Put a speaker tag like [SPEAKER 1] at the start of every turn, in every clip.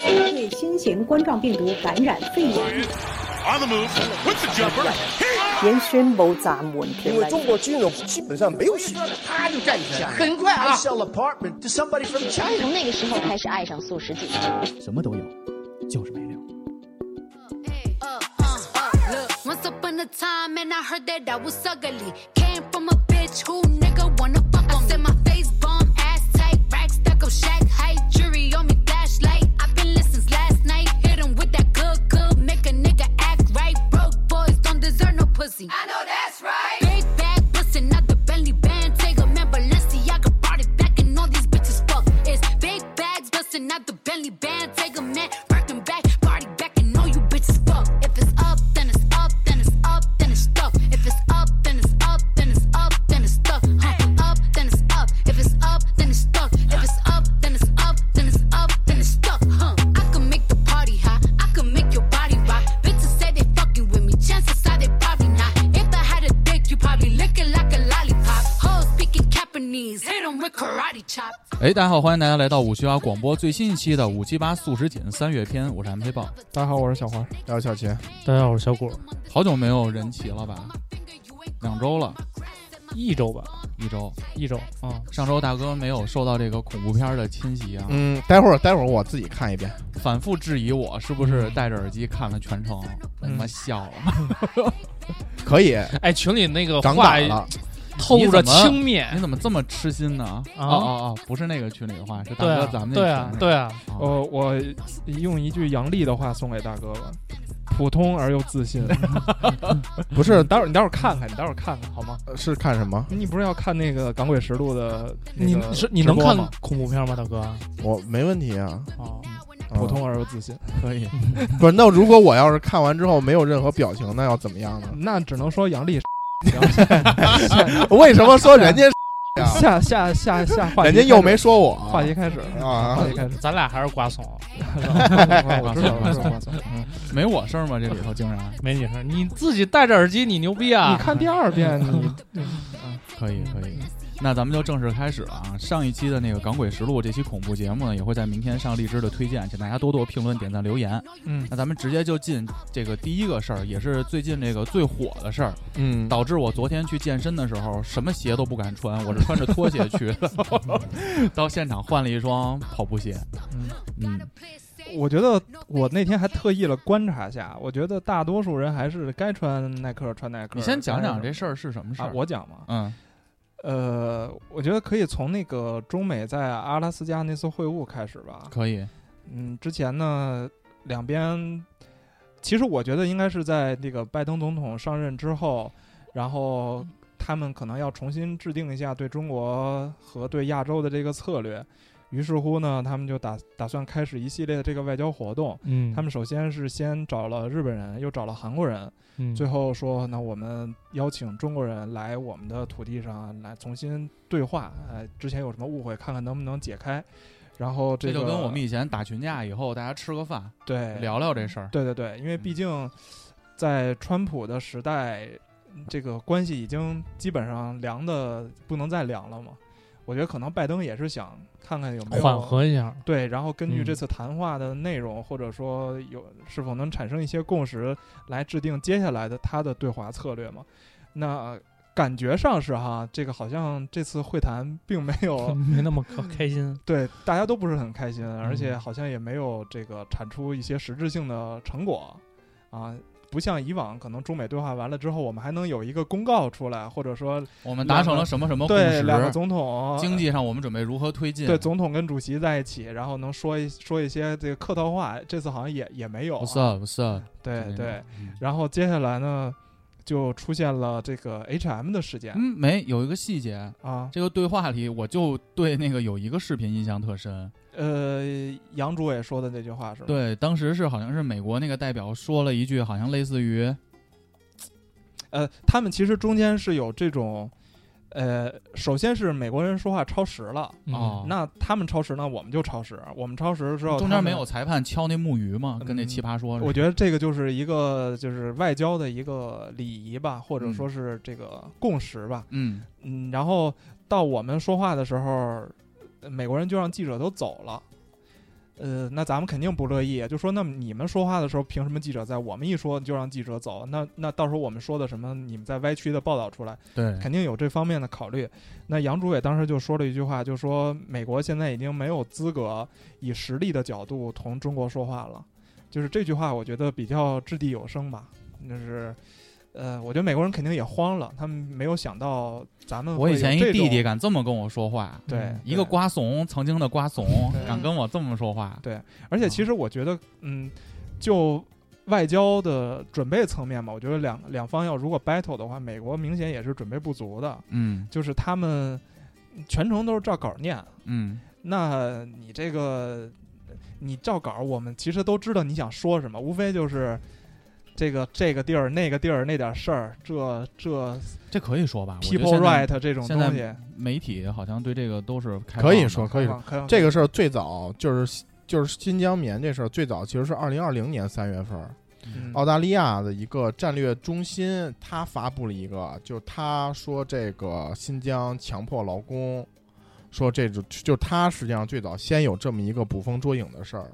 [SPEAKER 1] 对新型冠状病毒感染肺炎，
[SPEAKER 2] On the move with the jumper. He
[SPEAKER 3] 已宣布暫緩條
[SPEAKER 4] 因为
[SPEAKER 3] 例。
[SPEAKER 4] 中国军人基本上没有喜剧，啪就干一下。
[SPEAKER 5] 很快啊
[SPEAKER 4] I sell apartment to somebody from
[SPEAKER 6] 从
[SPEAKER 4] China。
[SPEAKER 6] 那个时候开始爱上素食姐。
[SPEAKER 7] 什么都有，就是没料。
[SPEAKER 8] Uh, uh, uh, look. Once upon a time, and I heard that I was ugly. Came from a bitch who nigga wanna fuck on me. Said my face bomb, ass tight, rack stack up, shack height, jury on me, flashlight. I've been lit since last night. Hit 'em with that good, good, make a nigga act right. Broke boys don't deserve no pussy. I know that's right. Big bag, bustin' out the Bentley band. Take a man, Balenciaga brought it back, and all these bitches fuck. It's big bags, bustin' out the Bentley band. Take a man, working back, party back, and all you bitches fuck. If it's up, then it's up, then it's up, then it's stuck. If it's up, then it's up, then it's up, then it's stuck. Huh. Up, then it's up. If it's up, then it's stuck. If it's up, then it's up, then it's up, then it's stuck. Huh. I can make the party hot. I can make your body rock. Bitches say they fucking with me. Chances are they probably not. If I had a dick, you probably licking like a lollipop. Hoes speaking Japanese. Hit 'em with karate chop.
[SPEAKER 7] 哎，大家好，欢迎大家来到五七八广播最新一期的五七八素食锦三月篇，我是 MC 豹。
[SPEAKER 9] 大家好，我是小花。
[SPEAKER 4] 然后小秦，
[SPEAKER 9] 大家好，我是小果。
[SPEAKER 7] 好久没有人齐了吧？两周了，
[SPEAKER 9] 一周吧，
[SPEAKER 7] 一周。
[SPEAKER 9] 一周啊、
[SPEAKER 10] 嗯
[SPEAKER 7] 上周大哥没有受到这个恐怖片的侵袭啊，
[SPEAKER 4] 嗯，待会儿待会儿我自己看一遍。
[SPEAKER 7] 反复质疑我是不是戴着耳机看了全程，我他妈笑了。
[SPEAKER 4] 可以，
[SPEAKER 10] 哎，群里那个
[SPEAKER 4] 长
[SPEAKER 10] 话
[SPEAKER 4] 胆了，
[SPEAKER 10] 透着轻
[SPEAKER 7] 你
[SPEAKER 10] 蔑，
[SPEAKER 7] 怎么这么痴心呢？啊
[SPEAKER 10] 啊
[SPEAKER 7] 哦哦哦，不是那个群里的话，是大
[SPEAKER 10] 对
[SPEAKER 7] 哥
[SPEAKER 10] 啊，
[SPEAKER 7] 咱们那
[SPEAKER 10] 对
[SPEAKER 7] 群
[SPEAKER 10] 啊，
[SPEAKER 7] 里
[SPEAKER 10] 对啊，
[SPEAKER 7] 哦
[SPEAKER 9] 呃，我用一句杨笠的话送给大哥吧：普通而又自信。
[SPEAKER 4] 不是
[SPEAKER 9] 待会儿你待会儿看看，你待会儿看看好吗？
[SPEAKER 4] 呃是看什么？
[SPEAKER 9] 你不是要看那个《港鬼实录》的那
[SPEAKER 10] 你
[SPEAKER 9] 个
[SPEAKER 10] 是你能看
[SPEAKER 9] 直播吗？
[SPEAKER 10] 恐怖片吗，大哥？
[SPEAKER 4] 我没问题啊。
[SPEAKER 10] 哦，。
[SPEAKER 4] 嗯
[SPEAKER 9] 普通而又自信，？
[SPEAKER 7] 可以。
[SPEAKER 4] 不是，那如果我要是看完之后没有任何表情，那要怎么样呢
[SPEAKER 9] 那只能说杨 笠。
[SPEAKER 4] 为什么说人家呀？
[SPEAKER 9] 下下下下话题开
[SPEAKER 4] 人
[SPEAKER 9] 始，
[SPEAKER 4] 家又没说我
[SPEAKER 9] 话题开始，
[SPEAKER 4] 啊
[SPEAKER 9] 话题开始
[SPEAKER 10] 咱俩还是瓜怂，
[SPEAKER 9] 我 知道，我知道我知道。
[SPEAKER 7] 没我事儿吗？这里头竟然
[SPEAKER 10] 没你事儿，你自己戴着耳机，你牛逼啊！
[SPEAKER 9] 你看第二遍，你
[SPEAKER 7] 可
[SPEAKER 9] 嗯
[SPEAKER 7] 以可以。那咱们就正式开始了啊！上一期的那个《港鬼实录》这期恐怖节目呢，也会在明天上荔枝的推荐，请大家多多评论、点赞、留言。
[SPEAKER 9] 嗯
[SPEAKER 7] 那咱们直接就进这个第一个事儿，也是最近这个最火的事儿，
[SPEAKER 9] 嗯，
[SPEAKER 7] 导致我昨天去健身的时候什么鞋都不敢穿，我是穿着拖鞋去 的， 到现场换了一双跑步鞋。
[SPEAKER 9] 嗯
[SPEAKER 7] 嗯，
[SPEAKER 9] 我觉得 我那天还特意了观察一下，我觉得大多数人还是该穿耐克穿耐克。
[SPEAKER 7] 你先讲讲这事
[SPEAKER 9] 儿
[SPEAKER 7] 儿是什么事儿、
[SPEAKER 9] 啊，我讲嘛。
[SPEAKER 7] 嗯
[SPEAKER 9] 呃，我觉得可以从那个中美在阿拉斯加那次会晤开始吧。
[SPEAKER 7] 可以，
[SPEAKER 9] 嗯，之前呢，两边其实我觉得应该是在那个拜登总统上任之后，然后他们可能要重新制定一下对中国和对亚洲的这个策略。于是乎呢，他们就打打算开始一系列的这个外交活动。
[SPEAKER 10] 嗯，
[SPEAKER 9] 他们首先是先找了日本人，又找了韩国人，
[SPEAKER 7] 嗯
[SPEAKER 10] 们
[SPEAKER 9] 最后说，那我们邀请中国人来我们的土地上来重新对话，呃，之前有什么误会，看看能不能解开。然后
[SPEAKER 7] 这
[SPEAKER 9] 个
[SPEAKER 7] 就跟我们以前打群架以后，大家吃个饭
[SPEAKER 9] 对
[SPEAKER 7] 聊聊这事儿。
[SPEAKER 9] 对对对，因为毕竟在川普的时代，这个关系已经基本上凉的不能再凉了嘛。我觉得可能拜登也是想看看有没有
[SPEAKER 10] 缓和一下，
[SPEAKER 9] 对，然后根据这
[SPEAKER 10] 嗯
[SPEAKER 9] 次谈话的内容，或者说有是否能产生一些共识，来制定接下来的他的对华策略嘛？那感觉上是哈，这个好像这次会谈并没
[SPEAKER 7] 哎
[SPEAKER 9] 有
[SPEAKER 10] 没那么可开心。
[SPEAKER 9] 对大家都不是很开心，而且
[SPEAKER 7] 嗯
[SPEAKER 9] 好像也没有这个产出一些实质性的成果啊。不像以往，可能中美对话完了之后，我们还能有一个公告出来，或者说
[SPEAKER 7] 我们达成了什么什么共
[SPEAKER 9] 对
[SPEAKER 7] 识？
[SPEAKER 9] 两个总统
[SPEAKER 7] 经济上我们准备如何推进？
[SPEAKER 9] 对总统跟主席在一起，然后能说一说一些这个客套话，这次好像也也没有、
[SPEAKER 7] 不是
[SPEAKER 9] 啊。
[SPEAKER 7] 不是，
[SPEAKER 9] 对
[SPEAKER 7] 嗯
[SPEAKER 9] 对，，然后接下来呢，就出现了这个 H&M 的事件、
[SPEAKER 7] 嗯，没有一个细节，
[SPEAKER 9] 啊，
[SPEAKER 7] 这个对话里我就对那个有一个视频印象特深。
[SPEAKER 9] 呃，杨主委说的那句话是吧？
[SPEAKER 7] 对，当时是好像是美国那个代表说了一句，好像类似于
[SPEAKER 9] 呃，他们其实中间是有这种。呃，首先是美国人说话超时了，
[SPEAKER 10] 嗯
[SPEAKER 7] 哦，
[SPEAKER 9] 那他们超时呢，我们就超时。我们超时之后，
[SPEAKER 7] 中
[SPEAKER 9] 他们
[SPEAKER 7] 间没有裁判敲那木鱼嘛，跟那
[SPEAKER 9] 嗯
[SPEAKER 7] 奇葩说似的。
[SPEAKER 9] 我觉得这个就是一个就是外交的一个礼仪吧，或者
[SPEAKER 7] 嗯
[SPEAKER 9] 说是这个共识吧。
[SPEAKER 7] 嗯，
[SPEAKER 9] 嗯，然后到我们说话的时候，呃美国人就让记者都走了。呃，那咱们肯定不乐意，就说那么你们说话的时候，凭什么记者在？我们一说就让记者走，那那到时候我们说的什么，你们再歪曲的报道出来，
[SPEAKER 7] 对，
[SPEAKER 9] 肯定有这方面的考虑。那杨主委当时就说了一句话，就说美国现在已经没有资格以实力的角度同中国说话了，就是这句话，我觉得比较掷地有声吧，就是。呃，我觉得美国人肯定也慌了，他们没有想到咱们
[SPEAKER 7] 我以
[SPEAKER 9] 会有
[SPEAKER 7] 前一
[SPEAKER 9] 这
[SPEAKER 7] 弟弟
[SPEAKER 9] 种
[SPEAKER 7] 敢这么跟我说话，嗯
[SPEAKER 9] 对
[SPEAKER 7] 一个
[SPEAKER 9] 对
[SPEAKER 7] 瓜怂，曾经的瓜怂
[SPEAKER 9] 对
[SPEAKER 7] 敢跟我这么说话，
[SPEAKER 9] 而且其实我觉得，嗯，就外交的准备层面嘛，我觉得两两方要如果 battle 的话，美国明显也是准备不足的，
[SPEAKER 7] 嗯
[SPEAKER 9] 就是他们全程都是照稿念。
[SPEAKER 7] 嗯，
[SPEAKER 9] 那你这个你照稿，我们其实都知道你想说什么，无非就是。这个这个地儿，那个地儿，那点事儿，这这
[SPEAKER 7] 这可以说吧我觉得
[SPEAKER 9] people
[SPEAKER 7] 现在
[SPEAKER 9] right 这种
[SPEAKER 7] 现
[SPEAKER 9] 东
[SPEAKER 7] 在
[SPEAKER 9] 西，
[SPEAKER 7] 媒体好像对这个都是开
[SPEAKER 4] 可
[SPEAKER 7] 放
[SPEAKER 4] 以
[SPEAKER 7] 的
[SPEAKER 4] 说，可以
[SPEAKER 9] 开
[SPEAKER 4] 说
[SPEAKER 9] 放开放
[SPEAKER 4] 这个事儿最早就是就是新疆棉这事儿最早其实是二零二零年三月份儿，
[SPEAKER 9] 嗯
[SPEAKER 4] 澳大利亚的一个战略中心，他发布了一个，就他说这个新疆强迫劳工，说这种就他实际上最早先有这么一个捕风捉影的事儿，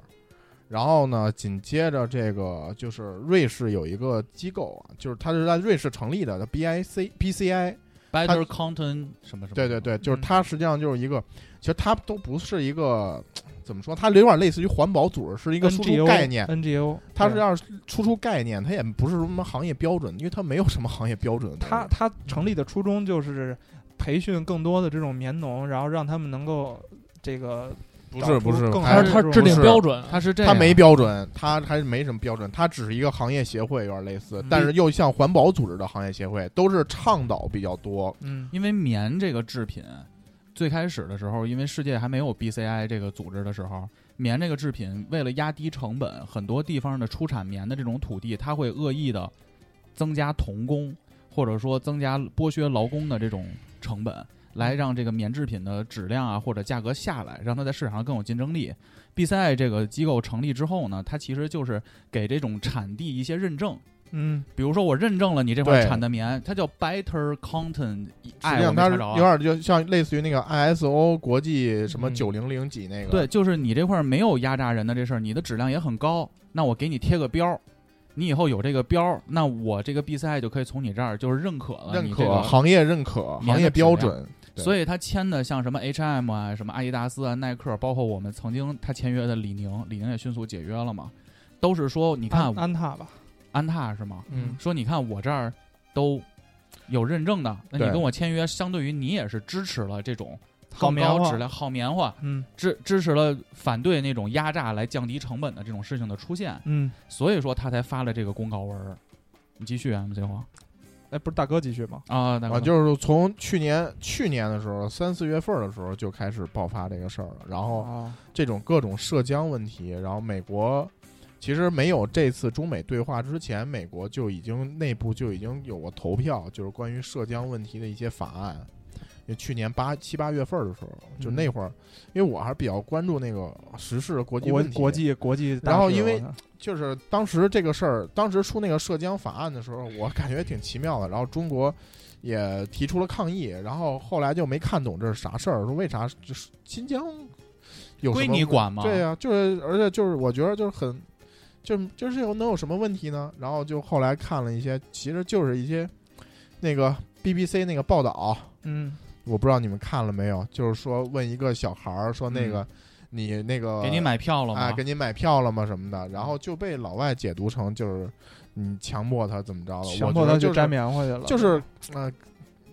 [SPEAKER 4] 然后呢，紧接着这个就是瑞士有一个机构啊，就是它是在瑞士成立的叫 BIC BCI，
[SPEAKER 7] better content 什么什么，
[SPEAKER 4] 对对对，就是
[SPEAKER 9] 嗯
[SPEAKER 4] 它实际上就是一个，其实它都不是一个怎么说，它有点类似于环保组织，是一个输
[SPEAKER 9] NGO
[SPEAKER 4] 出概念。
[SPEAKER 9] NGO，
[SPEAKER 4] 它是
[SPEAKER 9] 对
[SPEAKER 4] 要输出概念，它也不是什么行业标准，因为它没有什么行业标准的东西。
[SPEAKER 9] 他他成立的初衷就是培训更多的这种棉农，然后让他们能够这个
[SPEAKER 4] 不
[SPEAKER 9] 找
[SPEAKER 4] 是
[SPEAKER 9] 出
[SPEAKER 4] 不是
[SPEAKER 9] 更
[SPEAKER 4] 还
[SPEAKER 10] 他
[SPEAKER 9] 好
[SPEAKER 10] 是
[SPEAKER 9] 的
[SPEAKER 10] 他
[SPEAKER 9] 这
[SPEAKER 10] 制
[SPEAKER 9] 种
[SPEAKER 10] 定
[SPEAKER 4] 是
[SPEAKER 10] 标准，
[SPEAKER 7] 它哎是这样，
[SPEAKER 4] 它没标准，它还是没什么标准，它只是一个行业协会，有点类似
[SPEAKER 9] 嗯，
[SPEAKER 4] 但是又像环保组织的行业协会，都是倡导比较多。
[SPEAKER 9] 嗯
[SPEAKER 7] 因为棉这个制品，最开始的时候，因为世界还没有 BCI 这个组织的时候，棉这个制品为了压低成本，很多地方的出产棉的这种土地，它会恶意的增加童工，或者说增加剥削劳工的这种成本。来让这个棉制品的质量啊或者价格下来，让它在市场上更有竞争力。BCI 这个机构成立之后呢，它其实就是给这种产地一些认证，
[SPEAKER 9] 嗯
[SPEAKER 7] 比如说我认证了你这块
[SPEAKER 4] 对
[SPEAKER 7] 产的棉，它叫 Better Cotton，
[SPEAKER 4] 实
[SPEAKER 7] 哎，
[SPEAKER 4] 际
[SPEAKER 7] 我
[SPEAKER 4] 上
[SPEAKER 7] 没
[SPEAKER 4] 它
[SPEAKER 7] 查
[SPEAKER 4] 是
[SPEAKER 7] 着啊
[SPEAKER 4] 有点就像类似于那个 ISO 国际什么
[SPEAKER 9] 嗯
[SPEAKER 4] 九零零几那个，
[SPEAKER 7] 对，就是你这块儿没有压榨人的这事儿，你的质量也很高，那我给你贴个标儿，你以后有这个标儿，那我这个 BCI 就可以从你这儿就是认可了
[SPEAKER 4] 认
[SPEAKER 7] 啊你
[SPEAKER 4] 可、
[SPEAKER 7] 这个
[SPEAKER 4] 行业认可
[SPEAKER 7] 棉
[SPEAKER 4] 行
[SPEAKER 7] 的
[SPEAKER 4] 业
[SPEAKER 7] 质量
[SPEAKER 4] 标准，对
[SPEAKER 7] 所以他签的像什么 H&M 啊、什么阿迪达斯啊、耐克，包括我们曾经他签约的李宁，李宁也迅速解约了嘛，都是说你看
[SPEAKER 9] 安安踏吧，
[SPEAKER 7] 安踏是吗？
[SPEAKER 10] 嗯，
[SPEAKER 7] 说你看我这儿都有认证的，那你
[SPEAKER 4] 对
[SPEAKER 7] 跟我签约，相对于你也是支持了这种
[SPEAKER 9] 好
[SPEAKER 7] 更
[SPEAKER 9] 棉
[SPEAKER 7] 高
[SPEAKER 9] 花
[SPEAKER 7] 质量好棉花，
[SPEAKER 9] 嗯
[SPEAKER 7] 支支持了反对那种压榨来降低成本的这种事情的出现，
[SPEAKER 9] 嗯，
[SPEAKER 7] 所以说他才发了这个公告文儿。你继续啊，MC 黄
[SPEAKER 9] 哎，不是大哥继续吗？
[SPEAKER 7] 啊，大哥，
[SPEAKER 4] 啊，就是从去年去年的时候，三四月份儿的时候就开始爆发这个事儿了。然后
[SPEAKER 9] 哦，
[SPEAKER 4] 这种各种涉疆问题，然后美国其实没有这次中美对话之前，美国就已经内部就已经有过投票，就是关于涉疆问题的一些法案。就去年八七八月份儿的时候，就那
[SPEAKER 7] 嗯
[SPEAKER 4] 会儿，因为我还是比较关注那个时事国际
[SPEAKER 9] 国
[SPEAKER 4] 问题，
[SPEAKER 9] 国际国际大事，
[SPEAKER 4] 然后因为
[SPEAKER 9] 我操
[SPEAKER 4] 就是当时这个事儿，当时出那个涉疆法案的时候，我感觉挺奇妙的。然后中国也提出了抗议，然后后来就没看懂这是啥事儿，说为啥就是新疆有什
[SPEAKER 7] 归
[SPEAKER 4] 么
[SPEAKER 7] 你管吗？
[SPEAKER 4] 对呀、就是而且就是我觉得就是很，就就是有能有什么问题呢？然后就后来看了一些，其实就是一些那个 BBC 那个报道，
[SPEAKER 9] 嗯
[SPEAKER 4] 我不知道你们看了没有，就是说问一个小孩儿说那个、你那个
[SPEAKER 7] 给你买票了吗？
[SPEAKER 4] 啊，给你买票了吗？什么的，然后就被老外解读成就是你强迫他怎么着了，
[SPEAKER 9] 强迫他
[SPEAKER 4] 我
[SPEAKER 9] 去
[SPEAKER 4] 觉
[SPEAKER 9] 摘
[SPEAKER 4] 得
[SPEAKER 9] 棉花去了，
[SPEAKER 4] 就是就是呃，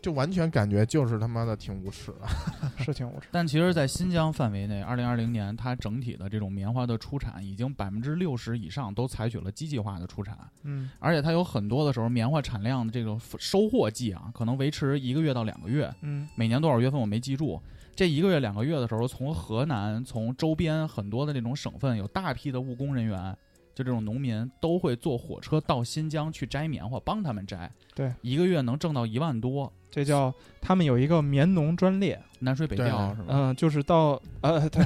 [SPEAKER 4] 就完全感觉就是他妈的挺无耻的，
[SPEAKER 9] 事情无耻，
[SPEAKER 7] 但其实，在新疆范围内，二零二零年它整体的这种棉花的出产已经百分之六十以上都采取了机器化的出产，
[SPEAKER 9] 嗯
[SPEAKER 7] 而且它有很多的时候棉花产量的这种收获季啊，可能维持一个月到两个月，
[SPEAKER 9] 嗯
[SPEAKER 7] 每年多少月份我没记住。这一个月、两个月的时候，从河南、从周边很多的那种省份，有大批的务工人员，就这种农民都会坐火车到新疆去摘棉花，帮他们摘。
[SPEAKER 9] 对，
[SPEAKER 7] 一个月能挣到一万多。
[SPEAKER 9] 这叫他们有一个棉农专列，
[SPEAKER 7] 南水北调
[SPEAKER 4] 对
[SPEAKER 7] 是吧？
[SPEAKER 9] 嗯，就是到呃，对，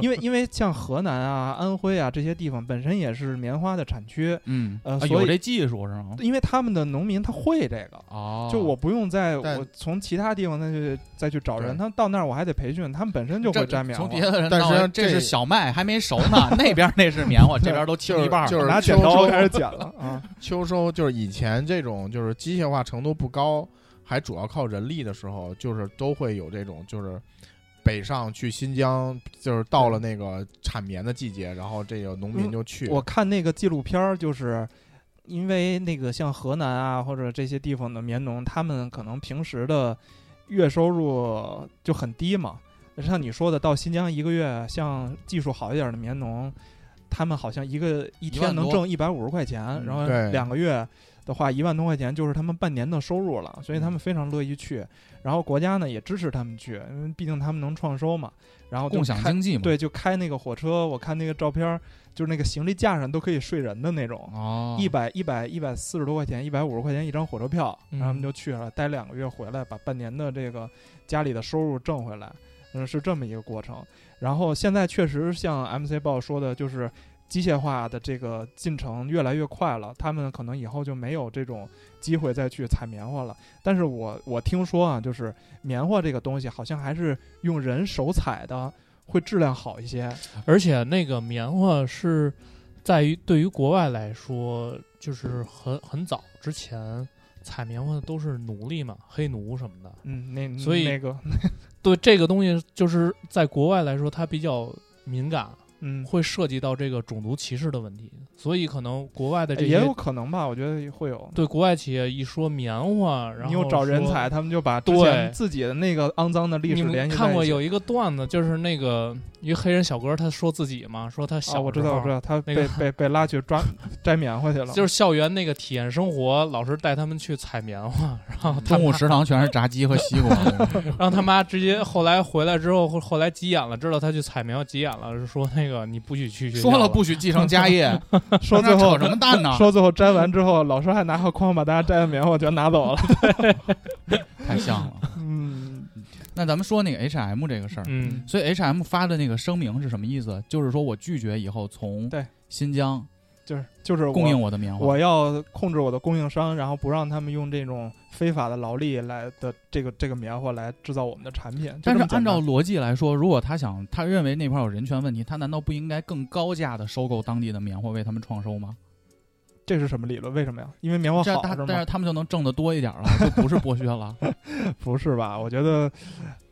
[SPEAKER 9] 因为因为像河南啊、安徽啊这些地方本身也是棉花的产区，
[SPEAKER 7] 嗯，
[SPEAKER 9] 呃
[SPEAKER 7] 啊
[SPEAKER 9] 所
[SPEAKER 7] 有
[SPEAKER 9] 以
[SPEAKER 7] 这技术是吗？
[SPEAKER 9] 因为他们的农民他会这个，
[SPEAKER 7] 哦，
[SPEAKER 9] 就我不用再
[SPEAKER 4] 但
[SPEAKER 9] 我从其他地方再去再去找人，
[SPEAKER 4] 对
[SPEAKER 9] 他到那儿我还得培训，他们本身就会
[SPEAKER 7] 这
[SPEAKER 9] 沾棉花
[SPEAKER 7] 从。别的人
[SPEAKER 4] 但
[SPEAKER 7] 到
[SPEAKER 4] 实际
[SPEAKER 7] 我
[SPEAKER 4] 上
[SPEAKER 7] 这
[SPEAKER 4] 这
[SPEAKER 7] 是小麦还没熟呢， 那边那是棉花，这边都
[SPEAKER 4] 就
[SPEAKER 7] 青
[SPEAKER 4] 是
[SPEAKER 7] 一半儿了。
[SPEAKER 4] 就是
[SPEAKER 9] 拿剪
[SPEAKER 4] 秋
[SPEAKER 9] 刀
[SPEAKER 4] 收
[SPEAKER 9] 开始剪了啊！
[SPEAKER 4] 秋收，就是以前这种就是机械化程度不高，还主要靠人力的时候，就是都会有这种就是。北上去新疆，就是到了那个产棉的季节，然后这个农民就去。
[SPEAKER 9] 嗯我看那个纪录片儿，就是因为那个像河南啊或者这些地方的棉农，他们可能平时的月收入就很低嘛。像你说的，到新疆一个月，像技术好一点的棉农，他们好像一个一
[SPEAKER 7] 一万
[SPEAKER 9] 天能
[SPEAKER 7] 多嗯
[SPEAKER 9] 挣一百五十块钱，然后
[SPEAKER 4] 对
[SPEAKER 9] 两个月的话，一万多块钱就是他们半年的收入了，所以
[SPEAKER 7] 嗯
[SPEAKER 9] 他们非常乐意去。然后国家呢也支持他们去，因为毕竟他们能创收嘛。然后就
[SPEAKER 7] 共享
[SPEAKER 9] 开
[SPEAKER 7] 经济嘛。，
[SPEAKER 9] 对，就开那个火车，我看那个照片儿，就是那个行李架上都可以睡人的那种，
[SPEAKER 7] 哦，
[SPEAKER 9] 一百一百一百四十多块钱，一百五十块钱一张火车票，然后他
[SPEAKER 10] 嗯
[SPEAKER 9] 们就去了，待两个月回来，把半年的这个家里的收入挣回来，嗯，是这么一个过程。然后现在确实像 MC 报说的，就是机械化的这个进程越来越快了，他们可能以后就没有这种机会再去采棉花了。但是我我听说啊，就是棉花这个东西好像还是用人手采的。会质量好一些，
[SPEAKER 10] 而且那个棉花是在于对于国外来说，就是很很早之前采棉花的都是奴隶嘛，黑奴什么的。
[SPEAKER 9] 嗯，那
[SPEAKER 10] 所以
[SPEAKER 9] 那个，
[SPEAKER 10] 对这个东西，就是在国外来说，它比较敏感，
[SPEAKER 9] 嗯，
[SPEAKER 10] 会涉及到这个种族歧视的问题，所以可能国外的这
[SPEAKER 9] 呃也
[SPEAKER 10] 些
[SPEAKER 9] 有可能吧，我觉得会有。
[SPEAKER 10] 对国外企业一说棉花，然后
[SPEAKER 9] 你又找人
[SPEAKER 10] 说
[SPEAKER 9] 才，他们就把之
[SPEAKER 10] 对
[SPEAKER 9] 前自己的那个肮脏的历
[SPEAKER 10] 你
[SPEAKER 9] 史
[SPEAKER 10] 们
[SPEAKER 9] 联系在
[SPEAKER 10] 看
[SPEAKER 9] 一
[SPEAKER 10] 过
[SPEAKER 9] 起哦
[SPEAKER 10] 有一个段子，就是那个一个黑人小哥，他说自己嘛，说他小、
[SPEAKER 9] 啊，我知道，我知，道，他被、
[SPEAKER 10] 那个
[SPEAKER 9] 被被拉去抓摘棉花去了，
[SPEAKER 10] 就是校园那个体验生活，老师带他们去采棉花，然后他
[SPEAKER 7] 中午食堂全是炸鸡和西 瓜。
[SPEAKER 10] 让他妈直接后来回来之后，后后来急眼了，知道他去采棉花急眼了，是说那个你不许去学校
[SPEAKER 7] 说了
[SPEAKER 10] 了嗯
[SPEAKER 7] 不许继承家业，
[SPEAKER 9] 说
[SPEAKER 7] 那
[SPEAKER 9] 最后
[SPEAKER 7] 扯什么蛋
[SPEAKER 10] 啊
[SPEAKER 7] 呢？
[SPEAKER 9] 说最后摘完之后，老师还拿个筐把大家摘的棉花全 拿走了。
[SPEAKER 7] 太像了。
[SPEAKER 9] 嗯，
[SPEAKER 7] 那咱们说那个 H M 这个事儿，
[SPEAKER 10] 嗯
[SPEAKER 7] 所以 H M 发的那个声明是什么意思？就是说我拒绝以后从
[SPEAKER 9] 对
[SPEAKER 7] 新疆
[SPEAKER 9] 就是就是我
[SPEAKER 7] 供应我的棉花
[SPEAKER 9] 我。要控制我的供应商，然后不让他们用这种非法的劳力来的这个这个棉花来制造我们的产品。就这
[SPEAKER 7] 但是
[SPEAKER 9] 么简单
[SPEAKER 7] 按照逻辑来说，如果他想，他认为那块儿有人权问题，他难道不应该更高价的收购当地的棉花，为他们创收吗？
[SPEAKER 9] 这是什么理论？为什么呀？因为棉花
[SPEAKER 7] 这样
[SPEAKER 9] 哦好
[SPEAKER 7] 他
[SPEAKER 9] 是吗？
[SPEAKER 7] 但是他们就能挣得多一点了， 就不是剥削了。
[SPEAKER 9] 不是吧？我觉得，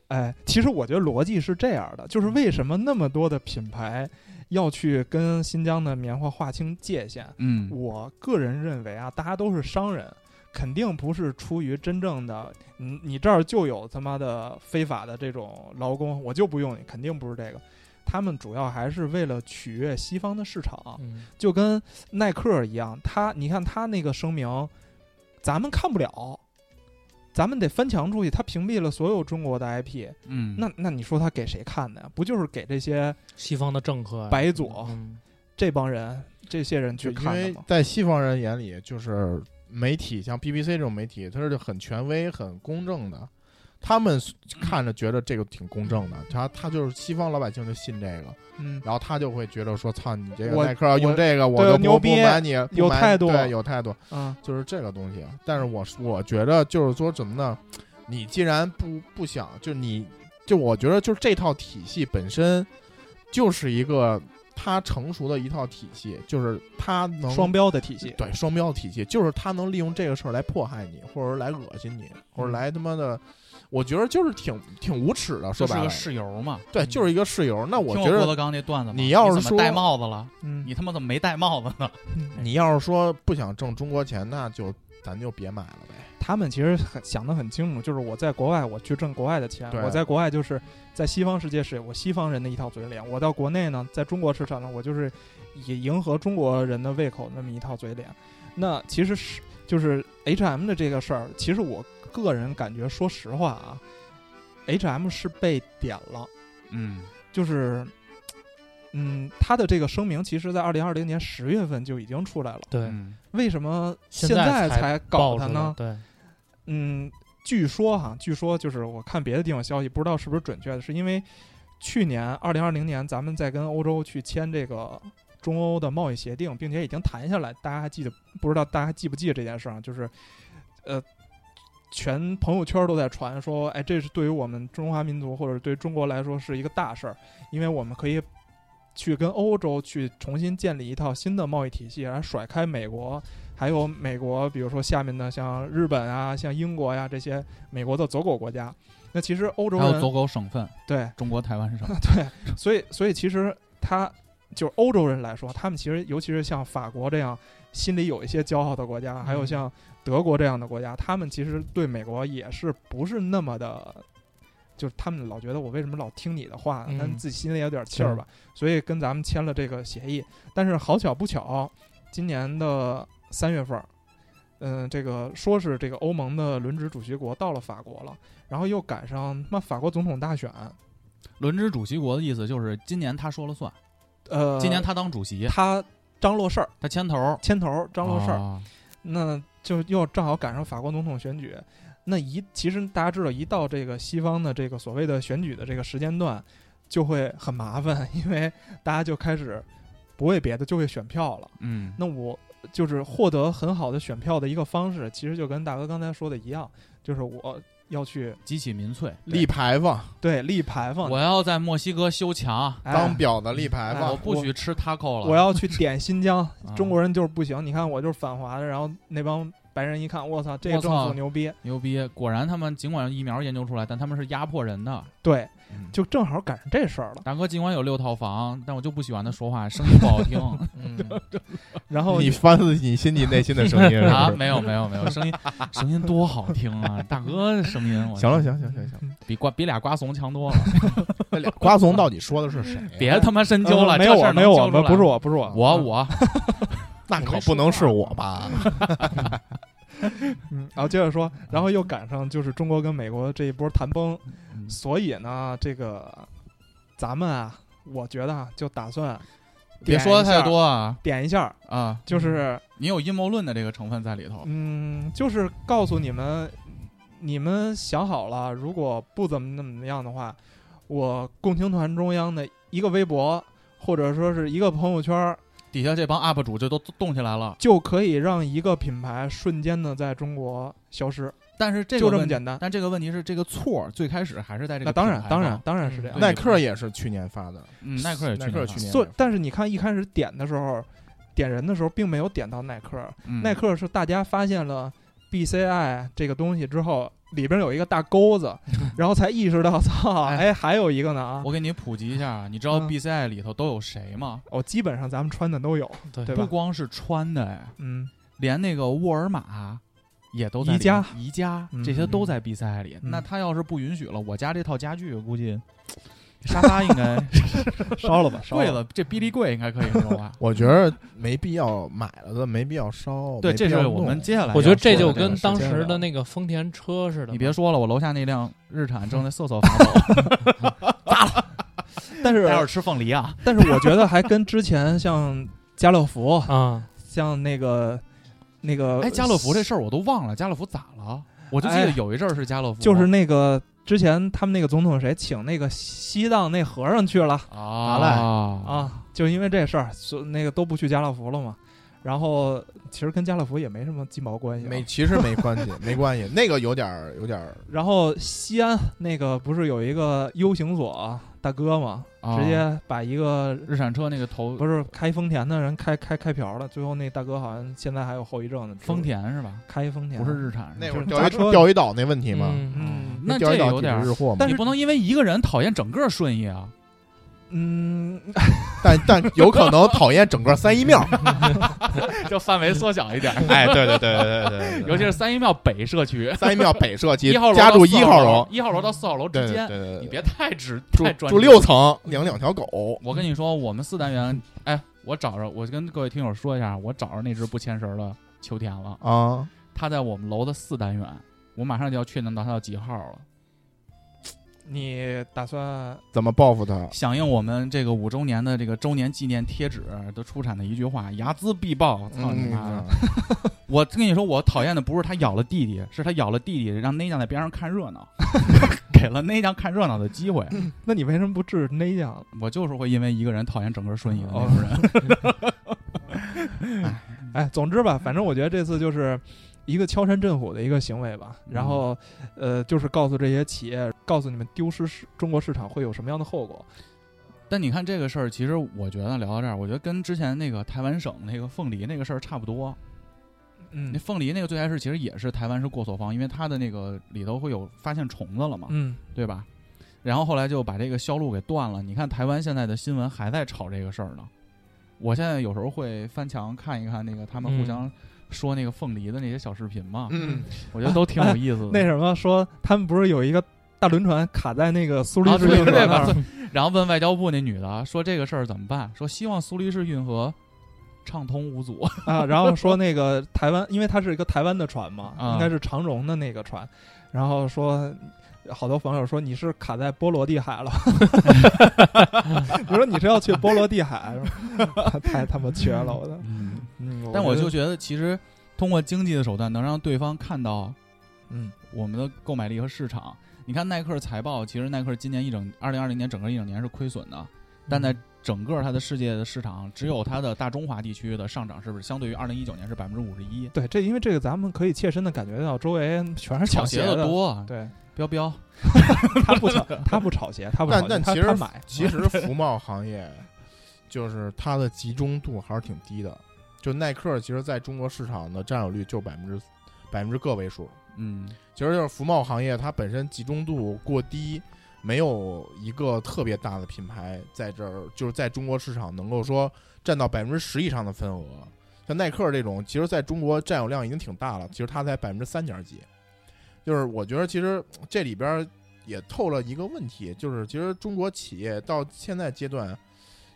[SPEAKER 9] 哎，其实我觉得逻辑是这样的，就是为什么那么多的品牌要去跟新疆的棉花划清界限？
[SPEAKER 7] 嗯，
[SPEAKER 9] 我个人认为啊，大家都是商人，肯定不是出于真正的，你你这儿就有他妈的非法的这种劳工，我就不用你，肯定不是这个。他们主要还是为了取悦西方的市场，
[SPEAKER 10] 嗯
[SPEAKER 9] 就跟耐克一样，他你看他那个声明，咱们看不了，咱们得翻墙出去。他屏蔽了所有中国的 IP，
[SPEAKER 7] 嗯，
[SPEAKER 9] 那那你说他给谁看的呀？不就是给这些
[SPEAKER 10] 西方的政客啊
[SPEAKER 9] 白左
[SPEAKER 10] 嗯
[SPEAKER 9] 这帮人、这些人去
[SPEAKER 4] 就因
[SPEAKER 9] 看的
[SPEAKER 4] 为
[SPEAKER 9] 吗？
[SPEAKER 4] 在西方人眼里，就是媒体像 BBC 这种媒体，它是很权威、很公正的。他们看着觉得这个挺公正的，他他就是西方老百姓就信这个，
[SPEAKER 9] 嗯，
[SPEAKER 4] 然后他就会觉得说：“操，你这个
[SPEAKER 9] 我
[SPEAKER 4] 耐克要用这个，我
[SPEAKER 9] 对啊
[SPEAKER 4] 都不
[SPEAKER 9] 牛
[SPEAKER 4] 不
[SPEAKER 9] 逼
[SPEAKER 4] 买你，不
[SPEAKER 9] 有
[SPEAKER 4] 买
[SPEAKER 9] 态度
[SPEAKER 4] 对，有态度，
[SPEAKER 9] 啊，
[SPEAKER 4] 就是这个东西。”但是我我觉得就是说什么呢？你既然不不想，就你就我觉得就是这套体系本身就是一个它成熟的一套体系，就是它能
[SPEAKER 9] 双标的体系。
[SPEAKER 4] 对双标体系，就是他能利用这个事儿来迫害你，或者来恶心你，或者
[SPEAKER 9] 嗯
[SPEAKER 4] 来他妈的，我觉得就是挺挺无耻的。
[SPEAKER 7] 这
[SPEAKER 4] 说
[SPEAKER 7] 是
[SPEAKER 4] 白
[SPEAKER 7] 个
[SPEAKER 4] 了，
[SPEAKER 7] 室友嘛。
[SPEAKER 9] 嗯
[SPEAKER 4] 对，就是一个室友。那我
[SPEAKER 7] 听
[SPEAKER 4] 觉
[SPEAKER 7] 郭德
[SPEAKER 4] 得
[SPEAKER 7] 纲那段子吗，
[SPEAKER 4] 你要是
[SPEAKER 7] 怎
[SPEAKER 4] 说
[SPEAKER 7] 么戴帽子了，
[SPEAKER 9] 嗯
[SPEAKER 7] 你，他妈怎么没戴帽子呢？
[SPEAKER 4] 你要是说不想挣中国钱，那就咱就别买了呗。
[SPEAKER 9] 他们其实很想得很清楚，就是我在国外，我去挣国外的钱；
[SPEAKER 4] 对
[SPEAKER 9] 我在国外就是在西方世界是我西方人的一套嘴脸；我到国内呢，在中国市场呢，我就是也迎合中国人的胃口那么一套嘴脸。那其实是就是 H M 的这个事儿，其实我个人感觉，说实话啊，H M 是被点了，
[SPEAKER 7] 嗯，
[SPEAKER 9] 就是。嗯，他的这个声明其实，在二零二零年十月份就已经出来了。
[SPEAKER 10] 对，
[SPEAKER 7] 嗯
[SPEAKER 9] 为什么
[SPEAKER 10] 现
[SPEAKER 9] 在
[SPEAKER 10] 才
[SPEAKER 9] 搞
[SPEAKER 10] 爆
[SPEAKER 9] 他
[SPEAKER 10] 出来
[SPEAKER 9] 呢？
[SPEAKER 10] 对，
[SPEAKER 9] 嗯，据说哈，据说就是我看别的地方消息，不知道是不是准确的，是因为去年二零二零年咱们在跟欧洲去签这个中欧的贸易协定，并且已经谈下来，大家还记得不知道大家还记不记得这件事儿啊？就是呃，全朋友圈都在传说，哎，这是对于我们中华民族或者对中国来说是一个大事儿，因为我们可以。去跟欧洲去重新建立一套新的贸易体系，然后甩开美国，还有美国，比如说下面的像日本啊、像英国呀、这些美国的走狗国家。那其实欧洲
[SPEAKER 7] 还有走
[SPEAKER 9] 人
[SPEAKER 7] 狗省份，
[SPEAKER 9] 对
[SPEAKER 7] 中国台湾省
[SPEAKER 9] 对，所以所以其实他就是欧洲人来说，他们其实尤其是像法国这样心里有一些骄傲的国家，
[SPEAKER 7] 嗯
[SPEAKER 9] 还有像德国这样的国家，他们其实对美国也是不是那么的。就是他们老觉得我为什么老听你的话呢，
[SPEAKER 10] 嗯
[SPEAKER 9] 但自己心里也有点气儿
[SPEAKER 10] 对
[SPEAKER 9] 吧，所以跟咱们签了这个协议。但是好巧不巧，今年的三月份儿，嗯、这个说是这个欧盟的轮值主席国到了法国了，然后又赶上那法国总统大选，
[SPEAKER 7] 轮值主席国的意思就是今年他说了算，
[SPEAKER 9] 呃，
[SPEAKER 7] 今年他当主席，
[SPEAKER 9] 他张罗事儿，
[SPEAKER 7] 他牵头，
[SPEAKER 9] 牵头儿张罗事儿，
[SPEAKER 7] 哦
[SPEAKER 9] 那就又正好赶上法国总统选举。那一其实大家知道，一到这个西方的这个所谓的选举的这个时间段，就会很麻烦，因为大家就开始不为别的就会选票 了。
[SPEAKER 7] 嗯，
[SPEAKER 9] 那我就是获得很好的选票的一个方式，其实就跟大哥刚才说的一样，就是我要去
[SPEAKER 7] 激起民粹，
[SPEAKER 4] 立牌坊，
[SPEAKER 9] 对立牌坊，
[SPEAKER 7] 我要在墨西哥修墙，
[SPEAKER 9] 哎
[SPEAKER 4] 当婊子立牌
[SPEAKER 9] 哎
[SPEAKER 4] 坊
[SPEAKER 7] 我，不许吃 taco 了，
[SPEAKER 9] 我要去点新疆
[SPEAKER 7] 啊，
[SPEAKER 9] 中国人就是不行。你看我就是反华的，然后那帮白人一看，我操，这
[SPEAKER 7] 我
[SPEAKER 9] 政
[SPEAKER 7] 操
[SPEAKER 9] 府牛逼，
[SPEAKER 7] 牛逼！果然他们尽管疫苗研究出来，但他们是压迫人的。
[SPEAKER 9] 对，
[SPEAKER 4] 嗯
[SPEAKER 9] 就正好赶上这事儿了。
[SPEAKER 7] 大哥尽管有六套房，但我就不喜欢他说话，声音不好 听
[SPEAKER 10] 嗯
[SPEAKER 9] 然后
[SPEAKER 4] 你翻自己心底内心的声音是
[SPEAKER 7] 哦啊！
[SPEAKER 4] 吧？
[SPEAKER 7] 没有没有没 有，声音声音多好听啊！大哥的声音，我
[SPEAKER 4] 行了，行行行行，
[SPEAKER 7] 比瓜比俩瓜怂强 多了。
[SPEAKER 4] 那俩瓜怂到底说的是谁啊呀？
[SPEAKER 7] 别他妈深究了，
[SPEAKER 9] 呃没有
[SPEAKER 7] 这事
[SPEAKER 9] 我，
[SPEAKER 7] 儿能
[SPEAKER 9] 没有我
[SPEAKER 7] 揪出
[SPEAKER 9] 们，
[SPEAKER 7] 来
[SPEAKER 9] 不是，我，不是我，
[SPEAKER 7] 我我
[SPEAKER 4] 那可不能是我吧？
[SPEAKER 9] 嗯，然后接着说，然后又赶上就是中国跟美国这一波谈崩，所以呢，这个咱们啊，我觉得啊，就打算
[SPEAKER 7] 别
[SPEAKER 9] 点一
[SPEAKER 7] 说的太
[SPEAKER 9] 下，
[SPEAKER 7] 多啊
[SPEAKER 9] 点一下，
[SPEAKER 7] 啊！
[SPEAKER 9] 就是
[SPEAKER 7] 你有阴谋论的这个成分在里头。
[SPEAKER 9] 嗯，就是告诉你们，你们想好了，如果不怎么怎么样的话，我共青团中央的一个微博或者说是一个朋友圈儿，
[SPEAKER 7] 底下这帮 UP 主就都动起来了，
[SPEAKER 9] 就可以让一个品牌瞬间的在中国消失，
[SPEAKER 7] 但是这个
[SPEAKER 9] 就这么
[SPEAKER 7] 问题
[SPEAKER 9] 简单。
[SPEAKER 7] 但这个问题是，这个错儿最开始还是在这个
[SPEAKER 9] 那当然
[SPEAKER 7] 品，牌嗯
[SPEAKER 9] 当
[SPEAKER 7] 上
[SPEAKER 9] 然，，当然是这样
[SPEAKER 7] 对。
[SPEAKER 4] 耐克也是去年发的，
[SPEAKER 7] 嗯，耐克也
[SPEAKER 4] 耐克去年
[SPEAKER 9] 所
[SPEAKER 4] 也发？
[SPEAKER 9] 但是你看，一开始点的时候，点人的时候，并没有点到耐克。
[SPEAKER 7] 嗯
[SPEAKER 9] 耐克是大家发现了 BCI 这个东西之后，里边有一个大钩 子，然后才意识到，操，
[SPEAKER 7] 哎
[SPEAKER 9] 哎，还有一个呢啊！
[SPEAKER 7] 我给你普及一下啊，你知道
[SPEAKER 9] 嗯
[SPEAKER 7] BCI 里头都有谁吗？
[SPEAKER 9] 哦，基本上咱们穿的都有，
[SPEAKER 10] 对
[SPEAKER 9] 对
[SPEAKER 7] 不
[SPEAKER 9] 吧？
[SPEAKER 7] 光是穿的哎，
[SPEAKER 9] 嗯，
[SPEAKER 7] 连那个沃尔玛也都在
[SPEAKER 9] 宜家
[SPEAKER 7] 里面宜家
[SPEAKER 9] 嗯
[SPEAKER 7] 这些都在 BCI 里。
[SPEAKER 9] 嗯
[SPEAKER 7] 那他要是不允许了，我家这套家具估计沙发应 该
[SPEAKER 9] 烧了 吧，烧
[SPEAKER 7] 贵。了，嗯这逼力柜应该可以用吧
[SPEAKER 9] 啊
[SPEAKER 4] 我觉得没必要买了的，没必要烧。
[SPEAKER 7] 对，
[SPEAKER 4] 没
[SPEAKER 7] 这
[SPEAKER 4] 必要
[SPEAKER 7] 是我
[SPEAKER 4] 弄
[SPEAKER 7] 们接下来要
[SPEAKER 10] 我觉得
[SPEAKER 7] 哎说的
[SPEAKER 10] 这就
[SPEAKER 7] 个
[SPEAKER 10] 跟
[SPEAKER 7] 事情
[SPEAKER 10] 当时的那个丰田车似的。
[SPEAKER 7] 你别说了，我楼下那辆日产正在瑟瑟发抖，
[SPEAKER 9] 但是
[SPEAKER 7] 待会儿吃凤梨啊！
[SPEAKER 9] 但是我觉得还跟之前像家乐福、
[SPEAKER 10] 啊，
[SPEAKER 9] 像那个那个，
[SPEAKER 7] 哎，家乐福这事儿我都忘了，家乐福咋了？我就记得
[SPEAKER 9] 哎
[SPEAKER 7] 有一阵儿是家乐福，
[SPEAKER 9] 就是那个之前他们那个总统谁请那个西藏那和尚去了
[SPEAKER 7] 啊
[SPEAKER 4] 赖
[SPEAKER 9] 啊，就因为这事儿，所那个都不去家乐福了嘛。然后其实跟家乐福也没什么鸡毛关系、啊。
[SPEAKER 4] 没，其实没关系，没关系，那个有点儿有点儿
[SPEAKER 9] 然后西安那个不是有一个 U 型锁、大哥嘛，
[SPEAKER 7] 啊
[SPEAKER 9] 直接把一个
[SPEAKER 7] 日产车那个头
[SPEAKER 9] 不是开丰田的人开开开瓢了，最后那大哥好像现在还有后遗症呢。
[SPEAKER 7] 丰田是吧？
[SPEAKER 9] 开丰田
[SPEAKER 7] 不是日产，
[SPEAKER 4] 那
[SPEAKER 7] 是吧
[SPEAKER 4] 会
[SPEAKER 9] 就是
[SPEAKER 4] 儿钓
[SPEAKER 9] 砸
[SPEAKER 4] 鱼
[SPEAKER 9] 车
[SPEAKER 4] 钓鱼岛那问题吗？
[SPEAKER 10] 嗯
[SPEAKER 9] 嗯
[SPEAKER 7] 那
[SPEAKER 4] 钓
[SPEAKER 7] 这
[SPEAKER 4] 鱼岛
[SPEAKER 7] 有
[SPEAKER 4] 抵制
[SPEAKER 7] 点儿
[SPEAKER 4] 日货嘛
[SPEAKER 9] 但，是
[SPEAKER 7] 你不能因为一个人讨厌整个顺义啊！
[SPEAKER 9] 嗯，
[SPEAKER 4] 但但有可能讨厌整个三 一庙。
[SPEAKER 7] 就范围缩小一点，
[SPEAKER 4] 哎，对对对对对
[SPEAKER 7] 尤其是三一庙北社区
[SPEAKER 4] 三一庙北社区
[SPEAKER 7] 一号楼
[SPEAKER 4] 家
[SPEAKER 7] 到
[SPEAKER 4] 住
[SPEAKER 7] 四
[SPEAKER 4] 一号楼，
[SPEAKER 7] 一号楼到四号楼
[SPEAKER 4] 对
[SPEAKER 7] 之
[SPEAKER 4] 对对
[SPEAKER 7] 间，
[SPEAKER 4] 对
[SPEAKER 7] 你
[SPEAKER 4] 对，
[SPEAKER 7] 别太直
[SPEAKER 4] 住
[SPEAKER 7] 太专
[SPEAKER 4] 住
[SPEAKER 7] 注
[SPEAKER 4] 六。层，养两条狗。
[SPEAKER 7] 我跟你说，我们四单元，哎，我找着，我跟各位听友说一下，我找着那只不牵绳的秋田了，
[SPEAKER 4] 啊，
[SPEAKER 7] 它在我们楼的四单元，我马上就要确定到它要几号了。
[SPEAKER 9] 你打算
[SPEAKER 4] 怎么报复他？
[SPEAKER 7] 响应我们这个五周年的这个周年纪念贴纸都出产的一句话：“睚眦必报。”
[SPEAKER 4] 嗯
[SPEAKER 7] 操你妈的！我跟你说，我讨厌的不是他咬了弟弟，是他咬了弟弟，让内酱在边上看热闹，给了内酱看热闹的机会。
[SPEAKER 9] 那你为什么不治那样？
[SPEAKER 7] 我就是会因为一个人讨厌整个顺义的那种人。嗯
[SPEAKER 9] 哎，总之吧，反正我觉得这次就是一个敲山震虎的一个行为吧。
[SPEAKER 7] 嗯
[SPEAKER 9] 然后，呃，就是告诉这些企业，告诉你们丢失市中国市场会有什么样的后果。
[SPEAKER 7] 但你看这个事儿，其实我觉得聊到这儿，我觉得跟之前那个台湾省那个凤梨那个事儿差不多。
[SPEAKER 9] 嗯
[SPEAKER 7] 那凤梨那个最开始其实也是台湾是过错方，因为它的那个里头会有发现虫子了嘛，
[SPEAKER 9] 嗯，
[SPEAKER 7] 对吧？然后后来就把这个销路给断了。你看台湾现在的新闻还在炒这个事儿呢。我现在有时候会翻墙看一看那个他们互相说那个凤梨的那些小视频嘛，
[SPEAKER 4] 嗯，
[SPEAKER 7] 我觉得都挺有意思的。
[SPEAKER 9] 那什么说他们不是有一个大轮船卡在那个苏黎
[SPEAKER 7] 啊
[SPEAKER 9] 世
[SPEAKER 7] 对
[SPEAKER 9] 运河
[SPEAKER 7] 对
[SPEAKER 9] 那儿？
[SPEAKER 7] 然后问外交部那女的啊说这个事儿怎么办？说希望苏黎世运河畅通无阻。
[SPEAKER 9] 啊，然后说那个台湾，因为它是一个台湾的船嘛，
[SPEAKER 7] 啊
[SPEAKER 9] 应该是长荣的那个船，然后说。好多网友说你是卡在波罗的海了， 你说你是要去波罗的海， 太他妈绝了！我的，
[SPEAKER 7] 嗯，
[SPEAKER 9] 嗯
[SPEAKER 7] 但我
[SPEAKER 9] 觉得
[SPEAKER 7] 就觉得其实通过经济的手段能让对方看到
[SPEAKER 9] 嗯，
[SPEAKER 7] 我们的购买力和市场。你看耐克财报，其实耐克今年一整二零二零年整个一整年是亏损的，但在整个它的世界的市场，只有它的大中华地区的上涨，是不是相对于二零一九年是百分之五十一？
[SPEAKER 9] 对，这因为这个咱们可以切身的感觉到，周围全 是
[SPEAKER 7] 抢
[SPEAKER 9] 鞋
[SPEAKER 7] 的多啊，
[SPEAKER 9] 对
[SPEAKER 7] 彪彪，
[SPEAKER 9] 他不抢，他不炒鞋，他不炒
[SPEAKER 4] 但
[SPEAKER 9] 鞋，
[SPEAKER 4] 但
[SPEAKER 9] 他
[SPEAKER 4] 其
[SPEAKER 9] 他
[SPEAKER 4] 实
[SPEAKER 9] 买，
[SPEAKER 4] 其实服贸行业就是它的集中度还是挺低的。就耐克其实在中国市场的占有率就百分之百分之个位数，
[SPEAKER 7] 嗯，
[SPEAKER 4] 其实就是服贸行业它本身集中度过低，没有一个特别大的品牌在这儿，就是在中国市场能够说占到百分之十以上的份额。像耐克这种，其实在中国占有量已经挺大了，其实它才百分之三点几。就是我觉得其实这里边儿也透了一个问题，就是其实中国企业到现在阶段，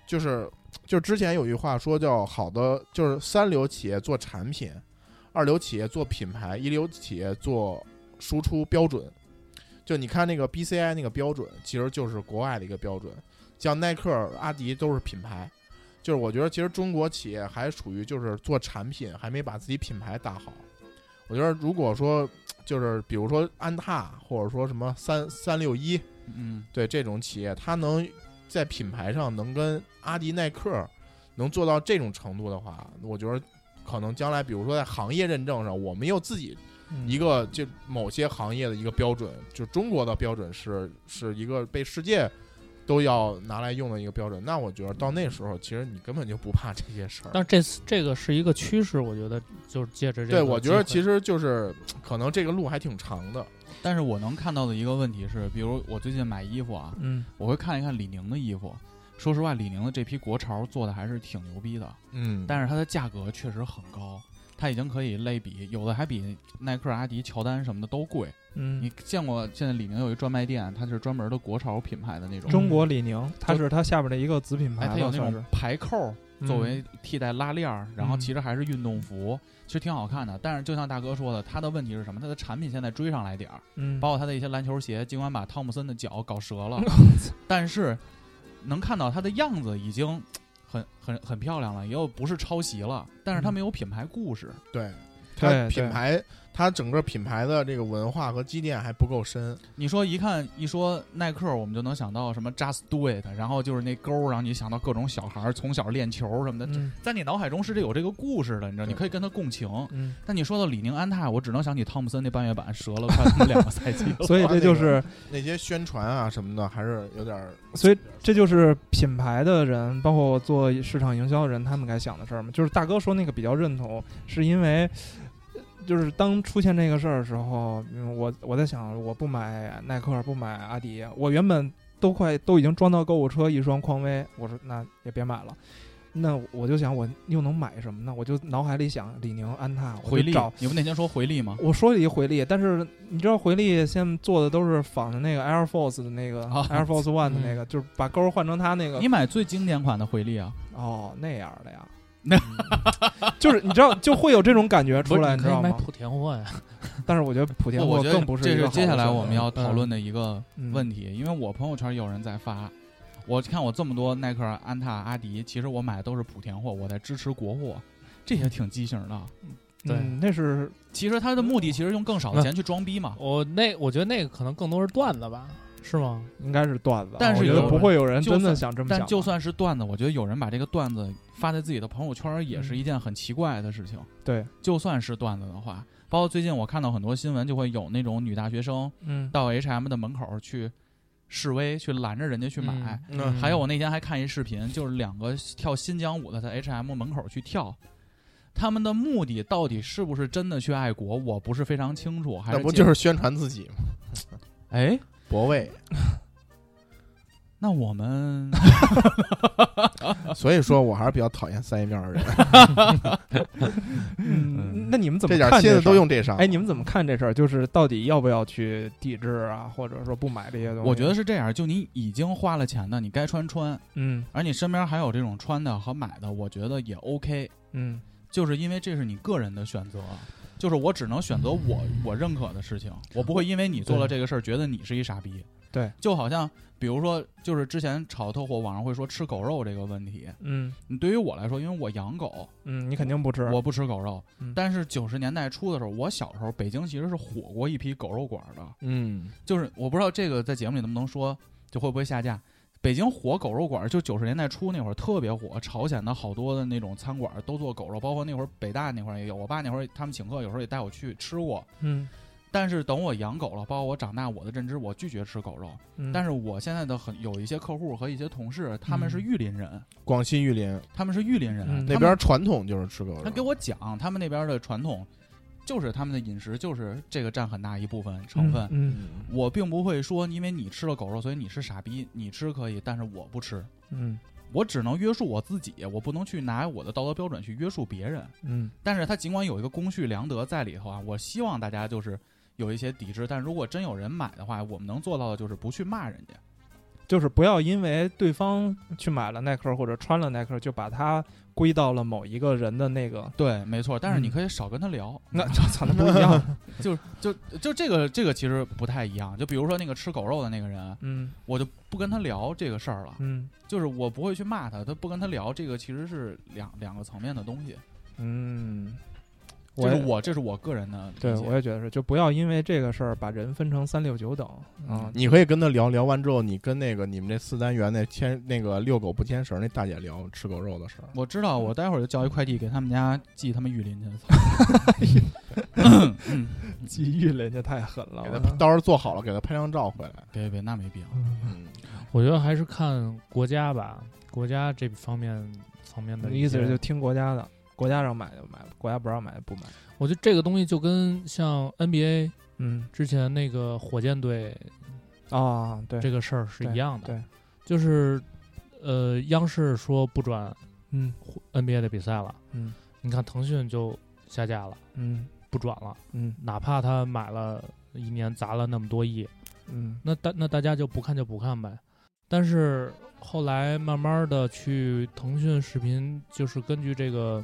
[SPEAKER 4] 就是就之前有句话说叫好的，就是三流企业做产品，二流企业做品牌，一流企业做输出标准。就你看那个 BCI 那个标准，其实就是国外的一个标准，像耐克、阿迪都是品牌。就是我觉得其实中国企业还属于就是做产品，还没把自己品牌打好。我觉得如果说就是比如说安踏或者说什么三三六一，
[SPEAKER 7] 嗯，
[SPEAKER 4] 对这种企业，它能在品牌上能跟阿迪、耐克能做到这种程度的话，我觉得可能将来，比如说在行业认证上，我们有自己
[SPEAKER 9] 嗯
[SPEAKER 4] 一个就某些行业的一个标准，就中国的标准是是一个被世界都要拿来用的一个标准。那我觉得到那时候，其实你根本就不怕这些事儿。
[SPEAKER 10] 但是这次这个是一个趋势，我觉得就是借着这个
[SPEAKER 4] 对，我觉得
[SPEAKER 10] 机会
[SPEAKER 4] 其实就是可能这个路还挺长的。
[SPEAKER 7] 但是我能看到的一个问题是，比如我最近买衣服啊，
[SPEAKER 9] 嗯，
[SPEAKER 7] 我会看一看李宁的衣服。说实话，李宁的这批国潮做的还是挺牛逼的，
[SPEAKER 4] 嗯
[SPEAKER 7] 但是它的价格确实很高，它已经可以类比，有的还比耐克、阿迪、乔丹什么的都贵。你
[SPEAKER 9] 嗯，
[SPEAKER 7] 见过现在李宁有一专卖店，它是专门的国潮品牌的那种，
[SPEAKER 9] 中国李宁，它
[SPEAKER 7] 就是
[SPEAKER 9] 它下边的一个子品牌
[SPEAKER 7] 哎，
[SPEAKER 9] 吧，
[SPEAKER 7] 它有那
[SPEAKER 9] 算
[SPEAKER 7] 种
[SPEAKER 9] 是
[SPEAKER 7] 排扣作为替代拉链儿，然后
[SPEAKER 9] 嗯
[SPEAKER 7] 其实还是运动服，其实挺好看的。但是就像大哥说的，它的问题是什么？它的产品现在追上来点儿，
[SPEAKER 9] 嗯，
[SPEAKER 7] 包括它的一些篮球鞋，尽管把汤姆森的脚搞 折了，但是能看到它的样子已经很很很漂亮了，也有不是抄袭了，但是它
[SPEAKER 9] 嗯
[SPEAKER 7] 没有品牌故事。
[SPEAKER 4] 对，
[SPEAKER 9] 对
[SPEAKER 4] 它品
[SPEAKER 9] 对
[SPEAKER 4] 牌，它整个品牌的这个文化和积淀还不够深。
[SPEAKER 7] 你说一看一说耐克，我们就能想到什么 Just Do It，然后就是那勾儿，然后你想到各种小孩儿从小练球什么的，
[SPEAKER 9] 嗯
[SPEAKER 7] 在你脑海中是这有这个故事的，你知道，
[SPEAKER 4] 对
[SPEAKER 7] 你可以跟他共情。
[SPEAKER 9] 嗯，
[SPEAKER 7] 但你说到李宁、安踏，我只能想起汤姆森那半月板折了快他妈两个赛季 了。
[SPEAKER 9] 所以这就是
[SPEAKER 4] 那些宣传啊什么的，还是有点儿。
[SPEAKER 9] 所以这就是品牌的人，包括做市场营销的人，他们该想的事儿嘛。就是大哥说那个比较认同，是因为呃就是当出现这个事儿的时候，嗯我我在想，我不买耐克，不买阿迪，我原本都快都已经装到购物车一双匡威，我说那也别买了。那我就想，我又能买什么呢？我就脑海里想李宁、安踏，我
[SPEAKER 7] 回
[SPEAKER 9] 就
[SPEAKER 7] 力
[SPEAKER 9] 找。，
[SPEAKER 7] 你不那天说回力吗？
[SPEAKER 9] 我说了一回力，但是你知道回力现在做的都是仿着那个 Air Force 的那个、
[SPEAKER 7] 啊
[SPEAKER 9] Air Force One 的
[SPEAKER 10] 嗯
[SPEAKER 9] 呃那个，就是把钩换成它那个
[SPEAKER 7] 你买最经典款的回力啊，
[SPEAKER 9] 哦那样的呀。
[SPEAKER 7] 嗯
[SPEAKER 9] 就是你知道，就会有这种感觉
[SPEAKER 10] 不
[SPEAKER 9] 出
[SPEAKER 10] 是
[SPEAKER 9] 来，
[SPEAKER 10] 你
[SPEAKER 9] 知
[SPEAKER 10] 可以
[SPEAKER 9] 道
[SPEAKER 10] 买
[SPEAKER 9] 吗？
[SPEAKER 10] 莆田货呀，
[SPEAKER 9] 但是我觉得莆田
[SPEAKER 7] 我
[SPEAKER 9] 货
[SPEAKER 7] 觉
[SPEAKER 9] 更
[SPEAKER 7] 得
[SPEAKER 9] 不
[SPEAKER 7] 这
[SPEAKER 9] 一个
[SPEAKER 7] 是
[SPEAKER 9] 好的
[SPEAKER 7] 接下来
[SPEAKER 9] 选择
[SPEAKER 7] 我们要讨论的一个
[SPEAKER 9] 嗯
[SPEAKER 7] 问题，因为我朋友圈有人在发，我看我这么多耐克、安踏、阿迪，其实我买的都是莆田货，我在支持国货，这也挺畸形的。
[SPEAKER 10] 对
[SPEAKER 9] 嗯，那是
[SPEAKER 7] 其实他的目的其实用更少
[SPEAKER 9] 嗯
[SPEAKER 7] 的钱去装逼嘛。
[SPEAKER 10] 我那我觉得那个可能更多是段子吧，是吗？
[SPEAKER 9] 应该是段子啊，
[SPEAKER 7] 但
[SPEAKER 9] 我
[SPEAKER 7] 是
[SPEAKER 9] 觉
[SPEAKER 7] 有
[SPEAKER 9] 得不会有人
[SPEAKER 7] 就
[SPEAKER 9] 真的
[SPEAKER 7] 算
[SPEAKER 9] 想这么想
[SPEAKER 7] 但
[SPEAKER 9] 的。
[SPEAKER 7] 就算是段子，我觉得有人把这个段子发在自己的朋友圈，也是一件很奇怪的事情。
[SPEAKER 9] 对，
[SPEAKER 7] 就算是段子的话，包括最近我看到很多新闻，就会有那种女大学生
[SPEAKER 9] 嗯，
[SPEAKER 7] 到 H&M 的门口去示威，去拦着人家去买。
[SPEAKER 10] 嗯
[SPEAKER 4] 嗯
[SPEAKER 7] 还有我那天还看一视频，就是两个跳新疆舞的在 H&M 门口去跳，他们的目的到底是不是真的去爱国，我不是非常清楚。还
[SPEAKER 4] 那
[SPEAKER 7] 呃是
[SPEAKER 4] 不
[SPEAKER 7] 借
[SPEAKER 4] 就是宣传自己吗？
[SPEAKER 7] 哎？
[SPEAKER 4] 博位，
[SPEAKER 7] 那我们
[SPEAKER 4] 所以说我还是比较讨厌三一面的人，
[SPEAKER 9] 嗯那你们怎么
[SPEAKER 4] 这点
[SPEAKER 9] 看
[SPEAKER 4] 心
[SPEAKER 9] 事
[SPEAKER 4] 思
[SPEAKER 9] 儿
[SPEAKER 4] 都？用这上。
[SPEAKER 9] 哎，你们怎么看这事儿？就是到底要不要去抵制啊，或者说不买这些东西？
[SPEAKER 7] 我觉得，是这样，就你已经花了钱的，你该穿穿，
[SPEAKER 9] 嗯
[SPEAKER 7] 而你身边还有这种穿的和买的，我觉得也 OK，
[SPEAKER 9] 嗯，
[SPEAKER 7] 就是因为这是你个人的选择。就是我只能选择我
[SPEAKER 9] 嗯
[SPEAKER 7] 我认可的事情，我不会因为你做了这个事儿觉得你是一傻逼。
[SPEAKER 9] 对，
[SPEAKER 7] 就好像比如说，就是之前炒特火，网上会说吃狗肉这个问题，
[SPEAKER 9] 嗯
[SPEAKER 7] 你对于我来说，因为我养狗，
[SPEAKER 9] 嗯，你肯定不吃。
[SPEAKER 7] 我不吃狗肉。
[SPEAKER 9] 嗯
[SPEAKER 7] 但是九十年代初的时候，我小时候北京其实是火过一批狗肉馆的，
[SPEAKER 4] 嗯，
[SPEAKER 7] 就是我不知道这个在节目里能不能说，就会不会下架。北京火狗肉馆，就九十年代初那会儿特别火，朝鲜的好多的那种餐馆都做狗肉，包括那会儿北大那会儿也有，我爸那会儿他们请客有时候也带我去吃过。
[SPEAKER 9] 嗯，
[SPEAKER 7] 但是等我养狗了，包括我长大，我的认知我拒绝吃狗肉。
[SPEAKER 9] 嗯
[SPEAKER 7] 但是我现在的很有一些客户和一些同事，他们是
[SPEAKER 9] 嗯
[SPEAKER 7] 玉林人，
[SPEAKER 4] 广西玉林
[SPEAKER 7] 他们是玉林
[SPEAKER 9] 嗯
[SPEAKER 7] 人，他
[SPEAKER 4] 那
[SPEAKER 7] 们
[SPEAKER 4] 边传统就是吃狗
[SPEAKER 7] 他给
[SPEAKER 4] 肉，
[SPEAKER 7] 我讲，他们那边的传统，就是他们的饮食就是这个占很大一部分成分。
[SPEAKER 9] 嗯
[SPEAKER 7] 我并不会说，因为你吃了狗肉，所以你是傻逼，你吃可以，但是我不吃。
[SPEAKER 9] 嗯
[SPEAKER 7] 我只能约束我自己，我不能去拿我的道德标准去约束别人。
[SPEAKER 9] 嗯
[SPEAKER 7] 但是他尽管有一个公序良德在里头啊，我希望大家就是有一些抵制，但如果真有人买的话，我们能做到的就是不去骂人家。
[SPEAKER 9] 嗯，就是不要因为对方去买了耐克或者穿了耐克，就把它归到了某一个人的那个。
[SPEAKER 7] 对，没错，但是你
[SPEAKER 9] 嗯
[SPEAKER 7] 可以少跟他聊。
[SPEAKER 9] 那操，那不一 样。
[SPEAKER 7] 就是就就这个这个其实不太一样。就比如说那个吃狗肉的那个人，
[SPEAKER 9] 嗯
[SPEAKER 7] 我就不跟他聊这个事儿了，
[SPEAKER 9] 嗯
[SPEAKER 7] 就是我不会去骂他，他不跟他聊这个其实是两两个层面的东西。
[SPEAKER 9] 嗯，
[SPEAKER 7] 这
[SPEAKER 9] 也
[SPEAKER 7] 是我这是我个人的理
[SPEAKER 9] 对，
[SPEAKER 7] 解
[SPEAKER 9] 我也觉得是，就不要因为这个事儿把人分成三六九等
[SPEAKER 7] 嗯
[SPEAKER 9] 啊。
[SPEAKER 4] 你可以跟他聊聊完之后，你跟那个你们那四单元那牵那个遛狗不牵绳那大姐聊吃狗肉的事儿。
[SPEAKER 7] 我知道，我待会儿就叫一快递给他们家寄他们玉林去。 嗯，
[SPEAKER 9] 机遇人家太狠了
[SPEAKER 4] 给他到时候做好了，给他拍张照回来。
[SPEAKER 7] 别别，那没必要。
[SPEAKER 4] 嗯，
[SPEAKER 10] 我觉得还是看国家吧，国家这方面方面的
[SPEAKER 9] 你意思是
[SPEAKER 10] 些
[SPEAKER 9] 就听国家的，国家让买就买，国家不让买就不买。
[SPEAKER 10] 我觉得这个东西就跟像 NBA
[SPEAKER 9] 嗯
[SPEAKER 10] 之前那个火箭队
[SPEAKER 9] 啊，对，
[SPEAKER 10] 这个事儿是
[SPEAKER 9] 对
[SPEAKER 10] 一样的，
[SPEAKER 9] 对，
[SPEAKER 10] 就是呃，央视说不转
[SPEAKER 9] 嗯
[SPEAKER 10] NBA 的比赛了，
[SPEAKER 9] 嗯，
[SPEAKER 10] 你看腾讯就下架了，
[SPEAKER 9] 嗯
[SPEAKER 10] 不转了，
[SPEAKER 9] 嗯
[SPEAKER 10] 哪怕他买了一年砸了那么多亿，
[SPEAKER 9] 嗯
[SPEAKER 10] 那大那大家就不看就不看呗。但是后来慢慢的去腾讯视频，就是根据这个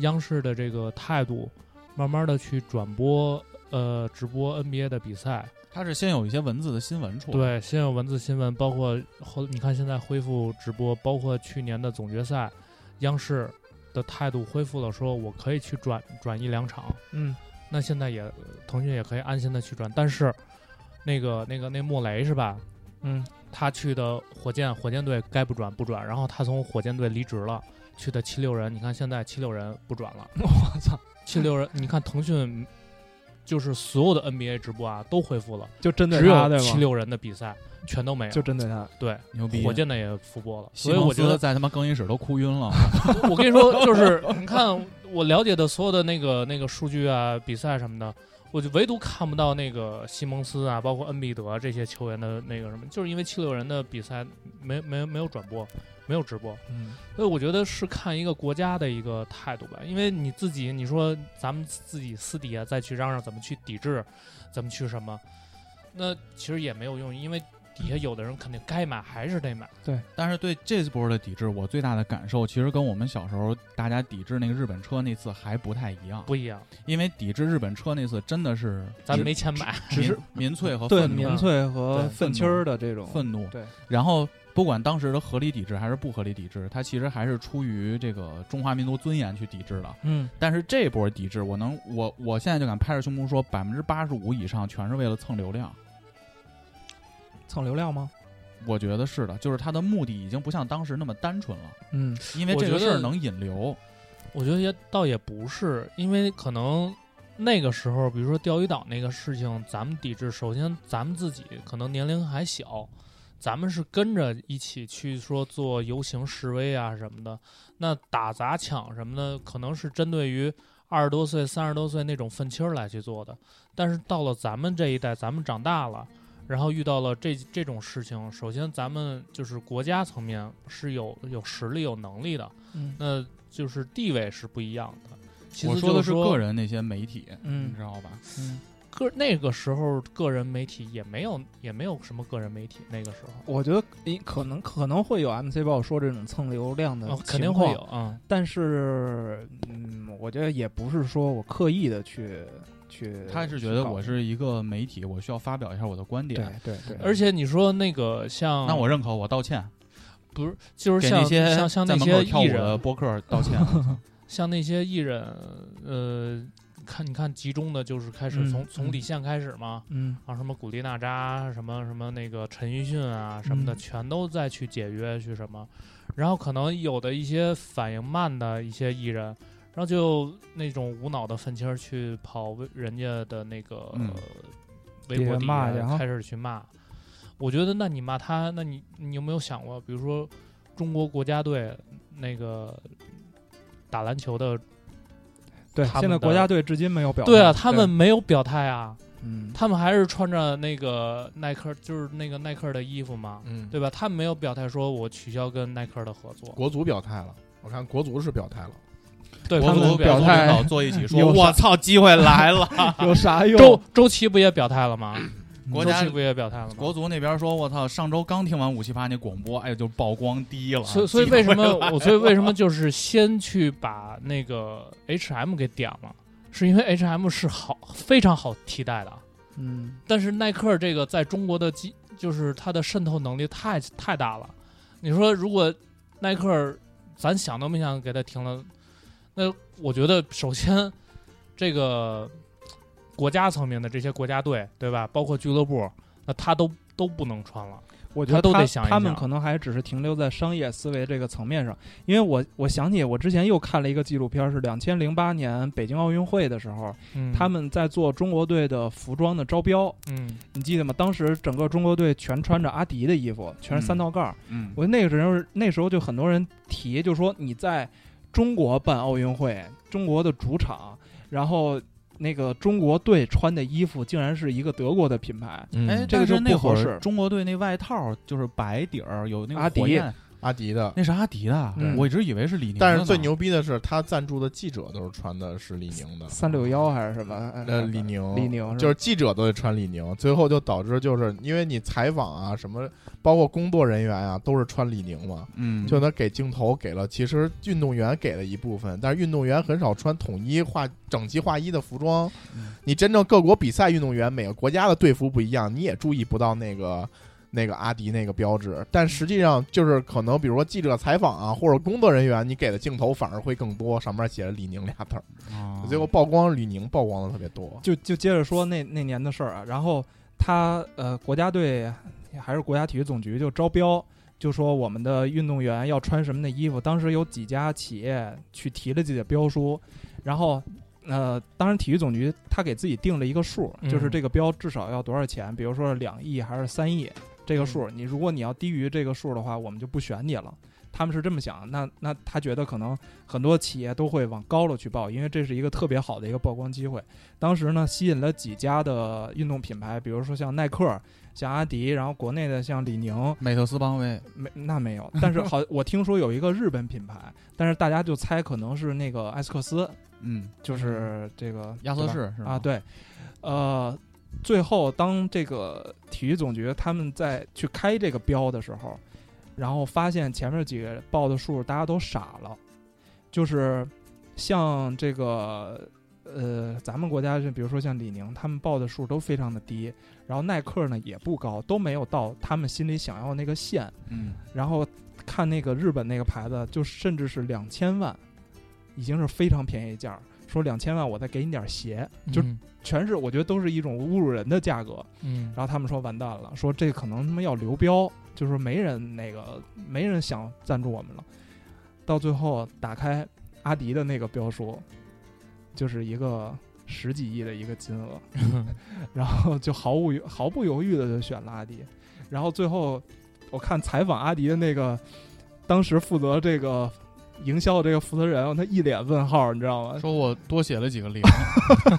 [SPEAKER 10] 央视的这个态度，慢慢的去转播呃直播 NBA 的比赛。
[SPEAKER 7] 他是先有一些文字的新闻出来，
[SPEAKER 10] 对，先有文字新闻，包括后你看现在恢复直播，包括去年的总决赛，央视的态度恢复了，说我可以去转转一两场。
[SPEAKER 9] 嗯
[SPEAKER 10] 那现在也呃腾讯也可以安心的去转，但是那个那个那穆雷是吧？
[SPEAKER 9] 嗯
[SPEAKER 10] 他去的火箭，火箭队该不转不转，然后他从火箭队离职了，去的七六人，你看现在七六人不转 了，我操，七六人，你看腾讯就是所有的 NBA 直播啊都恢复了，
[SPEAKER 9] 就针对
[SPEAKER 10] 只
[SPEAKER 9] 他
[SPEAKER 10] 有
[SPEAKER 9] 对
[SPEAKER 10] 七
[SPEAKER 9] 吗？
[SPEAKER 10] 六人的比赛全都没有，
[SPEAKER 9] 就针对他，
[SPEAKER 10] 对
[SPEAKER 7] 牛逼。
[SPEAKER 10] 火箭队也复播了，
[SPEAKER 7] 西
[SPEAKER 10] 所以
[SPEAKER 7] 蒙
[SPEAKER 10] 我觉
[SPEAKER 7] 斯
[SPEAKER 10] 得，
[SPEAKER 7] 在他妈更衣室都哭晕了。
[SPEAKER 10] 我跟你说，就是你看我了解的所有的那个那个数据啊，比赛什么的。我就唯独看不到那个西蒙斯啊，包括恩比德这些球员的那个什么，就是因为七六人的比赛没没没有转播，没有直播，
[SPEAKER 9] 嗯
[SPEAKER 10] 所以我觉得是看一个国家的一个态度吧，因为你自己，你说咱们自己私底下再去嚷嚷怎么去抵制，怎么去什么，那其实也没有用，因为底下有的人肯定该买还是得买。
[SPEAKER 7] 但是对这波的抵制，我最大的感受其实跟我们小时候大家抵制那个日本车那次还不太一样，
[SPEAKER 10] 不一样，
[SPEAKER 7] 因为抵制日本车那次真的是
[SPEAKER 10] 咱
[SPEAKER 7] 民
[SPEAKER 10] 没钱买，
[SPEAKER 9] 只是
[SPEAKER 7] 民 粹和
[SPEAKER 9] 啊对
[SPEAKER 7] 愤怒
[SPEAKER 9] 民粹和
[SPEAKER 7] 对
[SPEAKER 9] 愤
[SPEAKER 7] 愤
[SPEAKER 9] 青儿的这种
[SPEAKER 7] 愤怒，
[SPEAKER 9] 对，
[SPEAKER 7] 然后不管当时的合理抵制还是不合理抵制，它其实还是出于这个中华民族尊严去抵制的。
[SPEAKER 9] 嗯，
[SPEAKER 7] 但是这波抵制，我能我我现在就敢拍着胸脯说，百分之八十五以上全是为了蹭流量。
[SPEAKER 9] 蹭流量吗？
[SPEAKER 7] 我觉得是的，就是它的目的已经不像当时那么单纯了，
[SPEAKER 9] 嗯，
[SPEAKER 7] 因为
[SPEAKER 10] 我
[SPEAKER 7] 这个
[SPEAKER 10] 觉
[SPEAKER 7] 事儿
[SPEAKER 10] 得
[SPEAKER 7] 能引流。
[SPEAKER 10] 我觉得也倒也不是，因为可能那个时候，比如说钓鱼岛那个事情，咱们抵制，首先咱们自己可能年龄还小，咱们是跟着一起去说做游行示威啊什么的，那打砸抢什么的，可能是针对于。二十多岁、三十多岁那种愤青儿来去做的，但是到了咱们这一代，咱们长大了，然后遇到了这这种事情，首先咱们就是国家层面是有有实力、有能力的，
[SPEAKER 9] 嗯
[SPEAKER 10] 那就是地位是不一样的。其
[SPEAKER 7] 我
[SPEAKER 10] 次
[SPEAKER 7] 说
[SPEAKER 10] 就
[SPEAKER 7] 的
[SPEAKER 10] 是
[SPEAKER 7] 是个人那些媒体，
[SPEAKER 9] 嗯
[SPEAKER 7] 你知道吧？
[SPEAKER 10] 个那个时候个人媒体也没有也没有什么个人媒体，那个时候
[SPEAKER 9] 我觉得你可能可能会有 MC 报说这种蹭流量
[SPEAKER 7] 嗯
[SPEAKER 9] 的、
[SPEAKER 10] 哦肯定会有，啊、
[SPEAKER 9] 但是嗯，我觉得也不是说我刻意的去去，
[SPEAKER 7] 他是觉得我是一个媒体，我需要发表一下我的观
[SPEAKER 9] 对
[SPEAKER 7] 点。
[SPEAKER 9] 对对，
[SPEAKER 10] 而且你说那个像
[SPEAKER 7] 嗯那我认可，我道歉，
[SPEAKER 10] 嗯不是就是
[SPEAKER 7] 给
[SPEAKER 10] 像
[SPEAKER 7] 那些
[SPEAKER 10] 像像
[SPEAKER 7] 在
[SPEAKER 10] 那
[SPEAKER 7] 门口
[SPEAKER 10] 些
[SPEAKER 7] 跳
[SPEAKER 10] 艺
[SPEAKER 7] 舞的
[SPEAKER 10] 人，
[SPEAKER 7] 播客道歉。
[SPEAKER 10] 像那些艺人，呃，看你看集中的就是开始
[SPEAKER 9] 嗯
[SPEAKER 10] 从、
[SPEAKER 9] 嗯
[SPEAKER 10] 从李现开始嘛，
[SPEAKER 9] 嗯
[SPEAKER 10] 啊，什么古力娜扎，什么什么那个陈奕迅啊，什么的，
[SPEAKER 9] 嗯
[SPEAKER 10] 全都在去解约去什么，然后可能有的一些反应慢的一些艺人，然后就那种无脑的愤青儿去跑微人家的那个、
[SPEAKER 7] 嗯
[SPEAKER 10] 微博
[SPEAKER 9] 底
[SPEAKER 10] 底
[SPEAKER 9] 下骂去
[SPEAKER 10] 下
[SPEAKER 9] 哈
[SPEAKER 10] 开始去骂，我觉得那你骂他，那你你有没有想过，比如说中国国家队那个打篮球的，
[SPEAKER 9] 对，
[SPEAKER 10] 他们
[SPEAKER 9] 现在
[SPEAKER 10] 的
[SPEAKER 9] 国家队至今没有表
[SPEAKER 10] 对啊，
[SPEAKER 9] 态
[SPEAKER 10] 他们没有表态啊，
[SPEAKER 9] 嗯
[SPEAKER 10] 他们还是穿着那个耐克，就是那个耐克的衣服嘛，
[SPEAKER 4] 嗯，
[SPEAKER 10] 对吧？他们没有表态说我取消跟耐克的合作，
[SPEAKER 4] 国足表态了，我看国足是表态了，
[SPEAKER 10] 对，
[SPEAKER 7] 国
[SPEAKER 10] 他们
[SPEAKER 7] 足
[SPEAKER 10] 没表
[SPEAKER 9] 态
[SPEAKER 7] 领导坐一 起
[SPEAKER 9] 有
[SPEAKER 7] 说：“我操，机会来了
[SPEAKER 9] 有啥用？
[SPEAKER 10] 周周琦不也表态了吗？！”
[SPEAKER 7] 国
[SPEAKER 10] 周
[SPEAKER 7] 家
[SPEAKER 10] 琦不也表态了吗？
[SPEAKER 7] 国足那边说：“我操，上周刚听完五七八那广播，哎呦，就曝光低了。”
[SPEAKER 10] 所以，所以为什么我？所以为什么就是先去把那个 H M 给点了？是因为 H M 是好非常好替代的，啊
[SPEAKER 9] 嗯
[SPEAKER 10] 但是耐克这个在中国的基就是它的渗透能力太太大了。你说如果耐克，咱想都没想给它停了，那我觉得首先这个国家层面的这些国家队，对吧？包括俱乐部，那他都都不能穿了。
[SPEAKER 9] 我觉得
[SPEAKER 10] 他都
[SPEAKER 9] 他
[SPEAKER 10] 得想一
[SPEAKER 9] 他们
[SPEAKER 10] 想
[SPEAKER 9] 可能还只是停留在商业思维这个层面上，因为我我想起我之前又看了一个纪录片，是两千零八年北京奥运会的时候，
[SPEAKER 10] 嗯
[SPEAKER 9] 他们在做中国队的服装的招标，
[SPEAKER 10] 嗯，
[SPEAKER 9] 你记得吗？当时整个中国队全穿着阿迪的衣服，全是三
[SPEAKER 7] 嗯
[SPEAKER 9] 道杠儿。
[SPEAKER 7] 嗯，
[SPEAKER 9] 我那个时候那时候就很多人提，就说你在中国办奥运会，中国的主场，然后那个中国队穿的衣服竟然是一个德国的品牌，
[SPEAKER 7] 哎，
[SPEAKER 9] 这个
[SPEAKER 7] 但是
[SPEAKER 9] 就
[SPEAKER 7] 那
[SPEAKER 9] 不合
[SPEAKER 7] 会儿
[SPEAKER 9] 适
[SPEAKER 7] 中国队那外套就是白底儿，有那
[SPEAKER 9] 阿
[SPEAKER 7] 个
[SPEAKER 9] 迪
[SPEAKER 7] 火焰，
[SPEAKER 4] 阿迪的。
[SPEAKER 7] 那是阿迪的
[SPEAKER 9] 嗯。
[SPEAKER 7] 我一直以为是李宁的呢。
[SPEAKER 4] 但是最牛逼的是，他赞助的记者都是穿的是李宁的，
[SPEAKER 9] 三六幺还是什么？
[SPEAKER 4] 嗯
[SPEAKER 9] 嗯
[SPEAKER 4] 呃，李宁，
[SPEAKER 9] 李宁
[SPEAKER 4] 就是是记者都得穿李宁，最后就导致就是因为你采访啊什么，包括工作人员啊都是穿李宁嘛，
[SPEAKER 7] 嗯，
[SPEAKER 4] 就他给镜头给了，其实运动员给了一部分，但是运动员很少穿统一化整齐划一的服装。
[SPEAKER 7] 嗯
[SPEAKER 4] 你真正各国比赛运动员每个国家的队服不一样，你也注意不到那个那个阿迪那个标志。但实际上就是可能，比如说记者采访啊，或者工作人员，你给的镜头反而会更多，上面写着李宁俩字儿，
[SPEAKER 7] 啊
[SPEAKER 4] 结果曝光李宁曝光的特别多。
[SPEAKER 9] 就就接着说那那年的事儿啊，然后他呃国家队还是国家体育总局就招标。就说我们的运动员要穿什么的衣服，当时有几家企业去提了自己的标书，然后，呃，当然体育总局他给自己定了一个数，
[SPEAKER 10] 嗯
[SPEAKER 9] 就是这个标至少要多少钱，比如说是两亿还是三亿这个数，你如果你要低于这个数的话，我们就不选你了。他们是这么想，那那他觉得可能很多企业都会往高了去报，因为这是一个特别好的一个曝光机会。当时呢，吸引了几家的运动品牌，比如说像耐克、像阿迪，然后国内的像李宁，
[SPEAKER 7] 美特斯邦威，
[SPEAKER 9] 没那没有。但是好，我听说有一个日本品牌，但是大家就猜可能是那个艾斯克斯，
[SPEAKER 7] 嗯，
[SPEAKER 9] 就是这个
[SPEAKER 7] 亚瑟
[SPEAKER 9] 对吧
[SPEAKER 7] 士是吧
[SPEAKER 9] 啊，对，呃，最后当这个体育总局他们在去开这个标的时候，然后发现前面几个报的数大家都傻了，就是像这个呃咱们国家是比如说像李宁他们报的数都非常的低，然后耐克呢也不高，都没有到他们心里想要那个线，
[SPEAKER 7] 嗯，
[SPEAKER 9] 然后看那个日本那个牌子，就甚至是两千万，已经是非常便宜价儿。说两千万，我再给你点儿鞋，就
[SPEAKER 10] 嗯
[SPEAKER 9] 全是我觉得都是一种侮辱人的价格。
[SPEAKER 10] 嗯，
[SPEAKER 9] 然后他们说完蛋了，说这可能他妈要流标，就是没人那个没人想赞助我们了。到最后打开阿迪的那个标书，就是一个十几亿的一个金额， 然后就毫无毫不犹豫的就选了阿迪。然后最后我看采访阿迪的那个当时负责这个营销的这个负责人，他一脸问号，你知道吗？
[SPEAKER 7] 说我多写了几个零，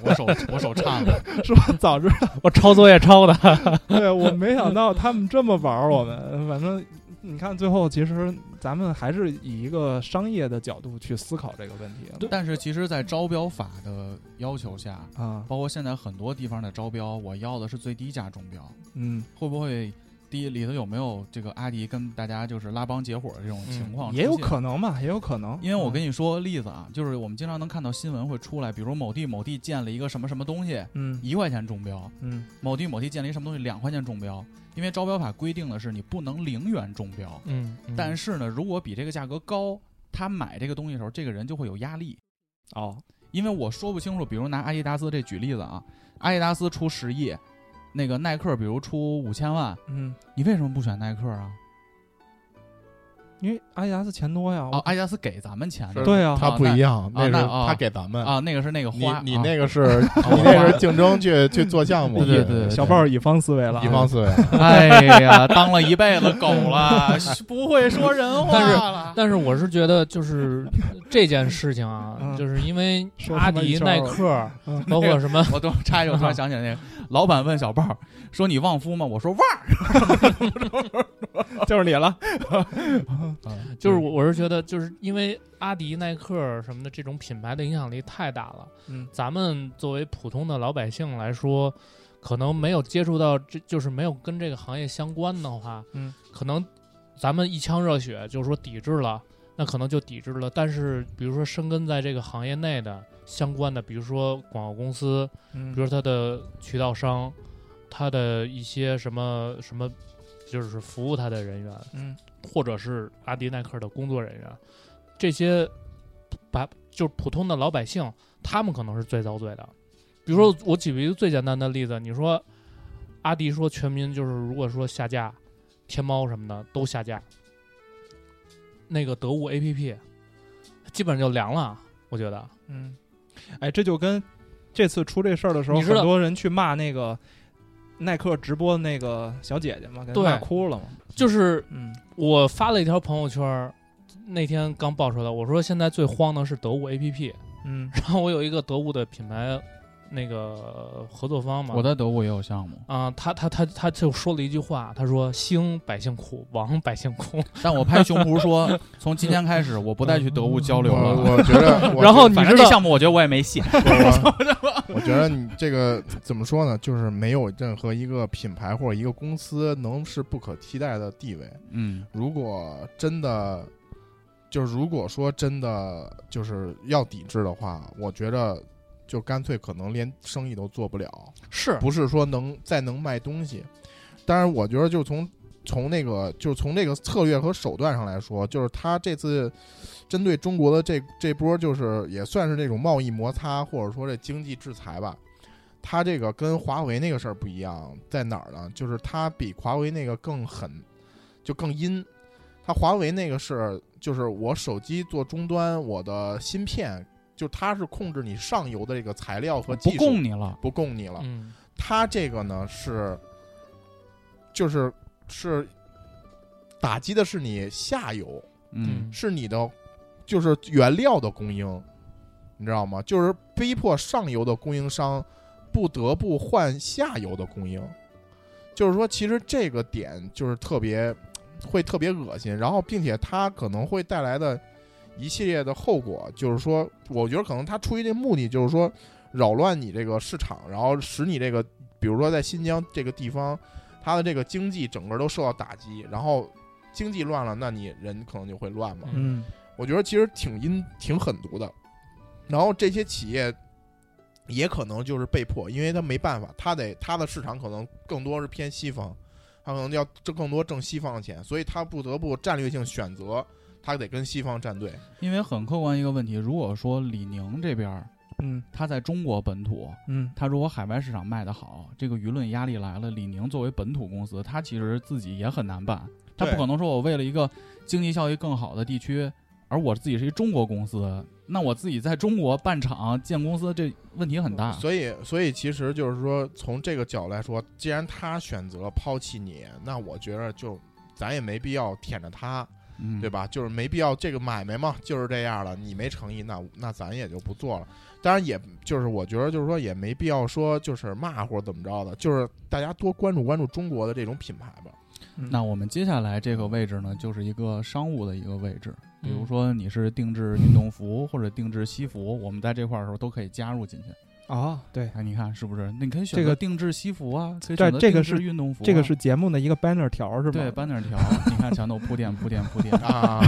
[SPEAKER 7] 我手我手颤了，
[SPEAKER 9] 说早知
[SPEAKER 10] 我抄作业抄的，
[SPEAKER 9] 对我没想到他们这么玩儿我们，反正你看最后其实咱们还是以一个商业的角度去思考这个问题的
[SPEAKER 7] 但是其实，在招标法的要求下，
[SPEAKER 9] 啊，
[SPEAKER 7] 包括现在很多地方的招标，我要的是最低价中标，
[SPEAKER 9] 嗯，
[SPEAKER 7] 会不会第一里头有没有这个阿迪跟大家就是拉帮结伙的这种情况、
[SPEAKER 9] 嗯也有。可能嘛，也有可能，
[SPEAKER 7] 哦
[SPEAKER 9] 嗯
[SPEAKER 7] 因为我
[SPEAKER 9] 给
[SPEAKER 7] 跟你说例子啊，就是我们经常能看到新闻会出来，比如某地某地建了一个什么什么东西，
[SPEAKER 9] 嗯
[SPEAKER 7] 一块钱中标；
[SPEAKER 9] 嗯
[SPEAKER 7] 某地某地建了一什么东西，两块钱中标。因为招标法规定的是你不能零元中标，
[SPEAKER 10] 嗯，
[SPEAKER 7] 但
[SPEAKER 10] 是
[SPEAKER 7] 是呢，如果比这个价格高，他买这个东西的时候，这个人就会有压力。
[SPEAKER 9] 哦，
[SPEAKER 7] 因为我说不清楚，比如拿阿迪达斯这举例子啊，阿迪达斯出十亿，那个耐克比如出五千万，
[SPEAKER 9] 嗯，
[SPEAKER 7] 你为什么不选耐克啊？
[SPEAKER 9] 因为阿迪达斯钱多呀，
[SPEAKER 7] 哦，阿迪达斯给咱们钱的
[SPEAKER 9] 对呀，
[SPEAKER 4] 他不一样，
[SPEAKER 7] 啊那
[SPEAKER 4] 是
[SPEAKER 7] 那啊
[SPEAKER 4] 他给咱们。
[SPEAKER 7] 啊，那个是那个
[SPEAKER 4] 你
[SPEAKER 7] 花，
[SPEAKER 4] 你
[SPEAKER 7] 啊
[SPEAKER 4] 那个是 你那是竞争去去做项目，
[SPEAKER 7] 对对对对
[SPEAKER 9] 小豹乙方思维了啊，
[SPEAKER 4] 一方思维。
[SPEAKER 7] 哎呀，当了一辈子狗了，不会说人话了。
[SPEAKER 10] 但是我是觉得 就是这件事情啊
[SPEAKER 9] 嗯，
[SPEAKER 10] 就是因为
[SPEAKER 9] 说他
[SPEAKER 10] 阿
[SPEAKER 9] 妈
[SPEAKER 10] 迪、
[SPEAKER 9] 一圈儿
[SPEAKER 10] 耐克
[SPEAKER 9] 嗯，
[SPEAKER 10] 包括什么
[SPEAKER 7] 我突然插一句，我突然想起来那个，老板问小豹说：“你旺夫吗？”我说：“旺。
[SPEAKER 9] 就是你 了，
[SPEAKER 7] 嗯”
[SPEAKER 10] 就是我我是觉得，就是因为阿迪、耐克什么的这种品牌的影响力太大了。
[SPEAKER 9] 嗯
[SPEAKER 10] 咱们作为普通的老百姓来说，可能没有接触到这，就是没有跟这个行业相关的话，
[SPEAKER 9] 嗯，
[SPEAKER 10] 可能咱们一腔热血就是说抵制了，那可能就抵制了。但是比如说深根在这个行业内的相关的，比如说广告公司，
[SPEAKER 9] 嗯
[SPEAKER 10] 比如它的渠道商，它的一些什么什么，就是服务它的人员，
[SPEAKER 9] 嗯
[SPEAKER 10] 或者是阿迪耐克的工作人员，这些把就是普通的老百姓，他们可能是最遭罪的。比如说，我举一个最简单的例子，你说阿迪说全民就是如果说下架天猫什么的都下架，那个得物 APP 基本上就凉了，我觉得。
[SPEAKER 9] 嗯，哎，这就跟这次出这事儿的时候，
[SPEAKER 10] 你知
[SPEAKER 9] 很
[SPEAKER 10] 道
[SPEAKER 9] 多人去骂那个耐克直播那个小姐姐嘛，给她
[SPEAKER 10] 对
[SPEAKER 9] 骂哭了嘛，
[SPEAKER 10] 就是
[SPEAKER 9] 嗯
[SPEAKER 10] 我发了一条朋友圈儿，那天刚爆出来，我说现在最慌的是得物 APP，
[SPEAKER 9] 嗯
[SPEAKER 10] 然后我有一个得物的品牌那个合作方嘛，
[SPEAKER 7] 我在德国也有项目，
[SPEAKER 10] 啊、他他他他就说了一句话，他说“兴百姓苦，亡百姓苦
[SPEAKER 7] 但我拍熊图说， 从今天开始我不再去德物交流
[SPEAKER 4] 嗯我
[SPEAKER 7] 了。
[SPEAKER 4] 我觉得， 我
[SPEAKER 10] 然后你
[SPEAKER 7] 反
[SPEAKER 10] 知
[SPEAKER 7] 正这
[SPEAKER 10] 道
[SPEAKER 7] 项目我觉得我也没戏。
[SPEAKER 4] 我我觉得你这个怎么说呢？就是没有任何一个品牌或者一个公司能是不可替代的地位。
[SPEAKER 7] 嗯，
[SPEAKER 4] 如果真的，就是如果说真的就是要抵制的话，我觉得就干脆可能连生意都做不了，”，
[SPEAKER 10] 是
[SPEAKER 4] 不是说能再能卖东西。当然，我觉得就是从从那个就是从这个策略和手段上来说，就是他这次针对中国的这这波，就是也算是这种贸易摩擦或者说这经济制裁吧。他这个跟华为那个事儿不一样，在哪儿呢？就是他比华为那个更狠，就更阴。他华为那个是，就是我手机做终端，我的芯片，就它是控制你上游的这个材料
[SPEAKER 7] 不
[SPEAKER 4] 和技术，
[SPEAKER 7] 供你了。
[SPEAKER 4] 不供你了。
[SPEAKER 10] 嗯，
[SPEAKER 4] 他这个呢是，就是是打击的是你下游，
[SPEAKER 7] 嗯，
[SPEAKER 4] 是你的就是原料的供应，你知道吗？就是逼迫上游的供应商不得不换下游的供应，就是说，其实这个点就是特别会特别恶心，然后并且它可能会带来的一系列的后果，就是说，我觉得可能他出于这目的，就是说扰乱你这个市场，然后使你这个比如说在新疆这个地方，它的这个经济整个都受到打击，然后经济乱了，那你人可能就会乱嘛。
[SPEAKER 9] 嗯
[SPEAKER 4] 我觉得其实挺阴挺狠毒的。然后这些企业也可能就是被迫，因为他没办法，他得他的市场可能更多是偏西方，他可能要挣更多挣西方的钱，所以他不得不战略性选择，他得跟西方站队。
[SPEAKER 7] 嗯因为很客观一个问题，如果说李宁这边儿
[SPEAKER 9] 嗯
[SPEAKER 7] 他在中国本土，
[SPEAKER 9] 嗯
[SPEAKER 7] 他如果海外市场卖得好，这个舆论压力来了，李宁作为本土公司，他其实自己也很难办，他
[SPEAKER 4] 对
[SPEAKER 7] 不可能说我为了一个经济效益更好的地区，而我自己是一中国公司，那我自己在中国办厂建公司，这问题很大。
[SPEAKER 4] 所以，所以其实就是说，从这个角度来说，既然他选择抛弃你，那我觉得就咱也没必要舔着他，
[SPEAKER 7] 嗯，
[SPEAKER 4] 对？吧？就是没必要，这个买卖嘛就是这样了。你没诚意，那那咱也就不做了。当然，也就是我觉得就是说，也没必要说就是骂或者怎么着的，就是大家多关注关注中国的这种品牌吧。
[SPEAKER 7] 那我们接下来这个位置呢，就是一个商务的一个位置，比如
[SPEAKER 10] 嗯
[SPEAKER 7] 说你是定制运动服或者定制西服，我们在这块儿的时候都可以加入进去。
[SPEAKER 9] 哦，对，
[SPEAKER 7] 哎，你看是不是？那你可以选
[SPEAKER 9] 这
[SPEAKER 7] 择
[SPEAKER 9] 个
[SPEAKER 7] 定制西服啊，可以
[SPEAKER 9] 对
[SPEAKER 7] 选择
[SPEAKER 9] 这个
[SPEAKER 7] 定制
[SPEAKER 9] 是
[SPEAKER 7] 运动服啊、
[SPEAKER 9] 这个是节目的一个 banner 条是吧？
[SPEAKER 7] 对，搬点条，你看墙头铺垫铺垫铺垫
[SPEAKER 4] 啊，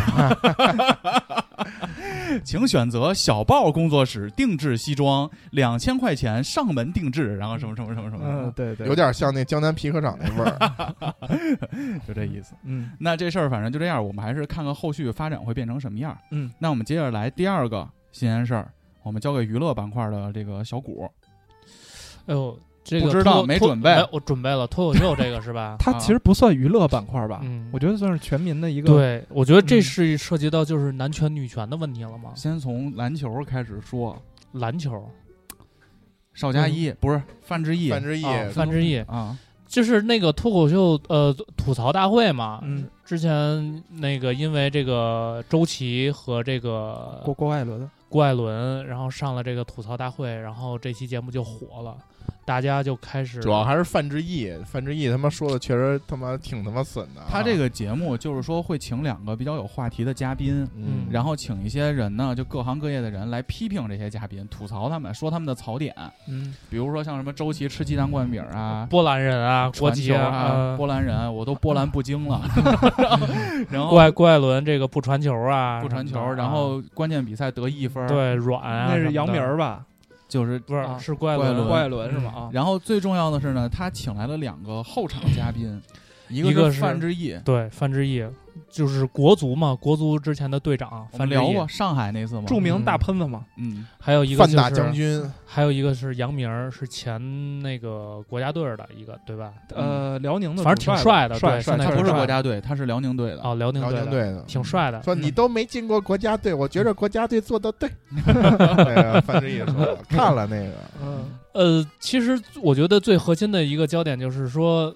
[SPEAKER 7] 请选择小豹工作室定制西装，两千块钱上门定制，然后什么什么什么什么，
[SPEAKER 9] 嗯，对对，
[SPEAKER 4] 有点像那江南皮革厂那 味儿。
[SPEAKER 7] 就这意思。
[SPEAKER 9] 嗯
[SPEAKER 7] 那这事儿反正就这样，我们还是看看后续发展会变成什么样。
[SPEAKER 9] 嗯，？
[SPEAKER 7] 那我们接着来第二个新鲜事儿，我们交给娱乐板块的这个小谷。
[SPEAKER 10] 哎呦，这个
[SPEAKER 7] 不知道
[SPEAKER 10] 脱
[SPEAKER 7] 没
[SPEAKER 10] 脱
[SPEAKER 7] 准备
[SPEAKER 10] 哎我准备了脱口秀这个是吧
[SPEAKER 9] 它其实不算娱乐板块吧？
[SPEAKER 10] 嗯
[SPEAKER 9] 我觉得算是全民的一个。
[SPEAKER 10] 对，我觉得这
[SPEAKER 9] 嗯
[SPEAKER 10] 是涉及到就是男权女权的问题了吗？
[SPEAKER 7] 先从篮球开始说，
[SPEAKER 10] 篮球，
[SPEAKER 7] 邵佳一、不是范志毅，
[SPEAKER 4] 范志毅，
[SPEAKER 7] 啊
[SPEAKER 10] 范志毅
[SPEAKER 7] 啊，
[SPEAKER 10] 就是那个脱口秀呃吐槽大会嘛，
[SPEAKER 9] 嗯，
[SPEAKER 10] 之前那个因为这个周琦和这个
[SPEAKER 9] 郭郭艾伦，
[SPEAKER 10] 郭艾伦，然后上了这个吐槽大会，然后这期节目就火了，大家就开始
[SPEAKER 4] 主要还是范志毅，范志毅他妈说的确实他妈挺他妈损的啊。
[SPEAKER 7] 他这个节目就是说会请两个比较有话题的嘉宾，
[SPEAKER 4] 嗯
[SPEAKER 10] 嗯
[SPEAKER 7] 然后请一些人呢，就各行各业的人来批评这些嘉宾，吐槽他们，说他们的槽点，
[SPEAKER 9] 嗯
[SPEAKER 7] 比如说像什么周琦吃鸡蛋灌饼啊。
[SPEAKER 10] 波兰人啊，国
[SPEAKER 7] 传
[SPEAKER 10] 籍
[SPEAKER 7] 球啊，
[SPEAKER 10] 啊，
[SPEAKER 7] 波兰人，我都波兰不 精了。然
[SPEAKER 10] 呃
[SPEAKER 7] 后
[SPEAKER 10] 郭艾郭艾伦这个不传球啊，
[SPEAKER 7] 啊不传球
[SPEAKER 10] 什么，的
[SPEAKER 7] 然后关键比赛得一分，，
[SPEAKER 10] 对软啊，
[SPEAKER 9] 那
[SPEAKER 10] 什
[SPEAKER 9] 是
[SPEAKER 10] 么
[SPEAKER 9] 杨
[SPEAKER 10] 的
[SPEAKER 9] 明，儿吧？
[SPEAKER 7] 就是
[SPEAKER 10] 不是
[SPEAKER 9] 啊
[SPEAKER 10] 是郭艾
[SPEAKER 7] 郭艾伦
[SPEAKER 9] 郭艾伦是吗？
[SPEAKER 10] 嗯
[SPEAKER 9] 啊，
[SPEAKER 7] 然后最重要的是呢，他请来了两个后场嘉宾，一
[SPEAKER 10] 一
[SPEAKER 7] 个
[SPEAKER 10] 个
[SPEAKER 7] 是
[SPEAKER 10] 是
[SPEAKER 7] 范志毅，
[SPEAKER 10] 对范志毅，就是国足嘛，国足之前的队长
[SPEAKER 7] 我
[SPEAKER 10] 范
[SPEAKER 7] 们
[SPEAKER 10] 志
[SPEAKER 7] 聊
[SPEAKER 10] 毅
[SPEAKER 7] 过，上海那次吗？
[SPEAKER 9] 著名大喷子嘛。
[SPEAKER 7] 嗯，
[SPEAKER 10] 还有一个
[SPEAKER 4] 范
[SPEAKER 10] 就
[SPEAKER 4] 大
[SPEAKER 10] 是
[SPEAKER 4] 将军，
[SPEAKER 10] 还有一个是杨明儿，是前那个国家队儿的一个，对吧？
[SPEAKER 9] 呃，辽宁的主吧，
[SPEAKER 10] 反正挺帅的
[SPEAKER 9] 帅
[SPEAKER 10] 对
[SPEAKER 9] 帅，
[SPEAKER 10] 现在
[SPEAKER 7] 他
[SPEAKER 10] 是
[SPEAKER 7] 不是
[SPEAKER 10] 吧
[SPEAKER 7] 国家队，他是辽宁队的。
[SPEAKER 10] 哦，辽宁
[SPEAKER 4] 辽
[SPEAKER 10] 队
[SPEAKER 4] 宁
[SPEAKER 10] 的
[SPEAKER 4] 队的，
[SPEAKER 10] 挺帅的。
[SPEAKER 4] 说你
[SPEAKER 10] 嗯
[SPEAKER 4] 都没进过国家队，我觉着国家队做的对。那个范志毅说的，看了那个，
[SPEAKER 9] 嗯
[SPEAKER 10] 呃，其实我觉得最核心的一个焦点就是说，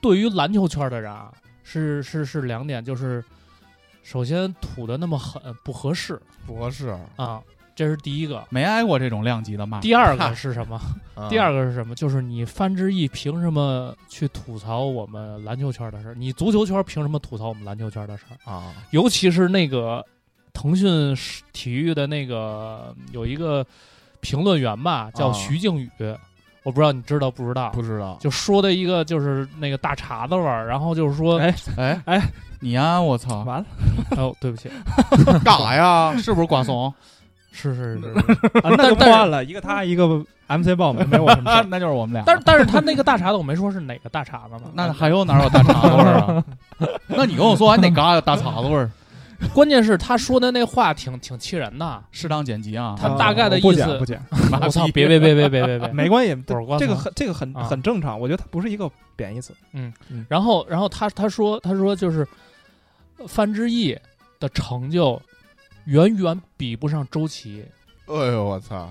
[SPEAKER 10] 对于篮球圈的人啊，是是是两点，就是首先吐的那么狠不合适
[SPEAKER 4] 不合适。
[SPEAKER 10] 啊，这是第一个。
[SPEAKER 7] 没挨过这种量级的骂。
[SPEAKER 10] 第二个是什么？
[SPEAKER 4] 啊
[SPEAKER 10] 第二个是什么？就是你范志毅凭什么去吐槽我们篮球圈的事儿？你足球圈凭什么吐槽我们篮球圈的事儿？
[SPEAKER 4] 啊，
[SPEAKER 10] 尤其是那个腾讯是体育的那个有一个评论员吧，
[SPEAKER 4] 啊
[SPEAKER 10] 叫徐静宇，我不知道你知道不知道？
[SPEAKER 4] 不知道
[SPEAKER 10] 就说的一个就是那个大碴子味儿，然后就是说，
[SPEAKER 9] 哎
[SPEAKER 7] 哎
[SPEAKER 9] 哎，
[SPEAKER 7] 你呀，我操，
[SPEAKER 9] 完了，啊
[SPEAKER 10] 哦，对不起，
[SPEAKER 4] 干啥呀？
[SPEAKER 7] 是不是瓜怂？
[SPEAKER 10] 是是是，
[SPEAKER 9] 啊那就破案了，一个他，一个 MC 豹，没我什么
[SPEAKER 7] 啊，
[SPEAKER 9] 事 儿。
[SPEAKER 7] 那就是我们俩。
[SPEAKER 10] 但是但是他那个大碴子我没说是哪个大碴子嘛，
[SPEAKER 7] 那还有哪有大碴子味儿 啊？ 那你跟我说还哪嘎有大碴子味儿？
[SPEAKER 10] 关键是他说的那话挺挺气人 的，
[SPEAKER 7] 适当剪辑啊，
[SPEAKER 10] 他大概的
[SPEAKER 9] 啊我不
[SPEAKER 10] 意思
[SPEAKER 9] 讲不讲，
[SPEAKER 10] 我操，别别别别别别 别，
[SPEAKER 9] 没关系，
[SPEAKER 10] 不是瓜
[SPEAKER 9] 这个
[SPEAKER 10] 怂
[SPEAKER 9] 很这个很
[SPEAKER 10] 啊
[SPEAKER 9] 很正常，我觉得它不是一个贬义词。
[SPEAKER 10] 然后，然后他他说他说就是呃范志毅的成就远远比不上周琦，
[SPEAKER 4] 哎呦我操！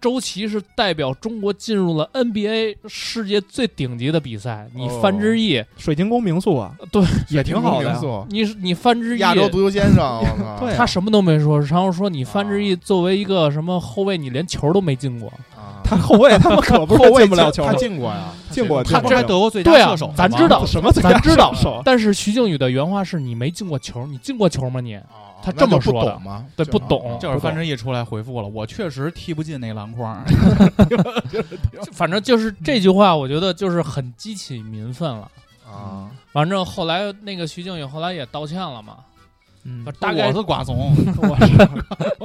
[SPEAKER 10] 周琦是代表中国进入了 NBA 世界最顶级的比赛，你
[SPEAKER 4] 哦
[SPEAKER 10] 范志毅，
[SPEAKER 9] 水晶宫名宿啊，
[SPEAKER 10] 对，
[SPEAKER 9] 也挺好的
[SPEAKER 4] 民
[SPEAKER 9] 呀。
[SPEAKER 4] 宿
[SPEAKER 10] 你是你范志毅。
[SPEAKER 4] 亚洲足球先生，我操！
[SPEAKER 9] 对
[SPEAKER 10] 他什么都没说，然后说你范志毅
[SPEAKER 4] 啊
[SPEAKER 10] 作为一个什么后卫，你连球都没进过，
[SPEAKER 4] 啊，
[SPEAKER 9] 他后卫他们可不
[SPEAKER 4] 后
[SPEAKER 9] 是
[SPEAKER 4] 卫
[SPEAKER 9] 进不了球
[SPEAKER 4] 他
[SPEAKER 9] 吗，
[SPEAKER 4] 进过呀，
[SPEAKER 9] 进过
[SPEAKER 7] 他
[SPEAKER 9] 进过
[SPEAKER 7] 摘德国最佳
[SPEAKER 10] 对啊
[SPEAKER 7] 射手吗，，
[SPEAKER 10] 咱知道
[SPEAKER 9] 什么最佳
[SPEAKER 10] 咱知道
[SPEAKER 9] 射手。
[SPEAKER 10] 但是徐静宇的原话是：“你没进过球，你进过球吗你？”他
[SPEAKER 4] 那
[SPEAKER 10] 这么
[SPEAKER 4] 就
[SPEAKER 10] 说
[SPEAKER 4] 不
[SPEAKER 10] 的
[SPEAKER 4] 懂吗？
[SPEAKER 10] 对，
[SPEAKER 4] 就
[SPEAKER 10] 不
[SPEAKER 4] 啊
[SPEAKER 10] 懂。
[SPEAKER 7] 这会儿范志毅出来回复了，我确实踢不进那篮筐。
[SPEAKER 10] 就反正就是这句话，我觉得就是很激起民愤了。
[SPEAKER 4] 啊，
[SPEAKER 10] 反正后来那个徐静宇后来也道歉了嘛，
[SPEAKER 9] 嗯
[SPEAKER 10] 反正大概
[SPEAKER 7] 我是瓜怂，
[SPEAKER 10] 我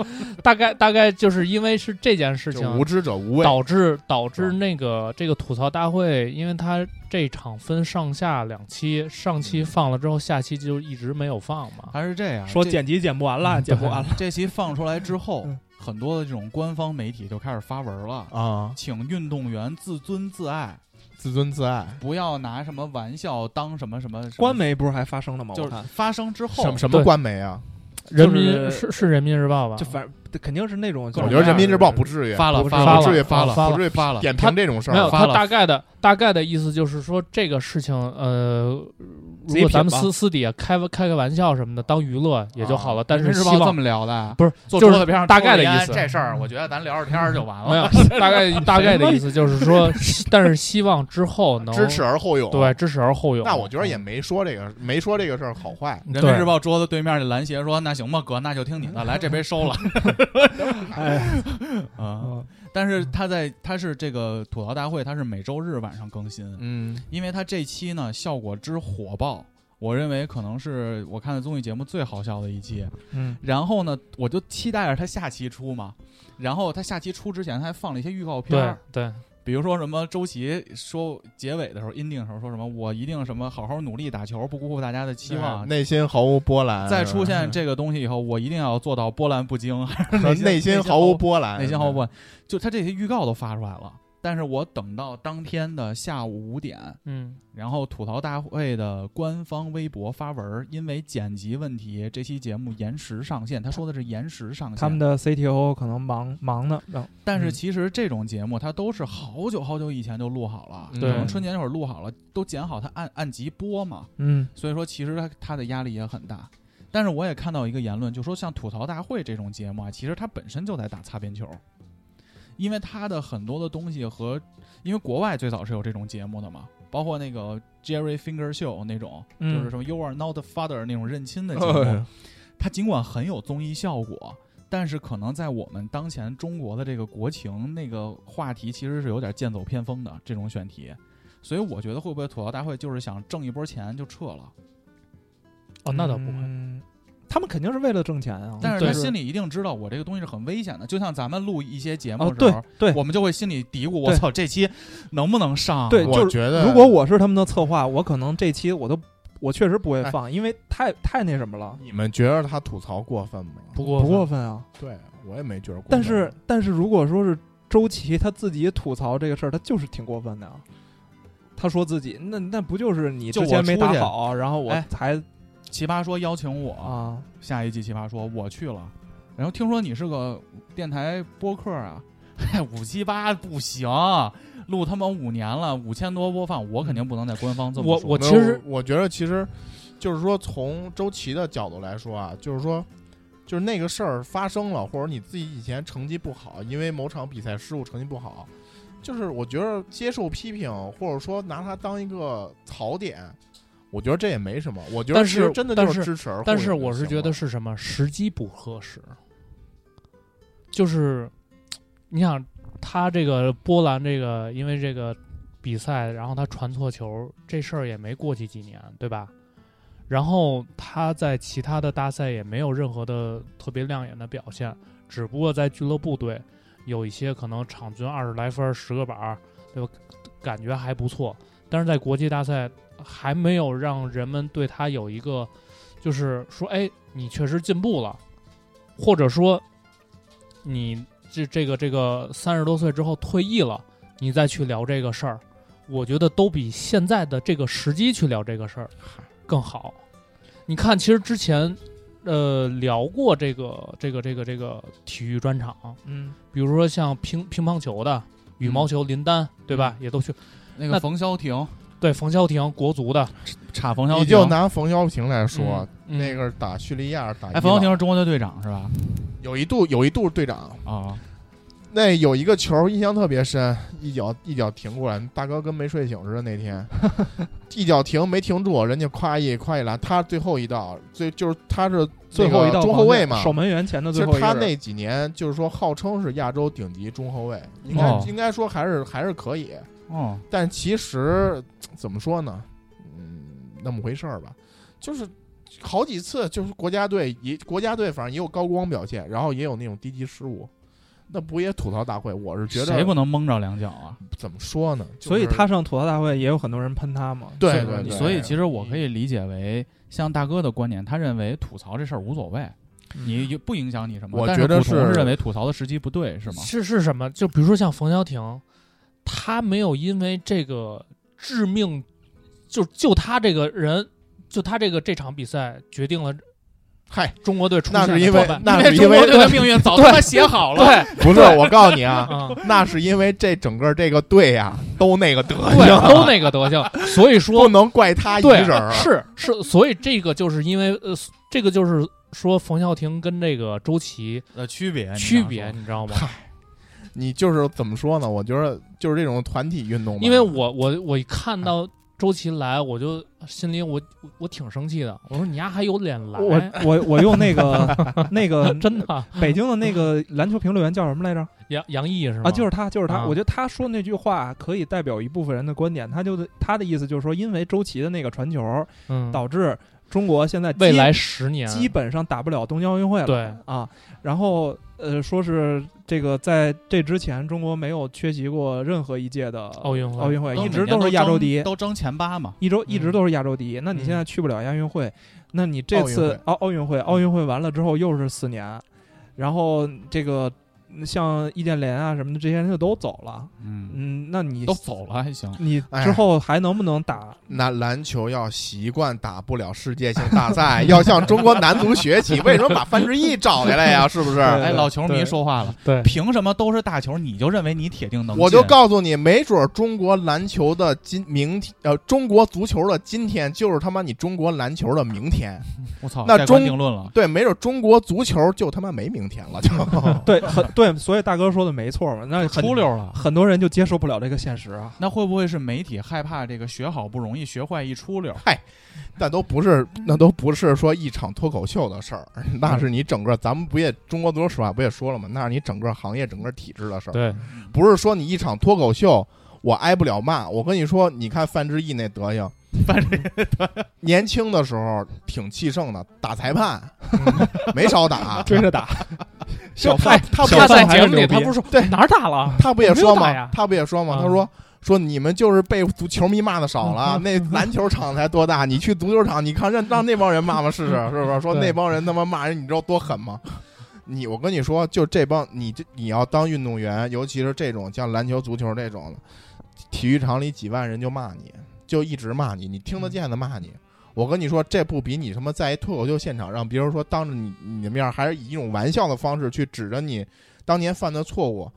[SPEAKER 10] 是大概大概就是因为是这件事
[SPEAKER 4] 就无
[SPEAKER 10] 情
[SPEAKER 4] 知者无畏。
[SPEAKER 10] 导致导致那个这个吐槽大会，因为他这场分上下两期，上期放了之后，下期就一直没有放嘛。
[SPEAKER 7] 还是这样
[SPEAKER 9] 说
[SPEAKER 7] 这
[SPEAKER 9] 剪辑剪不完了，剪不完了。
[SPEAKER 7] 这期放出来之后
[SPEAKER 9] 嗯，
[SPEAKER 7] 很多的这种官方媒体就开始发文了，
[SPEAKER 4] 啊，
[SPEAKER 7] 请运动员自尊自爱，
[SPEAKER 4] 自尊自爱，
[SPEAKER 7] 不要拿什么玩笑当什么什么。什么
[SPEAKER 9] 官媒不是还发生了吗？
[SPEAKER 7] 就是啊
[SPEAKER 9] 我看
[SPEAKER 7] 发生之后
[SPEAKER 4] 什么什么
[SPEAKER 10] 对
[SPEAKER 4] 官媒啊？
[SPEAKER 10] 人
[SPEAKER 9] 就是
[SPEAKER 10] 民是是人民日报吧？
[SPEAKER 9] 就反肯定是那种，
[SPEAKER 7] 各
[SPEAKER 4] 我
[SPEAKER 7] 种
[SPEAKER 4] 觉得人民日报
[SPEAKER 9] 不
[SPEAKER 4] 不至于
[SPEAKER 7] 发了
[SPEAKER 4] 不
[SPEAKER 7] 发了
[SPEAKER 4] 不至于
[SPEAKER 10] 发了发了
[SPEAKER 4] 不至于
[SPEAKER 7] 发了
[SPEAKER 4] 点
[SPEAKER 10] 他
[SPEAKER 4] 评这种事儿
[SPEAKER 10] 没有，
[SPEAKER 7] 发
[SPEAKER 10] 他
[SPEAKER 7] 了
[SPEAKER 10] 大概的大概的意思就是说，这个事情，呃，
[SPEAKER 9] 自
[SPEAKER 10] 如
[SPEAKER 9] 己
[SPEAKER 10] 果咱们
[SPEAKER 9] 品吧
[SPEAKER 10] 私私底下开个开个玩笑什么的，当娱乐也就好了。但
[SPEAKER 7] 啊人
[SPEAKER 10] 是
[SPEAKER 7] 民日
[SPEAKER 10] 希
[SPEAKER 7] 报这
[SPEAKER 10] 望
[SPEAKER 7] 么聊的，
[SPEAKER 10] 不是
[SPEAKER 7] 坐
[SPEAKER 10] 就是
[SPEAKER 7] 桌子边上
[SPEAKER 10] 大概的
[SPEAKER 7] 抽根
[SPEAKER 10] 意
[SPEAKER 7] 烟
[SPEAKER 10] 思
[SPEAKER 7] 这事儿我觉得咱聊着天儿就完了。
[SPEAKER 10] 没 有，大概大概的意思就是说，希但是希望之后能
[SPEAKER 4] 知耻，而后啊勇。
[SPEAKER 10] 对，，知耻而后勇。嗯
[SPEAKER 4] 那我觉得也没说这个，没说这个事儿好坏。
[SPEAKER 7] 人民日报桌子对面的篮协说：“那行吧，哥，那就听你的，来这杯收 了。
[SPEAKER 9] 哎，”
[SPEAKER 7] 啊，
[SPEAKER 9] 嗯
[SPEAKER 7] 但是他在他是这个吐槽大会，他是每周日晚上更新，
[SPEAKER 4] 嗯，
[SPEAKER 7] 因为他这期呢效果之火爆，我认为可能是我看的综艺节目最好笑的一期。
[SPEAKER 9] 嗯，
[SPEAKER 7] 然后呢，我就期待着他下期出嘛。然后他下期出之前，他还放了一些预告片
[SPEAKER 10] 对
[SPEAKER 7] 儿，
[SPEAKER 10] 对，
[SPEAKER 7] 比如说什么周琦说结尾的时候，ending 的时候说什么“我一定什么好好努力打球，不辜负大家的期望”。
[SPEAKER 4] 啊内心毫无波澜。嗯
[SPEAKER 7] 再出现这个东西以后，我一定要做到波澜不惊，还是
[SPEAKER 4] 和内
[SPEAKER 7] 内
[SPEAKER 4] 心毫
[SPEAKER 7] 毫
[SPEAKER 4] 无波澜，
[SPEAKER 7] 内心毫无波澜。就他这些预告都发出来了，但是我等到当天的下午五点，
[SPEAKER 10] 嗯，
[SPEAKER 7] 然后吐槽大会的官方微博发文儿，因为剪辑问题，这期节目延时上线。他说的是延时上线，
[SPEAKER 9] 他们的 CTO 可能忙忙呢，然后
[SPEAKER 7] 但是
[SPEAKER 9] 嗯
[SPEAKER 7] 其实这种节目它都是好久好久以前就录好了，
[SPEAKER 4] 嗯
[SPEAKER 7] 可能
[SPEAKER 10] 对
[SPEAKER 7] 春节那会儿录好了，都剪好，它按按集播嘛。
[SPEAKER 9] 嗯
[SPEAKER 7] 所以说，其实它它的压力也很大。但是我也看到一个言论，就说像吐槽大会这种节目啊，其实它本身就在打擦边球，因为它的很多的东西和因为国外最早是有这种节目的嘛，包括那个 Jerry Finger Show 那种，
[SPEAKER 9] 嗯
[SPEAKER 7] 就是什么 You Are Not the Father 那种认亲的节目，它尽管很有综艺效果，但是可能在我们当前中国的这个国情，那个话题其实是有点剑走偏锋的这种选题，所以我觉得会不会吐槽大会就是想挣一波钱就撤了，
[SPEAKER 10] 哦，那倒不会。
[SPEAKER 9] 嗯他们肯定是为了挣钱啊，
[SPEAKER 7] 但是
[SPEAKER 9] 就
[SPEAKER 7] 他心里一定知道我这个东西是很危险的，就像咱们录一些节目
[SPEAKER 9] 哦，
[SPEAKER 7] 的时
[SPEAKER 9] 对
[SPEAKER 7] 候。
[SPEAKER 9] 对
[SPEAKER 7] 我们就会心里嘀咕：“我
[SPEAKER 9] 对
[SPEAKER 7] 操，这期能不能上啊？”
[SPEAKER 9] 对，
[SPEAKER 4] 我
[SPEAKER 9] 就是
[SPEAKER 4] 觉得
[SPEAKER 9] 如果我是他们的策划，我可能这期我都我确实不会
[SPEAKER 4] 哎
[SPEAKER 9] 放，因为太太那什么了，
[SPEAKER 4] 你们觉得他吐槽过分吗？
[SPEAKER 10] 不过
[SPEAKER 9] 不
[SPEAKER 10] 分
[SPEAKER 9] 过分啊。
[SPEAKER 4] 对，我也没觉得过分。
[SPEAKER 9] 但是但是如果说是周琦他自己吐槽这个事儿，他就是挺过分的啊。他说自己那那不就是你
[SPEAKER 7] 就
[SPEAKER 9] 之前
[SPEAKER 7] 我
[SPEAKER 9] 没
[SPEAKER 7] 出
[SPEAKER 9] 打
[SPEAKER 7] 去
[SPEAKER 9] 好，然后我
[SPEAKER 7] 哎
[SPEAKER 9] 才、
[SPEAKER 7] 奇葩说邀请我，
[SPEAKER 9] 啊，
[SPEAKER 7] 下一季奇葩说我去了，然后听说你是个电台播客啊， 嗨、五七八不行，录他妈五年了，五千多播放，我肯定不能在官方这么说。
[SPEAKER 10] 我
[SPEAKER 4] 没有，
[SPEAKER 10] 其实
[SPEAKER 4] 我觉得其实就是说，从周琦的角度来说啊，就是说，就是那个事儿发生了，或者你自己以前成绩不好，因为某场比赛失误成绩不好，就是我觉得接受批评，或者说拿它当一个槽点，我觉得这也没什么。我觉得
[SPEAKER 10] 但
[SPEAKER 4] 其
[SPEAKER 10] 是
[SPEAKER 4] 实真的
[SPEAKER 10] 但
[SPEAKER 4] 就是支持而
[SPEAKER 10] 但
[SPEAKER 4] 后
[SPEAKER 10] 是
[SPEAKER 4] 有就
[SPEAKER 10] 我是
[SPEAKER 4] 行
[SPEAKER 10] 觉得
[SPEAKER 4] 了
[SPEAKER 10] 是什么时机不合适，就是你想他这个波兰这个因为这个比赛，然后他传错球这事儿也没过去几年，对吧？然后他在其他的大赛也没有任何的特别亮眼的表现，只不过在俱乐部队有一些可能场均二十来分、十个板儿，对吧？感觉还不错，但是在国际大赛还没有让人们对他有一个就是说，哎，你确实进步了，或者说你这这个这个三十多岁之后退役了，你再去聊这个事儿，我觉得都比现在的这个时机去聊这个事儿更好。你看，其实之前呃聊过这个这个这个这个体育专场，
[SPEAKER 9] 嗯，
[SPEAKER 10] 比如说像乒乒乓球的、羽毛球林丹，对吧？
[SPEAKER 4] 嗯
[SPEAKER 10] 也都去
[SPEAKER 7] 那
[SPEAKER 10] 那
[SPEAKER 7] 个冯潇霆，
[SPEAKER 10] 对冯潇霆国足的
[SPEAKER 7] 差冯潇
[SPEAKER 4] 你
[SPEAKER 7] 霆，
[SPEAKER 4] 就拿冯潇霆来说，
[SPEAKER 10] 嗯嗯
[SPEAKER 4] 那个打叙利亚打伊
[SPEAKER 7] 哎，冯潇霆
[SPEAKER 4] 朗
[SPEAKER 7] 是中国队队长是吧？
[SPEAKER 4] 有一度有一度是队长，
[SPEAKER 7] 啊，
[SPEAKER 4] 那有一个球印象特别深，一脚一脚停过来，大哥跟没睡醒似的。那 天一脚停没停住，人家夸一夸一来，他最后一道，最就是他是
[SPEAKER 9] 最后一道
[SPEAKER 4] 中
[SPEAKER 9] 防
[SPEAKER 4] 后
[SPEAKER 9] 线
[SPEAKER 4] 卫嘛，
[SPEAKER 9] 守门员前的
[SPEAKER 4] 其
[SPEAKER 9] 最
[SPEAKER 4] 实
[SPEAKER 9] 后一
[SPEAKER 4] 他
[SPEAKER 9] 人
[SPEAKER 4] 那几年就是说号称是亚洲顶级中后卫，应该、
[SPEAKER 7] 哦
[SPEAKER 4] 应该说还是还是可以，
[SPEAKER 7] 哦，
[SPEAKER 4] 但其实怎么说呢，嗯，那么回事儿吧，就是。好几次就是国家队也国家队，反正也有高光表现，然后也有那种低级失误，那不也吐槽大会？我是觉得
[SPEAKER 7] 谁不能蒙着两脚啊？
[SPEAKER 4] 怎么说呢？就是
[SPEAKER 9] 所以他上吐槽大会也有很多人喷他嘛。
[SPEAKER 4] 对
[SPEAKER 7] 所以
[SPEAKER 4] 对对
[SPEAKER 7] 所以其实我可以理解为，像大哥的观点，他认为吐槽这事儿无所谓，你也不影响你什么。
[SPEAKER 4] 我
[SPEAKER 7] 但
[SPEAKER 4] 觉得
[SPEAKER 7] 古潼
[SPEAKER 4] 是
[SPEAKER 7] 是认为吐槽的时机不对，是吗？
[SPEAKER 10] 是是什么？就比如说像冯潇霆，他没有因为这个致命，就就他这个人，就他这个这场比赛决定了
[SPEAKER 4] 嗨，
[SPEAKER 10] 中国队出
[SPEAKER 4] 那
[SPEAKER 10] 现
[SPEAKER 4] 是
[SPEAKER 10] 的
[SPEAKER 4] 因
[SPEAKER 10] 多
[SPEAKER 4] 为
[SPEAKER 10] 半
[SPEAKER 4] 那是因
[SPEAKER 7] 中国
[SPEAKER 4] 为
[SPEAKER 7] 队的命运早他妈写好 了。
[SPEAKER 10] 对
[SPEAKER 4] 不是我告诉你啊，
[SPEAKER 10] 啊。
[SPEAKER 4] 那是因为这整个这个队呀、都那个德
[SPEAKER 10] 对，
[SPEAKER 4] 行，
[SPEAKER 10] 都那个德行，所以
[SPEAKER 4] 不
[SPEAKER 10] 说
[SPEAKER 4] 能怪他一
[SPEAKER 10] 对
[SPEAKER 4] 人儿。啊
[SPEAKER 10] 是是，所以这个就是因为呃，这个就是说冯潇霆跟这个周琦
[SPEAKER 7] 呃，区
[SPEAKER 4] 哎
[SPEAKER 7] 别
[SPEAKER 10] 区别，你知道吗？
[SPEAKER 4] 你就是怎么说呢？我觉得就是这种团体运动吧，
[SPEAKER 10] 因为我我我一看到周琦来，我就心里我我我挺生气的，我说你丫还有脸来，
[SPEAKER 9] 我我我用那个那 个
[SPEAKER 10] 真的啊
[SPEAKER 9] 北哎京的那个篮球评论员叫什么来着？
[SPEAKER 10] 杨杨毅是吗？
[SPEAKER 9] 啊，就是他，就是他。
[SPEAKER 10] 啊
[SPEAKER 9] 我觉得他说那句话可以代表一部分人的观点。他就他的意思就是说，因为周琦的那个传球，
[SPEAKER 10] 嗯，
[SPEAKER 9] 导致中国现在基
[SPEAKER 10] 未来十
[SPEAKER 7] 啊
[SPEAKER 10] 年
[SPEAKER 9] 基本上打不了东京奥运会了。
[SPEAKER 10] 对
[SPEAKER 9] 啊，然后呃，说是这个在这之前，中国没有缺席过任何一届的
[SPEAKER 10] 奥运会
[SPEAKER 9] 奥运会
[SPEAKER 7] 都
[SPEAKER 9] 一
[SPEAKER 7] 每
[SPEAKER 9] 直
[SPEAKER 7] 年都
[SPEAKER 9] 是亚洲
[SPEAKER 7] 争
[SPEAKER 9] 第一，
[SPEAKER 7] 都争前八嘛。
[SPEAKER 9] 一周一直都是亚洲第一。那你
[SPEAKER 10] 嗯
[SPEAKER 9] 现在去不了亚运会，那你这
[SPEAKER 4] 奥运
[SPEAKER 9] 次
[SPEAKER 4] 会
[SPEAKER 9] 奥奥运
[SPEAKER 7] 嗯
[SPEAKER 9] 会，奥运会完了之后又是四年，然后这个像易建联啊什么的这些人就都走了，
[SPEAKER 7] 嗯，
[SPEAKER 9] 嗯，那你
[SPEAKER 7] 都走了还行。
[SPEAKER 9] 你
[SPEAKER 4] 哎
[SPEAKER 9] 之后还能不能打？
[SPEAKER 4] 那篮球要习惯打不了世界性大赛， 要向中国男足学习。为什么把范志毅找下来呀？是不是？
[SPEAKER 9] 对
[SPEAKER 7] 哎，老球迷说话了，
[SPEAKER 10] 对
[SPEAKER 7] 凭什么都是大球，你就认为你铁定能进？
[SPEAKER 4] 我就告诉你，没准儿中国篮球的今明天，呃，中国足球的今天就是他妈你中国篮球的明天。
[SPEAKER 7] 我操，
[SPEAKER 4] 那
[SPEAKER 7] 盖棺
[SPEAKER 4] 中
[SPEAKER 7] 定论了。
[SPEAKER 4] 对，没准儿中国足球就他妈没明天了，就
[SPEAKER 9] 对，很对，所以大哥说的没错嘛。那很
[SPEAKER 7] 出溜了，
[SPEAKER 9] 很多人就接受不了这个现实啊。
[SPEAKER 7] 那会不会是媒体害怕这个学好不容易，学坏一出溜？
[SPEAKER 4] 但都不是，那都不是说一场脱口秀的事儿，那是你整个咱们不也中国足球史话不也说了吗？那是你整个行业、整个体制的事儿，
[SPEAKER 10] 对
[SPEAKER 4] 不是说你一场脱口秀我挨不了骂。我跟你说，你看范志毅那德 行，
[SPEAKER 7] 反正
[SPEAKER 4] 年轻的时候挺气盛的，打裁 判没少 打，
[SPEAKER 9] 追着打，
[SPEAKER 4] 就
[SPEAKER 9] 小
[SPEAKER 4] 他
[SPEAKER 9] 范
[SPEAKER 4] 他不
[SPEAKER 9] 小
[SPEAKER 10] 他
[SPEAKER 9] 范
[SPEAKER 10] 在
[SPEAKER 9] 还
[SPEAKER 10] 节
[SPEAKER 9] 是
[SPEAKER 10] 目里
[SPEAKER 9] 牛逼
[SPEAKER 10] 他不是说
[SPEAKER 4] 对
[SPEAKER 10] 哪儿打了，
[SPEAKER 4] 他不也说
[SPEAKER 10] 我没有打
[SPEAKER 4] 吗
[SPEAKER 10] 呀？
[SPEAKER 4] 他不也说吗？
[SPEAKER 10] 啊
[SPEAKER 4] 他说说你们就是被足球迷骂的 少了，那篮球场才多大？你去足球场，你看让让那帮人骂骂试试，是不是？说
[SPEAKER 10] 对
[SPEAKER 4] 那帮人他妈骂人，你知道多狠吗？你我跟你说，就这帮你这你要当运动员，尤其是这种像篮球、足球这种的，体育场里几万人就骂你，就一直骂你，你听得见的骂你。我跟你说，这不比你什么在一脱口秀现场让别人说当着你你的面儿，还是以一种玩笑的方式去指着你当年犯的错误，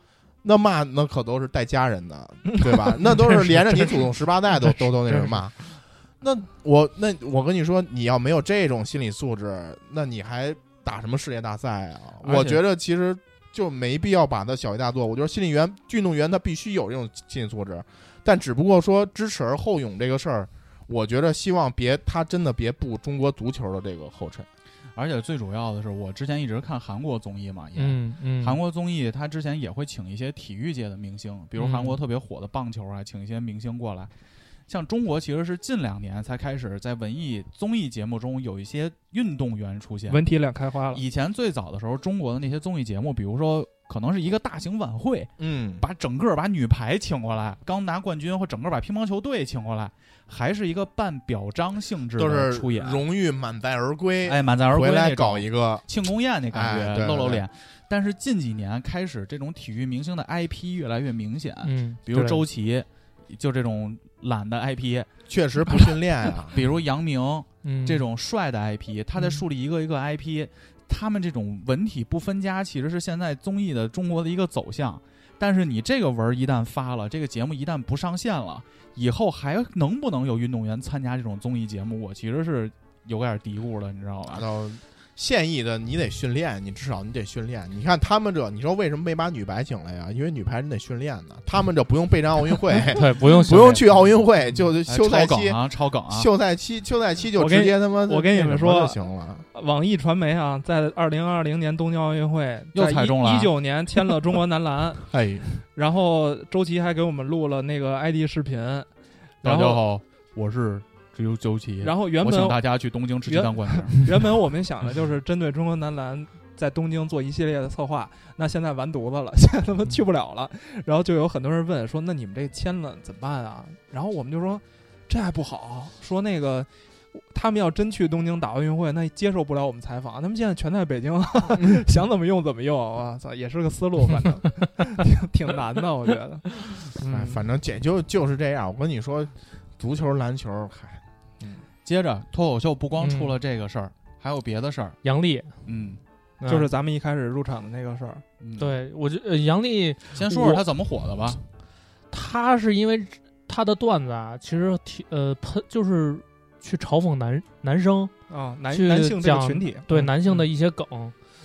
[SPEAKER 4] 那骂那可都是带家人的，对吧？那都是连着你祖宗十八代都都都那什么骂。那我那我跟你说，你要没有这种心理素质，那你还打什么世界大赛啊？
[SPEAKER 7] 而且
[SPEAKER 4] 我觉得其实就没必要把它小题大做。我觉得心理员、运动员他必须有这种心理素质，但只不过说知耻而后勇这个事儿，我觉得希望别他真的别步中国足球的这个后尘。
[SPEAKER 7] 而且最主要的是，我之前一直看韩国综艺嘛，也、
[SPEAKER 10] 嗯嗯，
[SPEAKER 7] 韩国综艺他之前也会请一些体育界的明星，比如
[SPEAKER 10] 嗯
[SPEAKER 7] 韩国特别火的棒球啊，请一些明星过来。像中国其实是近两年才开始在文艺综艺节目中有一些运动员出现。
[SPEAKER 9] 文体两开花了。
[SPEAKER 7] 以前最早的时候，中国的那些综艺节目，比如说可能是一个大型晚会，
[SPEAKER 4] 嗯
[SPEAKER 7] 把整个把女排请过来，刚拿冠军或整个把乒乓球队请过来，还是一个半表彰性质
[SPEAKER 4] 都
[SPEAKER 7] 的
[SPEAKER 4] 是
[SPEAKER 7] 出演，
[SPEAKER 4] 荣誉满载而归，
[SPEAKER 7] 哎，满载而归
[SPEAKER 4] 回来
[SPEAKER 7] 那种
[SPEAKER 4] 搞一 个
[SPEAKER 7] 庆功宴那感
[SPEAKER 4] 哎
[SPEAKER 7] 觉，
[SPEAKER 4] 对
[SPEAKER 7] 露露
[SPEAKER 4] 对
[SPEAKER 7] 脸。但是近几年开始，这种体育明星的 IP 越来越明显，
[SPEAKER 10] 嗯，
[SPEAKER 7] 比如
[SPEAKER 10] 对
[SPEAKER 7] 周琦，就这种懒的 IP，
[SPEAKER 4] 确实不训练啊。
[SPEAKER 7] 比如杨明
[SPEAKER 10] 嗯
[SPEAKER 7] 这种帅的 IP，他在
[SPEAKER 10] 嗯
[SPEAKER 7] 树立一个一个 IP。他们这种文体不分家，其实是现在综艺的中国的一个走向。但是你这个文儿一旦发了，这个节目一旦不上线了，以后还能不能有运动员参加这种综艺节目？我其实是有点嘀咕了，你知道吧？
[SPEAKER 4] 然后现役的你得训练，你至少你得训练。你看他们这，你说为什么没把女排请来呀？因为女排人得训练呢，他们这不用备战奥运会，
[SPEAKER 10] 对，不用
[SPEAKER 4] 不用去奥运会， 就就
[SPEAKER 7] 哎
[SPEAKER 4] 休赛
[SPEAKER 7] 超
[SPEAKER 4] 期
[SPEAKER 7] 梗，啊，超梗啊！
[SPEAKER 4] 休赛期休赛期就
[SPEAKER 9] 我跟
[SPEAKER 4] 直接他妈
[SPEAKER 9] 我跟你们说
[SPEAKER 4] 那什么就行了。
[SPEAKER 9] 网易传媒啊，在二零二零年东京奥运会
[SPEAKER 7] 又踩中了啊
[SPEAKER 9] 一九年签了中国男篮，
[SPEAKER 4] 哎，
[SPEAKER 9] 然后周琦还给我们录了那个 ID 视频，
[SPEAKER 7] 大
[SPEAKER 9] 然
[SPEAKER 7] 家
[SPEAKER 9] 后
[SPEAKER 7] 好，我是只有周琦，
[SPEAKER 9] 然后原
[SPEAKER 7] 我请
[SPEAKER 9] 本
[SPEAKER 7] 大家去东京吃鸡
[SPEAKER 9] 原
[SPEAKER 7] 蛋灌饼。
[SPEAKER 9] 原本我们想的就是针对中国男篮在东京做一系列的策划，那现在完犊子了，现在他妈去不了了。然后就有很多人问说：“那你们这签了怎么办啊？”然后我们就说：“这还不好，说那个他们要真去东京打奥运会，那接受不了我们采访，他们现在全在北京， 想怎么用怎么用。我操，也是个思路，反正挺挺难的，我觉得。
[SPEAKER 4] 哎，
[SPEAKER 9] 嗯，
[SPEAKER 4] 反正姐就就是这样。我跟你说，足球、篮球，嗨，
[SPEAKER 7] 接着脱口秀不光出
[SPEAKER 10] 嗯
[SPEAKER 7] 了这个事儿，还有别的事儿。
[SPEAKER 10] 杨笠，
[SPEAKER 7] 嗯，
[SPEAKER 10] 嗯
[SPEAKER 9] 就是咱们一开始入场的那个事儿，
[SPEAKER 7] 嗯，
[SPEAKER 10] 对我觉得呃杨笠
[SPEAKER 7] 先说
[SPEAKER 10] 我
[SPEAKER 7] 说他怎么火的吧。
[SPEAKER 10] 他是因为他的段子啊，其实挺呃喷就是去嘲讽男男生
[SPEAKER 9] 啊，男
[SPEAKER 10] 嗯去
[SPEAKER 9] 男性这个
[SPEAKER 10] 讲
[SPEAKER 9] 群体，
[SPEAKER 10] 对
[SPEAKER 9] 嗯
[SPEAKER 10] 男性的一些梗，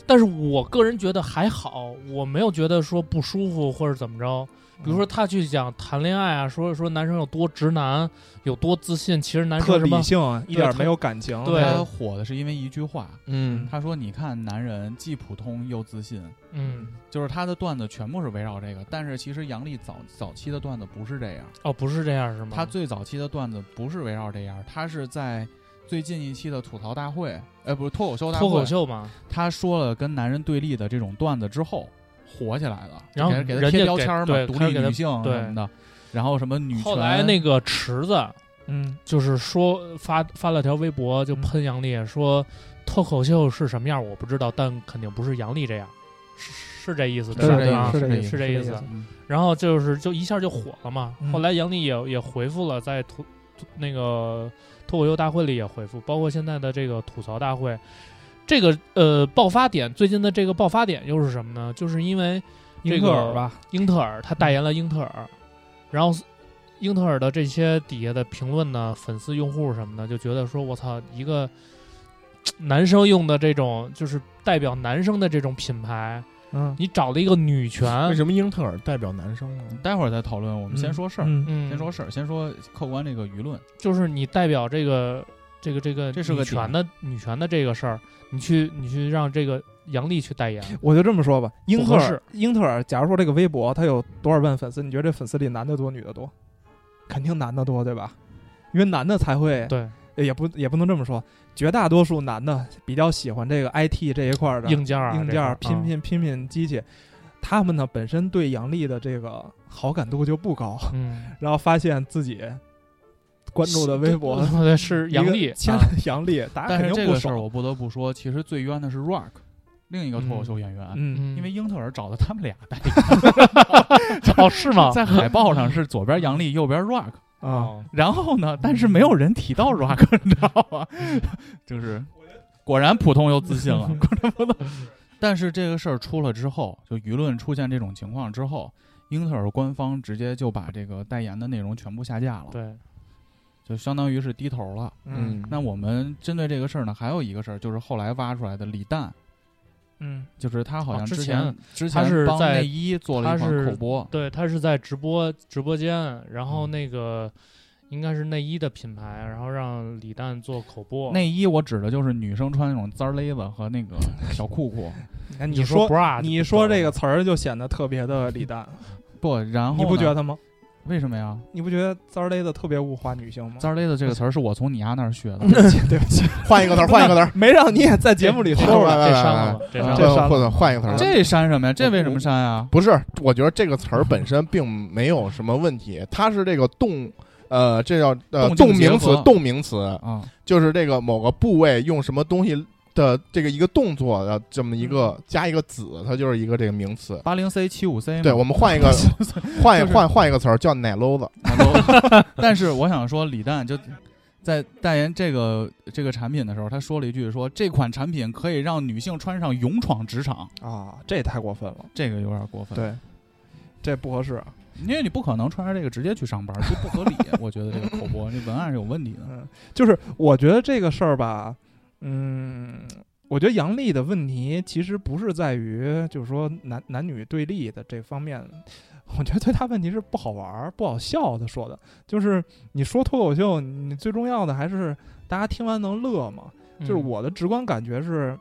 [SPEAKER 10] 但是我个人觉得还好，我没有觉得说不舒服或者怎么着。比
[SPEAKER 9] 嗯
[SPEAKER 10] 如说他去讲谈恋爱啊，说说男生有多直男，有多自信，其实男
[SPEAKER 9] 特
[SPEAKER 10] 生什
[SPEAKER 9] 理
[SPEAKER 10] 么
[SPEAKER 9] 性，一点
[SPEAKER 10] 对
[SPEAKER 9] 没有感情，
[SPEAKER 10] 对
[SPEAKER 7] 他火的是因为一句话，
[SPEAKER 4] 嗯，
[SPEAKER 7] 他说：“你看，男人既普通又自信。”
[SPEAKER 10] 嗯
[SPEAKER 7] 就是他的段子全部是围绕这个，但是其实杨笠早早期的段子不是这样，
[SPEAKER 10] 哦不是这样是吗？
[SPEAKER 7] 他最早期的段子不是围绕这样，他是在最近一期的吐槽大会，呃，不是脱口秀大会，
[SPEAKER 10] 脱口秀嘛，
[SPEAKER 7] 他说了跟男人对立的这种段子之后火起来了，
[SPEAKER 10] 然后
[SPEAKER 7] 就给他给他
[SPEAKER 10] 人家
[SPEAKER 7] 贴标签嘛，
[SPEAKER 10] 给对
[SPEAKER 7] 独
[SPEAKER 10] 开
[SPEAKER 7] 立
[SPEAKER 10] 始给他
[SPEAKER 7] 女性
[SPEAKER 10] 对
[SPEAKER 7] 什么的，然后什么女权，
[SPEAKER 10] 后来那个池子
[SPEAKER 9] 嗯，
[SPEAKER 10] 就是说发发了条微博就喷杨笠，说脱口秀是什么样我不知道，但肯定不是杨笠这样，是是这意思
[SPEAKER 7] 是
[SPEAKER 10] 对吧？
[SPEAKER 7] 这意
[SPEAKER 10] 啊
[SPEAKER 7] 思是这意思
[SPEAKER 10] 是这意思。
[SPEAKER 7] 嗯
[SPEAKER 10] 然后就是就一下就火了嘛。
[SPEAKER 9] 嗯
[SPEAKER 10] 后来杨笠也也回复了，在吐吐那个脱口秀大会里也回复，包括现在的这个吐槽大会，这个呃爆发点最近的这个爆发点又是什么呢？就是因为
[SPEAKER 9] 英特尔吧，
[SPEAKER 10] 英特尔，他代言了英特尔，然后英特尔的这些底下的评论呢，粉丝、用户什么的，就觉得说，我操，一个嗯男生用的这种，就是代表男生的这种品牌，
[SPEAKER 9] 嗯，
[SPEAKER 10] 你找了一个女 权
[SPEAKER 4] 为，什么英特尔代表男生呢？
[SPEAKER 7] 待会儿再讨论，我们先说事儿，
[SPEAKER 9] 嗯
[SPEAKER 10] 嗯，
[SPEAKER 7] 先说事儿，先说客观这个舆论，
[SPEAKER 10] 就是你代表这个这个这个
[SPEAKER 7] 这是个
[SPEAKER 10] 女权的女权的这个事儿，你去你去让这个杨笠去代言，
[SPEAKER 9] 我就这么说吧，英特
[SPEAKER 10] 不合
[SPEAKER 9] 尔
[SPEAKER 10] 适，
[SPEAKER 9] 英特尔，假如说这个微博它有多少万粉丝，你觉得这粉丝里男的多，女的多？肯定男的多，对吧？因为男的才会，
[SPEAKER 10] 对，
[SPEAKER 9] 也不也不能这么说，绝大多数男的比较喜欢这个 IT 这一块儿的
[SPEAKER 10] 硬件儿啊
[SPEAKER 9] 硬
[SPEAKER 10] 这
[SPEAKER 9] 件
[SPEAKER 10] 块儿
[SPEAKER 9] 儿，拼
[SPEAKER 10] 啊
[SPEAKER 9] 拼拼拼机器，他们呢本身对杨笠的这个好感度就不高，
[SPEAKER 10] 嗯，
[SPEAKER 9] 然后发现自己关注的微博
[SPEAKER 10] 对是杨笠
[SPEAKER 9] 一个签
[SPEAKER 10] 啊
[SPEAKER 9] 了杨笠，大家
[SPEAKER 7] 但
[SPEAKER 9] 肯
[SPEAKER 7] 是
[SPEAKER 9] 定
[SPEAKER 7] 这
[SPEAKER 9] 不
[SPEAKER 7] 个事儿
[SPEAKER 9] 爽。
[SPEAKER 7] 我不得不说，其实最冤的是 Rock，另一个脱口秀演员。
[SPEAKER 9] 嗯，
[SPEAKER 10] 嗯
[SPEAKER 7] 因为英特尔找的他们俩代言，
[SPEAKER 10] 哦是吗？
[SPEAKER 7] 在海报
[SPEAKER 9] 嗯
[SPEAKER 7] 上是左边杨笠，右边 Rock，
[SPEAKER 9] 啊，
[SPEAKER 7] 然后呢，但是没
[SPEAKER 9] 嗯
[SPEAKER 7] 有人提到 Rock，你知 道吗？ 就是果然普通又自 信了，果然普通。但是这个事儿出了之后，就舆论出现这种情况之后，英特尔官方直接就把这个代言的内容全部下架了，
[SPEAKER 10] 对，
[SPEAKER 7] 就相当于是低头了。
[SPEAKER 9] 嗯
[SPEAKER 7] 那我们针对这个事儿呢，还有一个事儿就是后来挖出来的李诞，
[SPEAKER 9] 嗯，
[SPEAKER 7] 就是他好像
[SPEAKER 10] 哦之
[SPEAKER 7] 前、
[SPEAKER 10] 前
[SPEAKER 7] 之
[SPEAKER 10] 他是
[SPEAKER 7] 帮
[SPEAKER 10] 在
[SPEAKER 7] 内衣做了一
[SPEAKER 10] 他
[SPEAKER 7] 款
[SPEAKER 10] 是
[SPEAKER 7] 口播，
[SPEAKER 10] 对，他是在直播直播间，然后那个应该是内衣的品牌，然后让李诞做口播。
[SPEAKER 7] 内衣我指的就是女生穿那种簪儿勒子和那 个小裤裤，
[SPEAKER 9] 那
[SPEAKER 10] 你就
[SPEAKER 9] 你说
[SPEAKER 10] bra，就
[SPEAKER 9] 你
[SPEAKER 10] 不
[SPEAKER 9] 说
[SPEAKER 10] 懂
[SPEAKER 9] 这个词儿就显得特别 的李诞，
[SPEAKER 7] 不，然后
[SPEAKER 9] 你不
[SPEAKER 7] 呢
[SPEAKER 9] 觉得吗？
[SPEAKER 7] 为什么呀？
[SPEAKER 9] 你不觉得“滋儿勒”的特别物化女性吗？
[SPEAKER 7] 簪儿勒的这个词儿是我从你丫那儿学的，
[SPEAKER 9] 对 不起，对不起，
[SPEAKER 4] 换一个词儿，换一个词 儿，
[SPEAKER 9] 没让你也在节目里
[SPEAKER 10] 这
[SPEAKER 9] 说
[SPEAKER 4] 说
[SPEAKER 9] 吧。
[SPEAKER 10] 这删了吧，这删
[SPEAKER 9] 这
[SPEAKER 10] 了吧。
[SPEAKER 9] 删了
[SPEAKER 4] 啊或者换一个词儿。
[SPEAKER 7] 这删什么呀？这为什么删呀？
[SPEAKER 4] 不是，我觉得这个词儿本身并没有什么问题，它是这个动，呃，这叫呃
[SPEAKER 7] 动
[SPEAKER 4] 动
[SPEAKER 7] 静结
[SPEAKER 4] 名词
[SPEAKER 7] 合，
[SPEAKER 4] 动名词
[SPEAKER 7] 啊，
[SPEAKER 4] 就是这个某个部位用什么东西的这个一个动作的这么一
[SPEAKER 7] 嗯
[SPEAKER 4] 个加一个子，它就是一个这个 名词。
[SPEAKER 7] 八零 C 七五 C
[SPEAKER 4] 对，我们换一个，换一换换一个词儿叫奶篓子。
[SPEAKER 7] 但是我想说，李诞就在代言这个这个产品的时候，他说了一句说这款产品可以让女性穿上勇闯职场，
[SPEAKER 9] 啊，这也太过分了，嗯
[SPEAKER 7] 这个有点过分。，
[SPEAKER 9] 对，这不合适啊。
[SPEAKER 7] 因为你不可能穿着这个直接去上班，这不合理。我觉得这个口 播这文案是有问题的。
[SPEAKER 9] 嗯，就是我觉得这个事儿吧，嗯，我觉得杨笠的问题其实不是在于就是说男男女对立的这方面， 我觉得最大问题是不好玩儿、不好笑。他说的就是你说脱口秀，你最重要的还是大家听完能乐嘛。就是
[SPEAKER 10] 嗯
[SPEAKER 9] 我的直观感觉是，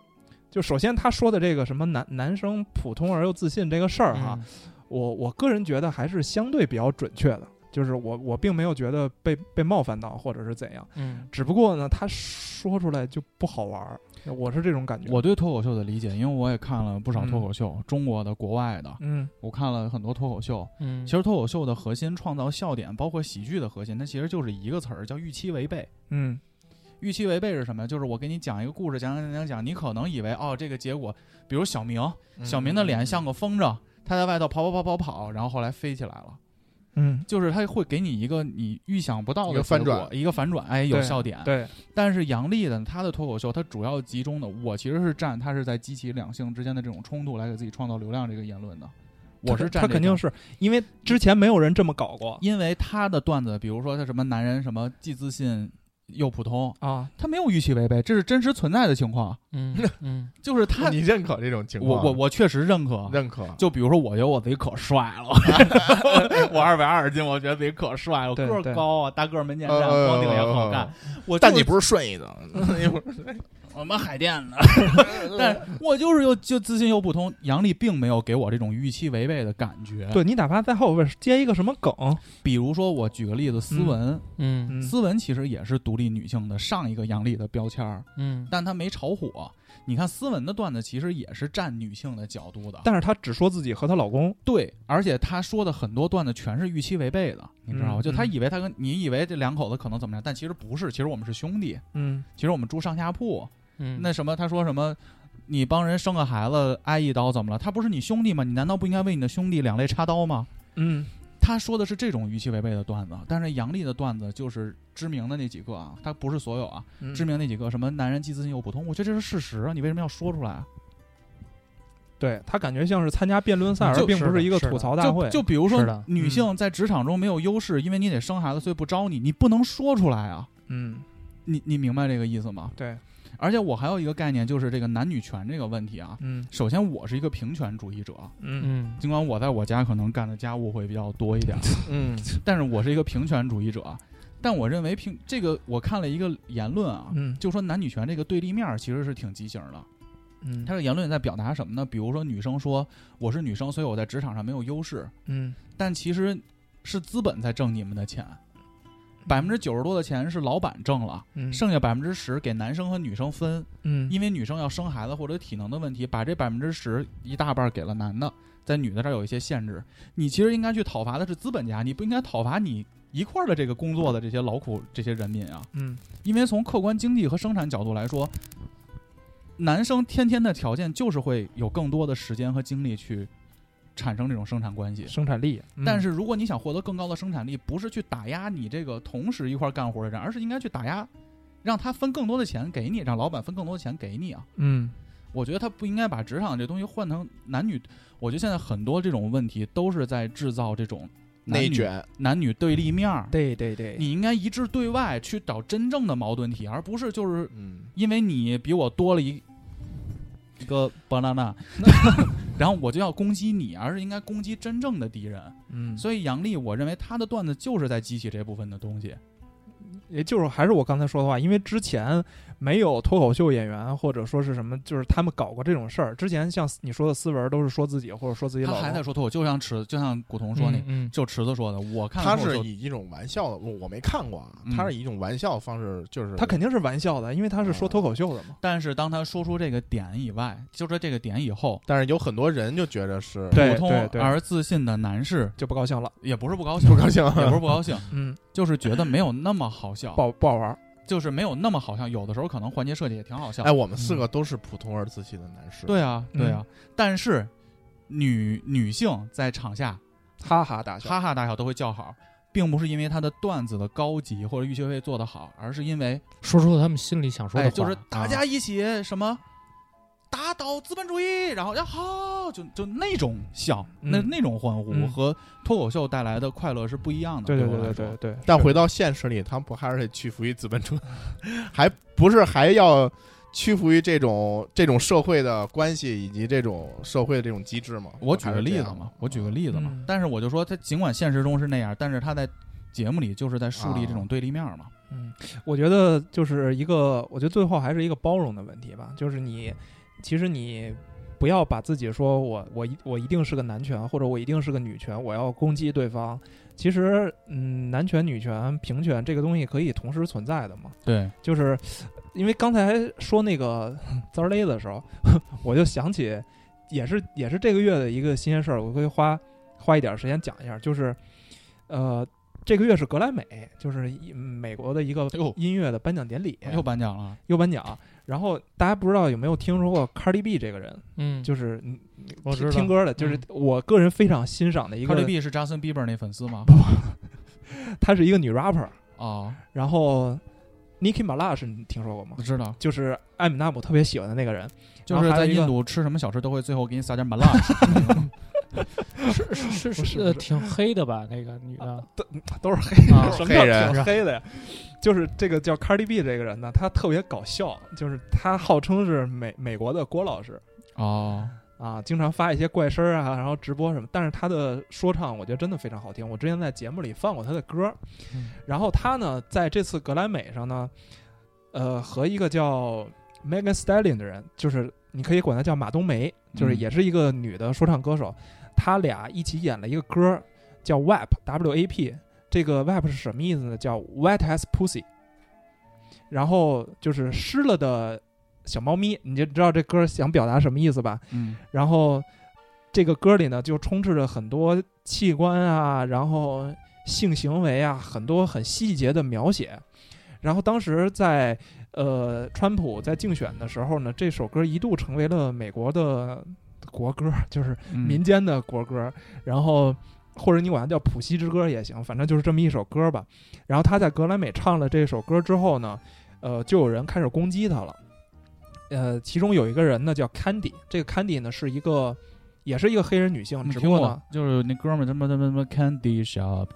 [SPEAKER 9] 就首先他说的这个什么男男生普通而又自信这个事儿哈，
[SPEAKER 10] 嗯
[SPEAKER 9] 我我个人觉得还是相对比较准确的，就是我我并没有觉得被被冒犯到或者是怎样，
[SPEAKER 10] 嗯，
[SPEAKER 9] 只不过呢，他说出来就不好玩儿，我是这种感觉。
[SPEAKER 7] 我对脱口秀的理解，因为我也看了不少
[SPEAKER 9] 嗯
[SPEAKER 7] 脱口秀，中国的、国外的，
[SPEAKER 9] 嗯
[SPEAKER 7] 我看了很多脱口秀。
[SPEAKER 10] 嗯，
[SPEAKER 7] 其实脱口秀的核心创造笑点，包括喜剧的核心，它其实就是一个词儿，叫预期违背。
[SPEAKER 9] 嗯
[SPEAKER 7] 预期违背是什么呀？就是我给你讲一个故事，讲讲讲讲，你可能以为哦，这个结果，比如小明，
[SPEAKER 9] 嗯
[SPEAKER 7] 嗯小明的脸像个风筝，他在外头跑跑跑跑跑，然后后来飞起来了，
[SPEAKER 9] 嗯，
[SPEAKER 7] 就是他会给你一个你预想不到的
[SPEAKER 4] 一个反
[SPEAKER 7] 结果
[SPEAKER 4] 转
[SPEAKER 7] 一个反转，哎，有
[SPEAKER 9] 对
[SPEAKER 7] 笑点。
[SPEAKER 9] 对，
[SPEAKER 7] 但是杨笠的他的脱口秀，他主要集中的，我其实是站他是在激起两性之间的这种冲突来给自己创造流量这个言论的。我是
[SPEAKER 9] 他
[SPEAKER 7] 站
[SPEAKER 9] 他
[SPEAKER 7] 这
[SPEAKER 9] 肯定
[SPEAKER 7] 个，
[SPEAKER 9] 是因为之前没有人这么搞过
[SPEAKER 7] 因为他的段子，比如说他什么男人什么既自信又普通，
[SPEAKER 9] 啊，
[SPEAKER 7] 他没有预期违背，这是真实存在的情况，
[SPEAKER 10] 嗯嗯
[SPEAKER 7] 就是他，
[SPEAKER 4] 你认可这种情
[SPEAKER 7] 我
[SPEAKER 4] 况？
[SPEAKER 7] 我我确实认可。
[SPEAKER 4] 认可。
[SPEAKER 7] 就比如说，我觉得我自己可帅了，我二百二十斤，我觉得自己可帅了，我
[SPEAKER 9] 对
[SPEAKER 7] 个儿
[SPEAKER 9] 对
[SPEAKER 7] 高啊，大个儿门面
[SPEAKER 4] 呃
[SPEAKER 7] 站，光腚也好看。我
[SPEAKER 4] 但
[SPEAKER 7] 就是
[SPEAKER 4] 你不是顺 义的，
[SPEAKER 7] 我们海淀的，但我就是又就自信又不通。杨笠并没有给我这种预期违背的感觉。，
[SPEAKER 9] 对你哪怕在后边接一个什么梗，
[SPEAKER 7] 比如说我举个例子，斯文，
[SPEAKER 10] 嗯
[SPEAKER 9] 嗯
[SPEAKER 7] 斯文其实也是独立女性的上一个杨笠的标签儿，
[SPEAKER 10] 嗯
[SPEAKER 7] 但她没炒火。你看斯文的段子其实也是站女性的角度的，
[SPEAKER 9] 但是他只说自己和她老公，
[SPEAKER 7] 对，而且她说的很多段子全是预期违背的，你知道吗？
[SPEAKER 9] 嗯
[SPEAKER 7] 就她
[SPEAKER 9] 嗯
[SPEAKER 7] 以为她跟你以为这两口子可能怎么样，但其实不是，其实我们是兄弟，
[SPEAKER 9] 嗯
[SPEAKER 7] 其实我们住上下铺，
[SPEAKER 10] 嗯，
[SPEAKER 7] 那什么，他说什么？你帮人生个孩子挨一刀怎么了？他不是你兄弟吗？你难道不应该为你的兄弟两肋插刀吗？
[SPEAKER 9] 嗯
[SPEAKER 7] 他说的是这种预期违背的段子，但是杨笠的段子就是知名的那几个啊，他不是所有啊，
[SPEAKER 9] 嗯
[SPEAKER 7] 知名那几个什么男人既自信又普通，我觉得这是事实啊，你为什么要说出来？
[SPEAKER 9] 对他感觉像是参加辩论赛，
[SPEAKER 7] 就
[SPEAKER 9] 而并不
[SPEAKER 10] 是的
[SPEAKER 9] 是一个
[SPEAKER 10] 是的
[SPEAKER 9] 吐槽大
[SPEAKER 7] 就
[SPEAKER 9] 会。
[SPEAKER 7] 就比如
[SPEAKER 10] 是
[SPEAKER 7] 说
[SPEAKER 10] 的
[SPEAKER 7] 女性在职场中没有优势，因为你得生孩子，所以不招你，你不能说出来啊，
[SPEAKER 9] 嗯，
[SPEAKER 7] 你你明白这个意思吗？
[SPEAKER 9] 对，
[SPEAKER 7] 而且我还有一个概念就是这个男女权这个问题啊，
[SPEAKER 9] 嗯
[SPEAKER 7] 首先我是一个平权主义者，
[SPEAKER 9] 嗯
[SPEAKER 10] 嗯
[SPEAKER 7] 尽管我在我家可能干的家务会比较多一点，
[SPEAKER 4] 嗯，
[SPEAKER 7] 但是我是一个平权主义者。但我认为平这个，我看了一个言论啊，
[SPEAKER 9] 嗯
[SPEAKER 7] 就说男女权这个对立面儿其实是挺畸形的。
[SPEAKER 9] 嗯，
[SPEAKER 7] 他这个言论在表达什么呢？比如说女生说我是女生，所以我在职场上没有优势，
[SPEAKER 9] 嗯
[SPEAKER 7] 但其实是资本在挣你们的钱，百分之九十多的钱是老板挣了，
[SPEAKER 9] 嗯
[SPEAKER 7] 剩下百分之十给男生和女生分，
[SPEAKER 9] 嗯
[SPEAKER 7] 因为女生要生孩子或者体能的问题，把这百分之十一大半儿给了男的，在女的这儿有一些限制。你其实应该去讨伐的是资本家，你不应该讨伐你一块儿的这个工作的这些劳苦这些人民啊，
[SPEAKER 9] 嗯
[SPEAKER 7] 因为从客观经济和生产角度来说，男生天天的条件就是会有更多的时间和精力去产生这种生产关系。
[SPEAKER 9] 生产力，嗯
[SPEAKER 7] 但是如果你想获得更高的生产力，不是去打压你这个同时一块儿干活的人，而是应该去打压，让他分更多的钱给你，让老板分更多的钱给你啊。
[SPEAKER 9] 嗯
[SPEAKER 7] 我觉得他不应该把职场这东西换成男女。我觉得现在很多这种问题都是在制造这种男
[SPEAKER 4] 内
[SPEAKER 7] 女
[SPEAKER 4] 卷，
[SPEAKER 7] 男女对立面儿。
[SPEAKER 9] 对对对，
[SPEAKER 7] 你应该一致对外去找真正的矛盾体，而不是就是
[SPEAKER 4] 嗯，
[SPEAKER 7] 因为你比我多了一一个 banana，然后我就要攻击你，而是应该攻击真正的敌人。
[SPEAKER 9] 嗯，
[SPEAKER 7] 所以杨笠，我认为他的段子就是在激起这部分的东西。
[SPEAKER 9] 也就是还是我刚才说的话，因为之前没有脱口秀演员或者说是什么，就是他们搞过这种事儿。之前像你说的斯文都是说自己或者说自己
[SPEAKER 7] 他
[SPEAKER 9] 老
[SPEAKER 7] 还在
[SPEAKER 9] 公，
[SPEAKER 7] 说脱口秀，就像池，就像古潼说那，
[SPEAKER 10] 嗯
[SPEAKER 7] 就池子说的，我看
[SPEAKER 4] 他
[SPEAKER 7] 脱口
[SPEAKER 4] 是
[SPEAKER 7] 秀
[SPEAKER 4] 以一种玩笑的，我我没看过啊，他
[SPEAKER 7] 嗯
[SPEAKER 4] 是以一种玩笑方式，就是
[SPEAKER 9] 他肯定是玩笑的，因为他是说脱口秀的嘛。
[SPEAKER 7] 但是当他说出这个点以外，就说这个点以后，
[SPEAKER 4] 但是有很多人就觉得是
[SPEAKER 9] 对
[SPEAKER 7] 普通
[SPEAKER 9] 对
[SPEAKER 7] 而自信的男士
[SPEAKER 9] 就不高兴了，
[SPEAKER 7] 也不是不高兴，
[SPEAKER 4] 不高兴，
[SPEAKER 7] 也不是不高兴，
[SPEAKER 9] 嗯，
[SPEAKER 7] 就是觉得没有那么好笑
[SPEAKER 9] 不，好不好玩儿，
[SPEAKER 7] 就是没有那么好笑。有的时候可能环节设计也挺好笑。
[SPEAKER 4] 哎，我们四个都是普通而自信的男士，
[SPEAKER 7] 对啊，
[SPEAKER 9] 嗯
[SPEAKER 7] 对啊，但是女女性在场下
[SPEAKER 9] 哈哈大笑。
[SPEAKER 7] 哈哈大笑都会叫好，并不是因为她的段子的高级或者预期会做得好，而是因为
[SPEAKER 10] 说出了他们心里想说的
[SPEAKER 7] 哎，
[SPEAKER 10] 话，
[SPEAKER 7] 就是大
[SPEAKER 10] 啊
[SPEAKER 7] 家一起什么。打倒资本主义，然后要好，就就那种笑，那
[SPEAKER 9] 嗯
[SPEAKER 7] 那种欢呼
[SPEAKER 9] 嗯
[SPEAKER 7] 和脱口秀带来的快乐是不一样的。
[SPEAKER 9] 对对
[SPEAKER 7] 我
[SPEAKER 9] 对对
[SPEAKER 7] 来
[SPEAKER 9] 对
[SPEAKER 7] 说，
[SPEAKER 9] 对，
[SPEAKER 4] 但回到现实里，他们不还是得屈服于资本主义，还不是还要屈服于这种这种社会的关系以及这种社会的这种机制嘛。
[SPEAKER 7] 我举
[SPEAKER 4] 还
[SPEAKER 7] 个
[SPEAKER 4] 是这
[SPEAKER 7] 例子
[SPEAKER 4] 样
[SPEAKER 7] 嘛，我举个例子嘛。
[SPEAKER 9] 嗯
[SPEAKER 7] 但是我就说，他尽管现实中是那样，但是他在节目里就是在树立这
[SPEAKER 9] 啊
[SPEAKER 7] 种对立面嘛。
[SPEAKER 9] 嗯，我觉得就是一个，我觉得最后还是一个包容的问题吧。就是你，其实你不要把自己说我我一我一定是个男权，或者我一定是个女权，我要攻击对方。其实，嗯，男权、女权、平权这个东西可以同时存在的嘛。
[SPEAKER 7] 对，
[SPEAKER 9] 就是因为刚才说那个 滋儿勒的时候，我就想起也是也是这个月的一个新鲜事儿，我会花花一点儿时间讲一下，就是呃，这个月是格莱美，就是一嗯美国的一个
[SPEAKER 7] 哎呦
[SPEAKER 9] 音乐的颁奖典礼，
[SPEAKER 10] 哦
[SPEAKER 7] 又哎颁奖了，
[SPEAKER 9] 又颁奖。然后大家不知道有没有听说过 Cardi B 这个人，
[SPEAKER 10] 嗯，
[SPEAKER 9] 就是你你
[SPEAKER 10] 我知
[SPEAKER 9] 听
[SPEAKER 10] 道
[SPEAKER 9] 听歌的，就是
[SPEAKER 10] 嗯
[SPEAKER 9] 我个人非常欣赏的一
[SPEAKER 7] 卡里
[SPEAKER 9] 个，
[SPEAKER 7] B 是扎森比伯那粉丝吗？
[SPEAKER 9] 她是一个女 rapper。
[SPEAKER 7] 哦，
[SPEAKER 9] 然后 Nicki Minaj 你听说过吗
[SPEAKER 7] 我？知道，
[SPEAKER 9] 就是艾米纳姆特别喜欢的那个人，
[SPEAKER 7] 就
[SPEAKER 9] 然后
[SPEAKER 7] 是
[SPEAKER 9] 还有
[SPEAKER 7] 在
[SPEAKER 9] 一个
[SPEAKER 7] 印度吃什么小吃都会最后给你撒点麻 辣。
[SPEAKER 10] 是是是
[SPEAKER 9] 不是
[SPEAKER 10] 呃，
[SPEAKER 9] 不是
[SPEAKER 10] 挺黑的吧？那个女的
[SPEAKER 9] 都都是黑
[SPEAKER 10] 啊
[SPEAKER 9] 什么
[SPEAKER 4] 黑
[SPEAKER 9] 叫
[SPEAKER 4] 人
[SPEAKER 9] 挺黑的呀？就是这个叫 Cardi B 这个人呢，他特别搞笑，就是他号称是美美国的郭老师
[SPEAKER 7] 哦，
[SPEAKER 9] 啊，经常发一些怪声儿啊，然后直播什么。但是他的说唱，我觉得真的非常好听。我之前在节目里放过他的歌儿，
[SPEAKER 7] 嗯
[SPEAKER 9] 然后他呢，在这次格莱美上呢，呃，和一个叫 Megan Stallion 的人，就是你可以管她叫马冬梅，就是
[SPEAKER 7] 嗯
[SPEAKER 9] 也是一个女的说唱歌手，她俩一起演了一个歌儿叫 WAP W A P，这个 WAP 是什么意思呢？叫 Wet as Pussy，然后就是湿了的小猫咪，你就知道这歌儿想表达什么意思吧？
[SPEAKER 7] 嗯，
[SPEAKER 9] 然后这个歌里呢，就充斥着很多器官啊，然后性行为啊，很多很细节的描写。然后当时在呃，川普在竞选的时候呢，这首歌一度成为了美国的国歌，就是
[SPEAKER 7] 嗯
[SPEAKER 9] 民间的国歌。然后或者你管它叫普西之歌也行，反正就是这么一首歌吧。然后他在格莱美唱了这首歌之后呢，呃，就有人开始攻击他了。呃，其中有一个人呢叫 Candy，这个 Candy 呢是一个，也是一个黑人女性，
[SPEAKER 7] 你
[SPEAKER 9] 只
[SPEAKER 7] 听
[SPEAKER 9] 不过
[SPEAKER 7] 过
[SPEAKER 9] 啊呢
[SPEAKER 7] 就是那哥们儿他妈他妈他妈 Candy Shop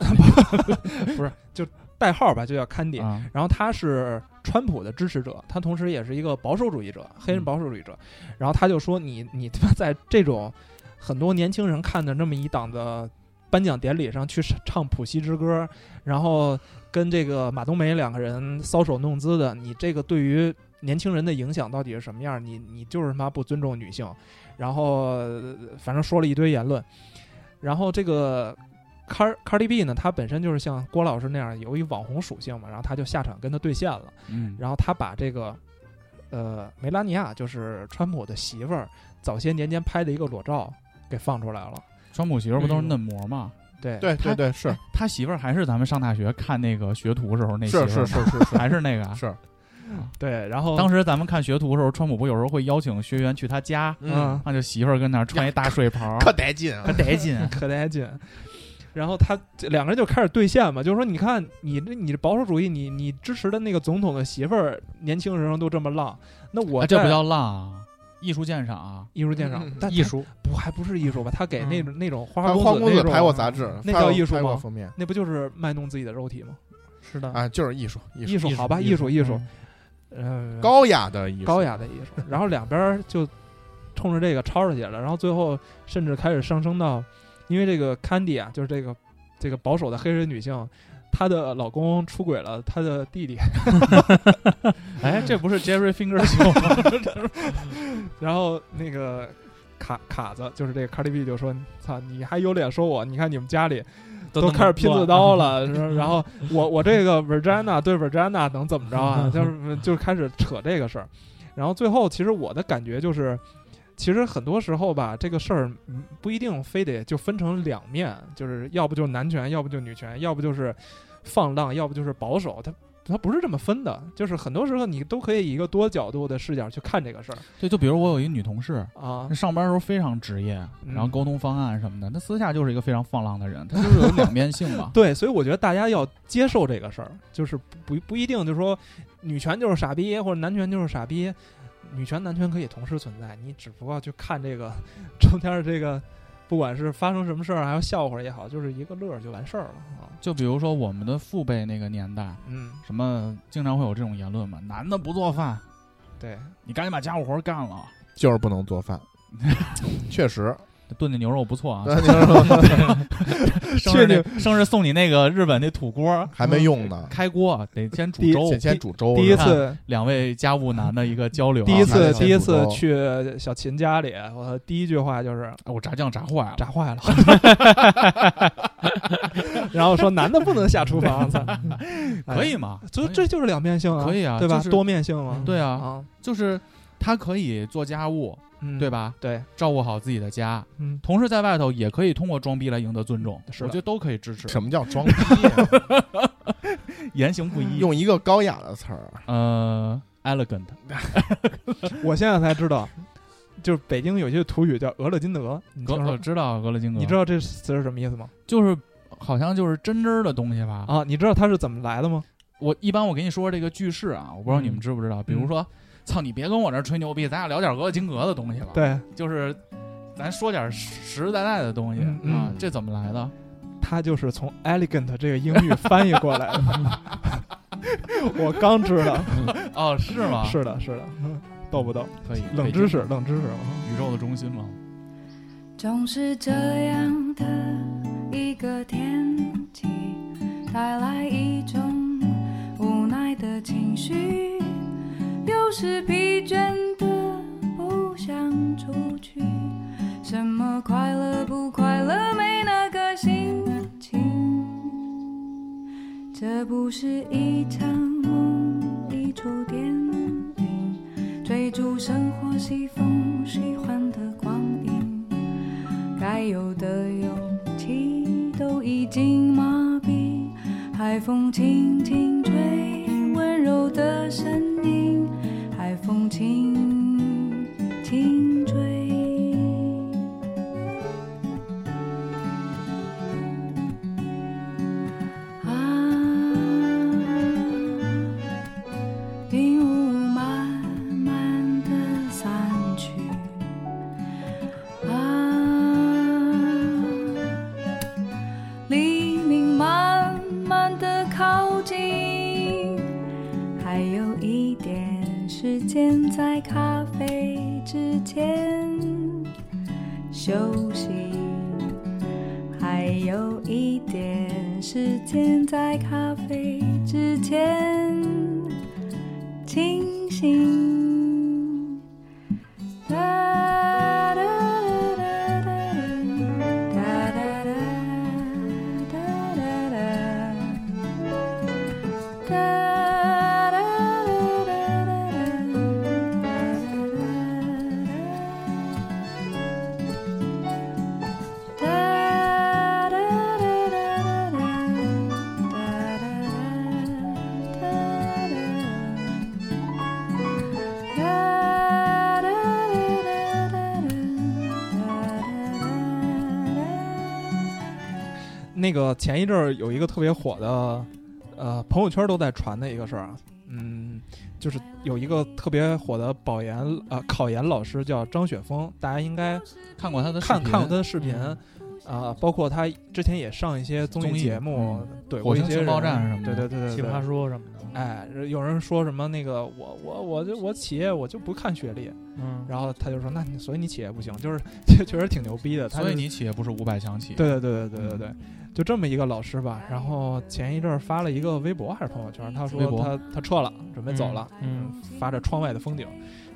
[SPEAKER 9] 代号吧就叫 Candy。
[SPEAKER 7] 啊，
[SPEAKER 9] 然后他是川普的支持者，他同时也是一个保守主义者，黑人保守主义者。然后他就说你：“你他妈在这种很多年轻人看的那么一档的颁奖典礼上去唱《普西之歌》，然后跟这个马冬梅两个人搔首弄姿的，你这个对于年轻人的影响到底是什么样？你你就是他妈不尊重女性。”然后呃反正说了一堆言论。然后这个 Car Cardi B 呢，他本身就是像郭老师那样有一网红属性嘛，然后他就下场跟他对线了。
[SPEAKER 7] 嗯，
[SPEAKER 9] 然后他把这个呃梅拉尼亚，就是川普的媳妇儿，早些年间拍的一个裸照给放出来了。
[SPEAKER 7] 川普媳妇儿不都是嫩模吗？
[SPEAKER 9] 对，
[SPEAKER 4] 对
[SPEAKER 7] 他
[SPEAKER 4] 对对，是
[SPEAKER 7] 哎他媳妇儿还是咱们上大学看那个学徒时候那媳妇
[SPEAKER 4] 是
[SPEAKER 7] 儿
[SPEAKER 4] 是
[SPEAKER 7] 吗
[SPEAKER 4] 是是是
[SPEAKER 7] 还是那个啊。
[SPEAKER 4] 是，
[SPEAKER 9] 对，然后
[SPEAKER 7] 当时咱们看学徒的时候，川普不有时候会邀请学员去他家，
[SPEAKER 9] 嗯，
[SPEAKER 7] 那就媳妇儿跟那儿穿一大睡袍，
[SPEAKER 4] 可得劲啊
[SPEAKER 7] 可！得劲。
[SPEAKER 9] 可带劲。然后他这两个人就开始对线嘛，就是说，你看你这你这保守主义，你你支持的那个总统的媳妇儿，年轻人都这么浪，那我
[SPEAKER 4] 啊
[SPEAKER 7] 哎这
[SPEAKER 9] 在
[SPEAKER 7] 不叫浪啊，艺术鉴赏啊。
[SPEAKER 9] 艺术鉴 赏
[SPEAKER 4] 嗯嗯嗯，
[SPEAKER 9] 但
[SPEAKER 10] 艺术，
[SPEAKER 9] 不还不是艺术吧？他给那种、那种花
[SPEAKER 4] 他
[SPEAKER 9] 花
[SPEAKER 4] 嗯花公
[SPEAKER 9] 公
[SPEAKER 4] 子
[SPEAKER 9] 那种
[SPEAKER 4] 拍过杂志，
[SPEAKER 9] 那
[SPEAKER 4] 拍
[SPEAKER 9] 叫
[SPEAKER 4] 过
[SPEAKER 9] 艺术
[SPEAKER 4] 拍过
[SPEAKER 9] 吗啊
[SPEAKER 4] 封面
[SPEAKER 9] 那不就是卖弄自己的肉体吗？
[SPEAKER 10] 是的，
[SPEAKER 4] 啊，就是艺术，艺
[SPEAKER 9] 艺
[SPEAKER 4] 术，
[SPEAKER 9] 术好吧，艺术艺术，嗯，
[SPEAKER 4] 高雅的艺术，
[SPEAKER 9] 高雅的艺术。然后两边儿就冲着这个吵吵起来了，然后最后甚至开始上升到，因为这个 Candy 啊，就是这个这个保守的黑人女性，她的老公出轨了她的弟弟，
[SPEAKER 7] 哎，这不是 Jerry Finger 秀吗？
[SPEAKER 9] 然后那个卡卡子就是这个 Cardi B 就说：“操，你还有脸说我？你看你们家里都
[SPEAKER 10] 那么
[SPEAKER 9] 开始拼
[SPEAKER 10] 乱
[SPEAKER 9] 刺 刀，了，是吧然后我我这个 Virginia 对 Virginia 能怎么 着啊？就是就是开始扯这个事儿，然后最后其实我的感觉就是，其实很多时候吧，这个事儿嗯不一定非得就分成两面，就是要不就男权，要不就女权，要不就是放浪，要不就是保守，它它不是这么分的，就是很多时候你都可以以一个多角度的视角去看这个事儿
[SPEAKER 7] 对，就比如我有一女同事，
[SPEAKER 9] 啊
[SPEAKER 7] 她。上班的时候非常职业，
[SPEAKER 9] 嗯。
[SPEAKER 7] 然后沟通方案什么的，她私下就是一个非常放浪的人，她就是有两面性嘛
[SPEAKER 9] 对，所以我觉得大家要接受这个事儿，就是不不一定就是说女权就是傻逼或者男权就是傻逼，女权男权可以同时存在，你只不过去看这个中间儿这个，不管是发生什么事儿，还有笑话也好，就是一个乐儿就完事儿了啊。
[SPEAKER 7] 就比如说我们的父辈那个年代，
[SPEAKER 9] 嗯，
[SPEAKER 7] 什么经常会有这种言论嘛，男的不做饭，
[SPEAKER 9] 对，
[SPEAKER 7] 你赶紧把家务活儿干了。
[SPEAKER 4] 就是不能做 饭，确实。
[SPEAKER 9] 啊
[SPEAKER 7] 炖的牛肉不错啊，
[SPEAKER 9] 呃
[SPEAKER 4] 但是
[SPEAKER 7] 生日那生日送你那个日本那土锅儿，
[SPEAKER 4] 还没 用呢，
[SPEAKER 7] 开锅啊得先
[SPEAKER 9] 哦
[SPEAKER 7] 煮
[SPEAKER 9] 第一
[SPEAKER 7] 粥。
[SPEAKER 4] 先先煮粥。
[SPEAKER 9] 第一
[SPEAKER 4] 是吧
[SPEAKER 9] 次
[SPEAKER 7] 两位家务男的一个交流啊，
[SPEAKER 9] 第一
[SPEAKER 4] 还
[SPEAKER 9] 次
[SPEAKER 4] 得先
[SPEAKER 9] 第一
[SPEAKER 4] 煮
[SPEAKER 9] 次
[SPEAKER 4] 粥
[SPEAKER 9] 去小秦家里，我第一句话就是
[SPEAKER 7] 哎我炸酱炸坏了，
[SPEAKER 9] 炸坏了， 然后说男的不能下厨房，哎操，
[SPEAKER 7] 可以吗？
[SPEAKER 9] 这
[SPEAKER 7] 可以
[SPEAKER 9] 这就是两面性啊，
[SPEAKER 7] 可以啊
[SPEAKER 9] 对吧
[SPEAKER 7] 就？是
[SPEAKER 9] 多面性嘛，
[SPEAKER 7] 对啊，
[SPEAKER 9] 啊，
[SPEAKER 7] 就是他可以做家务，
[SPEAKER 9] 嗯
[SPEAKER 7] 对？吧？
[SPEAKER 9] 对，
[SPEAKER 7] 照顾好自己的家，
[SPEAKER 9] 嗯，
[SPEAKER 7] 同时在外头也可以通过装逼来赢得尊重，
[SPEAKER 9] 是的
[SPEAKER 7] 我觉得都可以支持，
[SPEAKER 4] 什么叫装逼啊？
[SPEAKER 7] 言行不一。
[SPEAKER 4] 用一个高雅的词儿，
[SPEAKER 7] 呃，elegant，
[SPEAKER 9] 我现在才知道，就是北京有句土语叫“俄勒金德”，你
[SPEAKER 7] 格
[SPEAKER 9] 听
[SPEAKER 7] 我
[SPEAKER 9] 说？
[SPEAKER 7] 知道格勒金格，
[SPEAKER 9] 你知道这词是什么意思吗？
[SPEAKER 7] 就是好像就是真真儿的东西吧？
[SPEAKER 9] 啊，你知道它是怎么来的吗？
[SPEAKER 7] 我一般我给你说这个句式啊，我不知道你
[SPEAKER 9] 嗯
[SPEAKER 7] 们知不知道，比如说，操你别跟我这儿吹牛逼，咱俩聊点俄勒金格的东西吧。，
[SPEAKER 9] 对，
[SPEAKER 7] 就是咱说点实实实在在的东西
[SPEAKER 9] 嗯嗯
[SPEAKER 7] 啊，这怎么来的？
[SPEAKER 9] 它就是从 “elegant” 这个英语翻译过来的。 我刚知道，
[SPEAKER 7] 哦，是吗？
[SPEAKER 9] 是的，是的，嗯逗不逗？
[SPEAKER 7] 可以，
[SPEAKER 9] 冷知识，冷知识。嗯
[SPEAKER 7] 北京，宇宙的中心嘛。
[SPEAKER 11] 总是这样的一个天气，带来一种无奈的情绪，有时疲倦的不想出去，什么快乐不快乐没那个心情。这不是一场梦，一出电影，追逐生活西风喜欢的光影。该有的勇气都已经麻痹，海风轻轻吹，温柔的声音，海风轻轻吹。啊，云雾慢慢的散去。啊，黎明慢慢的靠近，还有一点时间在咖啡之前休息，还有一点时间在咖啡之前清醒。哒哒哒哒哒哒哒哒哒哒哒哒哒哒哒哒哒哒哒哒。
[SPEAKER 9] 那个前一阵儿有一个特别火的，呃，朋友圈都在传的一个事儿啊，嗯，就是有一个特别火的保研呃考研老师叫张雪峰，大家应该
[SPEAKER 7] 看过他的视
[SPEAKER 9] 看
[SPEAKER 7] 频
[SPEAKER 9] 看过他的视频，啊
[SPEAKER 7] 嗯、
[SPEAKER 9] 包括他之前也上一些综
[SPEAKER 7] 综艺
[SPEAKER 9] 节目
[SPEAKER 7] 嗯，
[SPEAKER 9] 对，
[SPEAKER 7] 火
[SPEAKER 9] 过一
[SPEAKER 7] 星
[SPEAKER 9] 些
[SPEAKER 7] 情报
[SPEAKER 9] 人
[SPEAKER 7] 站什么
[SPEAKER 9] 对
[SPEAKER 7] 的
[SPEAKER 9] 对对对
[SPEAKER 10] 奇
[SPEAKER 9] 对，
[SPEAKER 10] 葩说什么的，
[SPEAKER 9] 哎，有人说什么那个我我我就我企业我就不看学历，
[SPEAKER 10] 嗯，
[SPEAKER 9] 然后他就说那你所以你企业不行，就是 确确实挺牛逼的，他
[SPEAKER 7] 所以
[SPEAKER 9] 就
[SPEAKER 7] 你企业不是五百强企业，
[SPEAKER 9] 对对对对对
[SPEAKER 7] 嗯
[SPEAKER 9] 对对，就这么一个老师吧。然后前一阵儿发了一个微博还是朋友圈，他说
[SPEAKER 7] 微博
[SPEAKER 9] 他他撤了，准备走了，
[SPEAKER 10] 嗯，
[SPEAKER 9] 发着窗外的风景，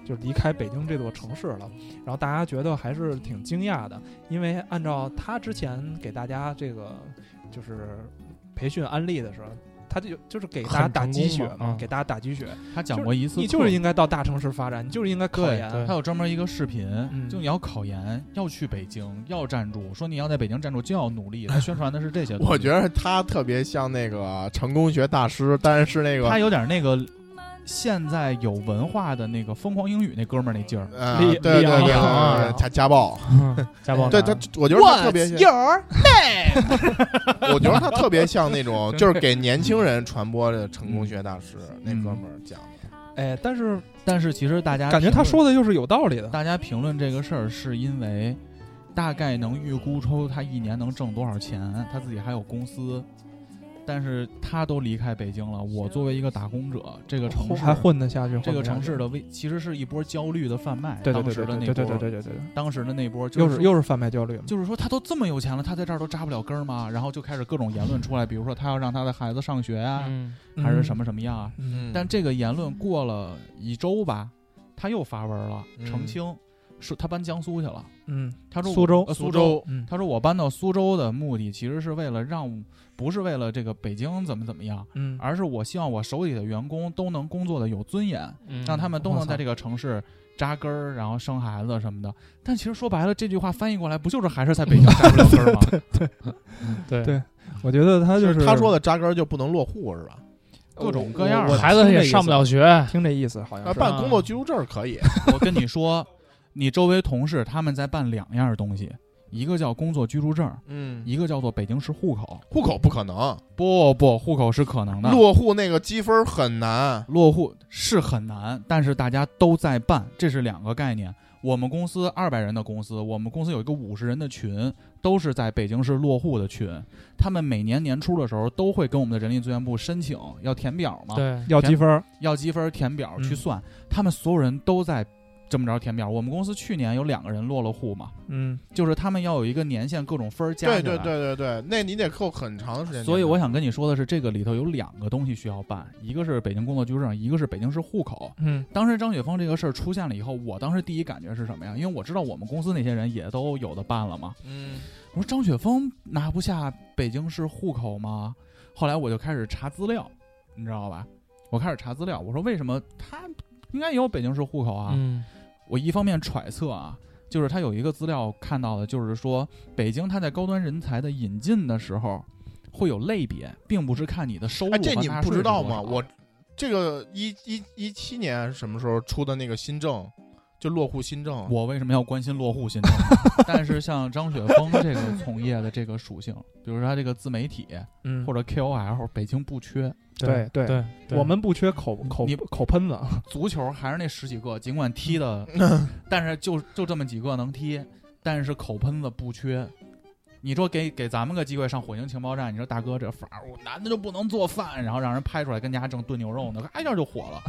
[SPEAKER 9] 就离开北京这座城市了。然后大家觉得还是挺惊讶的，因为按照他之前给大家这个就是培训安利的时候。他就就是给大家
[SPEAKER 10] 很
[SPEAKER 9] 打
[SPEAKER 10] 成
[SPEAKER 9] 鸡
[SPEAKER 10] 功
[SPEAKER 9] 血
[SPEAKER 10] 嘛
[SPEAKER 9] 嘛
[SPEAKER 10] 嗯，
[SPEAKER 9] 给大家打鸡血。
[SPEAKER 7] 他讲过一次课，
[SPEAKER 9] 你就是应该到大城市发展，你就是应该考
[SPEAKER 7] 对
[SPEAKER 9] 研。
[SPEAKER 10] 对
[SPEAKER 7] 他有专门一个视频，
[SPEAKER 9] 嗯
[SPEAKER 7] 就你要考研，要去北京，要站住，说你要在北京站住就要努力，他宣传的是这些东西。
[SPEAKER 4] 我觉得他特别像那个成功学大师，但是那
[SPEAKER 7] 他
[SPEAKER 4] 个
[SPEAKER 7] 有点那个现在有文化的那个疯狂英语那哥们儿那劲儿，
[SPEAKER 4] 呃，
[SPEAKER 9] 李
[SPEAKER 4] 对对
[SPEAKER 9] 李
[SPEAKER 4] 对，
[SPEAKER 9] 昂
[SPEAKER 4] 对
[SPEAKER 9] 啊
[SPEAKER 4] 对家家暴，
[SPEAKER 9] 嗯
[SPEAKER 10] 家暴男
[SPEAKER 4] 对他，我觉得他特别像，
[SPEAKER 7] your
[SPEAKER 4] 我觉得他特别像那种就是给年轻人传播的成功学大师那哥们儿讲的，
[SPEAKER 9] 哎，但是
[SPEAKER 7] 但是其实大家
[SPEAKER 9] 感觉他
[SPEAKER 7] 评
[SPEAKER 9] 说
[SPEAKER 7] 论，
[SPEAKER 9] 的就是有道理的。
[SPEAKER 7] 大家评论这个事儿是因为。大概能预估出他一年能挣多少钱，他自己还有公司，但是他都离开北京了，我作为一个打工者，这个城市
[SPEAKER 9] 哦还混得下去？
[SPEAKER 7] 这
[SPEAKER 9] 混
[SPEAKER 7] 个
[SPEAKER 9] 得下
[SPEAKER 7] 城
[SPEAKER 9] 去
[SPEAKER 7] 市的危，其实是一波焦虑的贩卖。
[SPEAKER 9] 对对对对
[SPEAKER 7] 当时的那
[SPEAKER 9] 对
[SPEAKER 7] 波，
[SPEAKER 9] 对对对对对对，
[SPEAKER 7] 当时的那波就
[SPEAKER 9] 又
[SPEAKER 7] 是
[SPEAKER 9] 是
[SPEAKER 7] 说
[SPEAKER 9] 又是贩卖焦虑嘛。
[SPEAKER 7] 就是说他都这么有钱了，他在这儿都扎不了根儿吗？然后就开始各种言论出来，比如说他要让他的孩子上学啊，
[SPEAKER 10] 嗯，
[SPEAKER 7] 还是什么什么样啊。
[SPEAKER 9] 嗯？
[SPEAKER 7] 但这个言论过了一周吧，他又发文了，
[SPEAKER 4] 嗯
[SPEAKER 7] 澄清，说他搬江苏去了。
[SPEAKER 9] 嗯，
[SPEAKER 7] 他说我
[SPEAKER 9] 苏州
[SPEAKER 7] 呃苏
[SPEAKER 4] 苏州
[SPEAKER 9] 嗯
[SPEAKER 7] 他说我搬到苏州的目的其实是为了让，不是为了这个北京怎么怎么样，
[SPEAKER 9] 嗯，
[SPEAKER 7] 而是我希望我手底的员工都能工作的有尊严，
[SPEAKER 10] 嗯
[SPEAKER 7] 让他们都
[SPEAKER 9] 我
[SPEAKER 7] 能在
[SPEAKER 9] 操
[SPEAKER 7] 这个城市扎根儿，然后生孩子什么的。但其实说白了，这句话翻译过来不就是还是在北京扎不了根儿吗？
[SPEAKER 10] 对
[SPEAKER 9] 对我觉得他就是
[SPEAKER 4] 是他说的扎根儿就不能落户是吧？
[SPEAKER 7] 各种各样儿
[SPEAKER 9] 我我
[SPEAKER 10] 孩子也上不了学，
[SPEAKER 9] 听这意思好像
[SPEAKER 4] 那
[SPEAKER 9] 是
[SPEAKER 4] 办工作居住证儿可以，
[SPEAKER 7] 我跟你说，你周围同事他们在办两样东西，一个叫工作居住证儿，
[SPEAKER 4] 嗯，
[SPEAKER 7] 一个叫做北京市户口。
[SPEAKER 4] 户口不可能，
[SPEAKER 7] 不不，户口是可能的，
[SPEAKER 4] 落户那个积分儿很难。
[SPEAKER 7] 落户是很难，但是大家都在办，这是两个概念。我们公司二百人的公司，我们公司有一个五十人的群，都是在北京市落户的群。他们每年年初的时候都会跟我们的人力资源部申请要填表嘛，
[SPEAKER 10] 对，
[SPEAKER 9] 要积分儿，
[SPEAKER 7] 要积分填表
[SPEAKER 9] 嗯
[SPEAKER 7] 去算。他们所有人都在这么着填表。我们公司去年有两个人落了户嘛，
[SPEAKER 9] 嗯，
[SPEAKER 7] 就是他们要有一个年限，各种分儿加起来。
[SPEAKER 4] 对对对对对，那你得扣很长的时间。
[SPEAKER 7] 所以我想跟你说的是，这个里头有两个东西需要办，一个是北京工作居住证，一个是北京市户口。
[SPEAKER 9] 嗯，
[SPEAKER 7] 当时张雪峰这个事儿出现了以后，我当时第一感觉是什么呀？因为我知道我们公司那些人也都有的办了嘛。
[SPEAKER 4] 嗯，
[SPEAKER 7] 我说张雪峰拿不下北京市户口吗？后来我就开始查资料，你知道吧？我开始查资料，我说为什么他应该也有北京市户口啊？
[SPEAKER 10] 嗯
[SPEAKER 7] 我一方面揣测啊，就是他有一个资料看到的，就是说北京他在高端人才的引进的时候会有类别，并不是看你的收入
[SPEAKER 4] 哎，这
[SPEAKER 7] 和
[SPEAKER 4] 你
[SPEAKER 7] 纳
[SPEAKER 4] 们
[SPEAKER 7] 税
[SPEAKER 4] 不
[SPEAKER 7] 是
[SPEAKER 4] 知道
[SPEAKER 7] 多
[SPEAKER 4] 吗？
[SPEAKER 7] 少
[SPEAKER 4] 我这个一一一七年什么时候出的那个新政，就落户新政，啊
[SPEAKER 7] 我为什么要关心落户新 政？但是像张雪峰这个从业的这个属性，比如说他这个自媒体
[SPEAKER 9] 嗯
[SPEAKER 7] 或者 KOL，北京不缺，
[SPEAKER 9] 对对
[SPEAKER 10] 对，对
[SPEAKER 9] 我们不缺口口
[SPEAKER 7] 你
[SPEAKER 9] 口喷子，啊
[SPEAKER 7] 足球还是那十几个，尽管踢的，
[SPEAKER 4] 嗯
[SPEAKER 7] 但是就就这么几个能踢，但是口喷子不缺。你说给给咱们个机会上火星情报站，你说大哥这法儿，我男的就不能做饭，然后让人拍出来跟家正炖牛肉呢，哎一下就火了，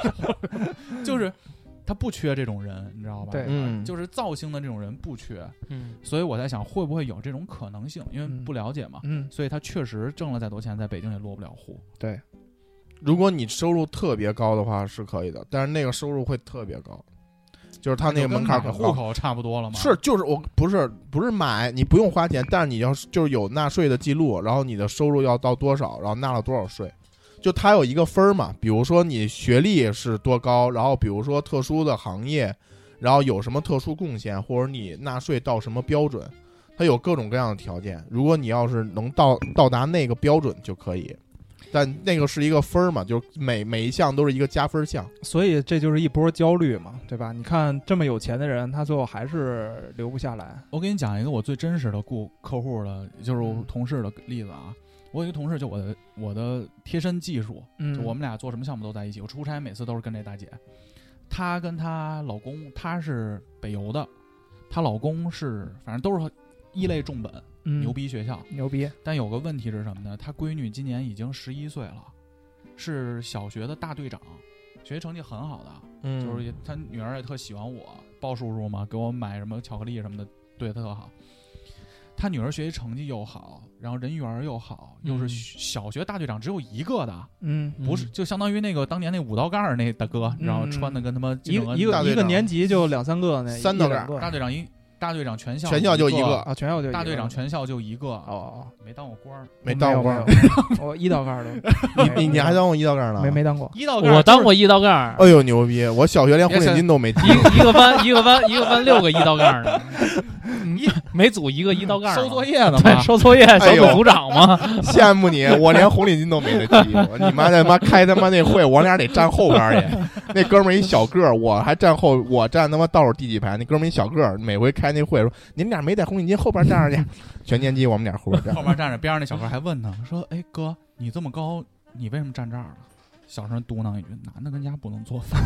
[SPEAKER 7] 就是他不缺这种人，你知道吧？
[SPEAKER 9] 对
[SPEAKER 4] 嗯，
[SPEAKER 7] 就是造星的这种人不缺，
[SPEAKER 10] 嗯
[SPEAKER 7] 所以我在想会不会有这种可能性，因为
[SPEAKER 9] 嗯
[SPEAKER 7] 不了解嘛。
[SPEAKER 9] 嗯，
[SPEAKER 7] 所以他确实挣了再多钱，在北京也落不了户。
[SPEAKER 4] 如果你收入特别高的话是可以的，但是那个收入会特别高，就是他那个
[SPEAKER 7] 就跟
[SPEAKER 4] 门槛
[SPEAKER 7] 买
[SPEAKER 4] 很
[SPEAKER 7] 户
[SPEAKER 4] 高。
[SPEAKER 7] 口差不多了嘛？
[SPEAKER 4] 是，就是我不是不是买，你不用花钱，但是你要是就是有纳税的记录，然后你的收入要到多少，然后纳了多少税，就它有一个分儿嘛。比如说你学历是多高，然后比如说特殊的行业，然后有什么特殊贡献，或者你纳税到什么标准，它有各种各样的条件。如果你要是能到到达那个标准就可以，但那个是一个分儿嘛，就是每每一项都是一个加分项。
[SPEAKER 9] 所以这就是一波焦虑嘛，对吧？你看这么有钱的人，他最后还是留不下来。
[SPEAKER 7] 我给你讲一个我最真实的顾客户的，就是
[SPEAKER 9] 嗯
[SPEAKER 7] 我同事的例子啊。我有一个同事，就我的我的贴身技术，
[SPEAKER 9] 嗯
[SPEAKER 7] 就我们俩做什么项目都在一起。我出差每次都是跟这大姐，她跟她老公，她是北邮的，她老公是反正都是一类重本，
[SPEAKER 9] 嗯
[SPEAKER 7] 牛逼学校。
[SPEAKER 9] 牛逼，
[SPEAKER 7] 但有个问题是什么呢？她闺女今年已经十一岁了，是小学的大队长，学习成绩很好的。
[SPEAKER 4] 嗯
[SPEAKER 7] 就是也他女儿也特喜欢我，鲍叔叔嘛，给我买什么巧克力什么的，对他特好。他女儿学习成绩又好，然后人缘儿又好，又是
[SPEAKER 10] 嗯
[SPEAKER 7] 小学大队长，只有一个的，
[SPEAKER 9] 嗯，
[SPEAKER 7] 不是就相当于那个当年那五道杠儿那大哥，然后穿的跟他妈
[SPEAKER 9] 一
[SPEAKER 7] 金正
[SPEAKER 9] 个
[SPEAKER 7] 恩
[SPEAKER 9] 一
[SPEAKER 4] 大
[SPEAKER 9] 个
[SPEAKER 4] 队
[SPEAKER 9] 一个
[SPEAKER 4] 长
[SPEAKER 9] 年级就两三个那
[SPEAKER 4] 三
[SPEAKER 9] 一
[SPEAKER 4] 道
[SPEAKER 9] 两
[SPEAKER 4] 杠
[SPEAKER 9] 个
[SPEAKER 7] 大队长一大队长全校
[SPEAKER 4] 全校就一个
[SPEAKER 7] 个，
[SPEAKER 9] 啊，全校就一个
[SPEAKER 7] 大队长全校就一
[SPEAKER 9] 哦
[SPEAKER 7] 个，
[SPEAKER 9] 哦，
[SPEAKER 7] 没当过官儿，
[SPEAKER 4] 没
[SPEAKER 9] 我
[SPEAKER 4] 当
[SPEAKER 9] 有
[SPEAKER 4] 过，
[SPEAKER 9] 没有我一道杠都
[SPEAKER 4] 你你还当过一道杠呢？
[SPEAKER 9] 没没当过，
[SPEAKER 7] 一道杠儿
[SPEAKER 10] 我当
[SPEAKER 7] 就是
[SPEAKER 10] 过一道杠，
[SPEAKER 4] 哎呦牛逼！我小学连红领巾都没系。
[SPEAKER 10] 一一个班一个班一个班六个一道杠的，一每组一个一道杠，
[SPEAKER 7] 收作业啊呢
[SPEAKER 10] 对
[SPEAKER 7] 嘛，
[SPEAKER 10] 收作业小
[SPEAKER 4] 哎呦
[SPEAKER 10] 组组长嘛，
[SPEAKER 4] 羡慕你，我连红领巾都没得系。我你妈他妈开他妈那会，我俩得站后边儿去。那哥们儿一小个儿，我还站后，我站他妈倒数第几排。那哥们儿一小个儿，每回开那会说：“您俩没带红领巾，后边站着去。”全年级我们俩 后边站
[SPEAKER 7] 后
[SPEAKER 4] 着。
[SPEAKER 7] 边站着，边上那小哥还问他说：“哎哥，你这么高，你为什么站这儿了？”小声嘟囔一句：“男的跟家不能做 饭。”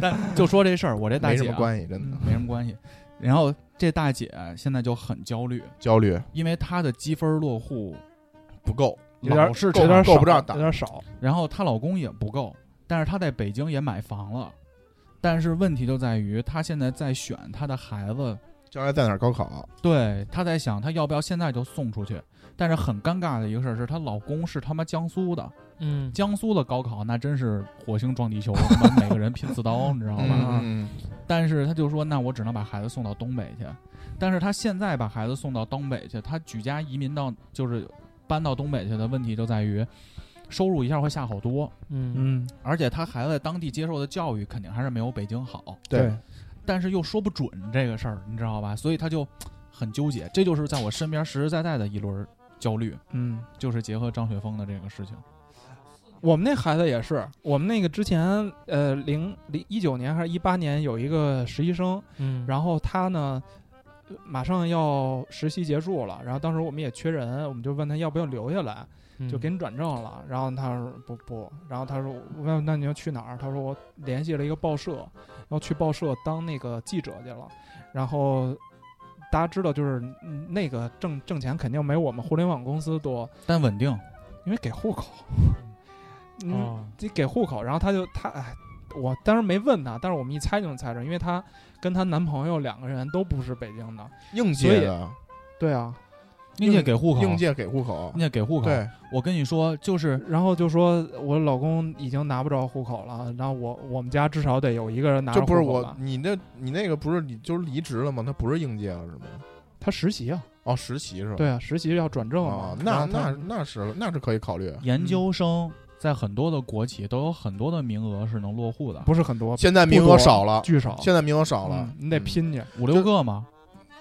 [SPEAKER 7] 但就说这事儿，我这大
[SPEAKER 4] 没
[SPEAKER 7] 姐
[SPEAKER 4] 什
[SPEAKER 7] 啊、
[SPEAKER 4] 么关系，真的
[SPEAKER 9] 嗯
[SPEAKER 7] 没什么关系。然后这大姐现在就很焦虑，
[SPEAKER 4] 焦虑
[SPEAKER 7] 因为她的积分落户
[SPEAKER 4] 不够，
[SPEAKER 9] 有点
[SPEAKER 7] 老是
[SPEAKER 9] 有点
[SPEAKER 4] 够
[SPEAKER 9] 少
[SPEAKER 4] 不着打
[SPEAKER 9] 有点少。
[SPEAKER 7] 然后她老公也不够，但是她在北京也买房了，但是问题就在于她现在在选她的孩子，
[SPEAKER 4] 将来在哪儿高考？
[SPEAKER 7] 对，她在想她要不要现在就送出去。但是很尴尬的一个事儿是，她老公是他妈江苏的，
[SPEAKER 10] 嗯，
[SPEAKER 7] 江苏的高考那真是火星撞地球，他妈每个人拼刺刀，你知道
[SPEAKER 4] 好
[SPEAKER 7] 吧？
[SPEAKER 4] 吧，嗯
[SPEAKER 7] 但是他就说，那我只能把孩子送到东北去。但是他现在把孩子送到东北去，他举家移民到就是搬到东北去的问题就在于，收入一下会下好多，
[SPEAKER 10] 嗯
[SPEAKER 9] 嗯，
[SPEAKER 7] 而且他孩子在当地接受的教育肯定还是没有北京好，
[SPEAKER 4] 对，
[SPEAKER 7] 但是又说不准这个事儿，你知道吧？所以他就很纠结，这就是在我身边实实在在的一轮焦虑，
[SPEAKER 9] 嗯，
[SPEAKER 7] 就是结合张雪峰的这个事情。
[SPEAKER 9] 我们那孩子也是，我们那个之前呃零零一九年还是一八年有一个实习生，
[SPEAKER 10] 嗯，
[SPEAKER 9] 然后他呢呃马上要实习结束了，然后当时我们也缺人，我们就问他要不要留下来，
[SPEAKER 10] 后
[SPEAKER 9] 就给你转正了。然后他说不不，然后他说我问那你要去哪儿？他说我联系了一个报社，要去报社当那个记者去了。然后大家知道，就是嗯那个挣挣钱肯定没我们互联网公司多，
[SPEAKER 7] 但稳定，
[SPEAKER 9] 因为给户口，嗯，
[SPEAKER 10] 哦，
[SPEAKER 9] 得给户口。然后他就他哎。我当时没问他，但是我们一猜就能猜着，因为她跟她男朋友两个人都不是北京的。
[SPEAKER 4] 应
[SPEAKER 9] 所
[SPEAKER 4] 届
[SPEAKER 9] 以
[SPEAKER 4] 的，
[SPEAKER 9] 对啊，
[SPEAKER 7] 宁姐给户口，
[SPEAKER 4] 应届给户口
[SPEAKER 7] 宁，姐给户口。
[SPEAKER 4] 对，
[SPEAKER 7] 我跟你说，就是
[SPEAKER 9] 然后就说我老公已经拿不着户口了，然后我我们家至少得有一个人拿着
[SPEAKER 4] 这
[SPEAKER 9] 户
[SPEAKER 4] 不是
[SPEAKER 9] 口
[SPEAKER 4] 我
[SPEAKER 9] 吧，
[SPEAKER 4] 你那，你那个不是你就是离职了吗？他不是应届了是吗？
[SPEAKER 9] 他实习啊，
[SPEAKER 4] 哦，实习是吧？
[SPEAKER 9] 对啊，实习要转正
[SPEAKER 4] 啊
[SPEAKER 9] 嘛，，
[SPEAKER 4] 那
[SPEAKER 9] 然后他哦
[SPEAKER 4] 那那是那是可以考虑。
[SPEAKER 7] 研究生在很多的国企都有很多的名额是能落户的，
[SPEAKER 9] 不是很多，
[SPEAKER 4] 现在
[SPEAKER 9] 不
[SPEAKER 4] 名额
[SPEAKER 9] 多
[SPEAKER 4] 少了，
[SPEAKER 9] 巨少，
[SPEAKER 4] 现在名额少了
[SPEAKER 9] 嗯，你得拼去，
[SPEAKER 7] 五六个吗？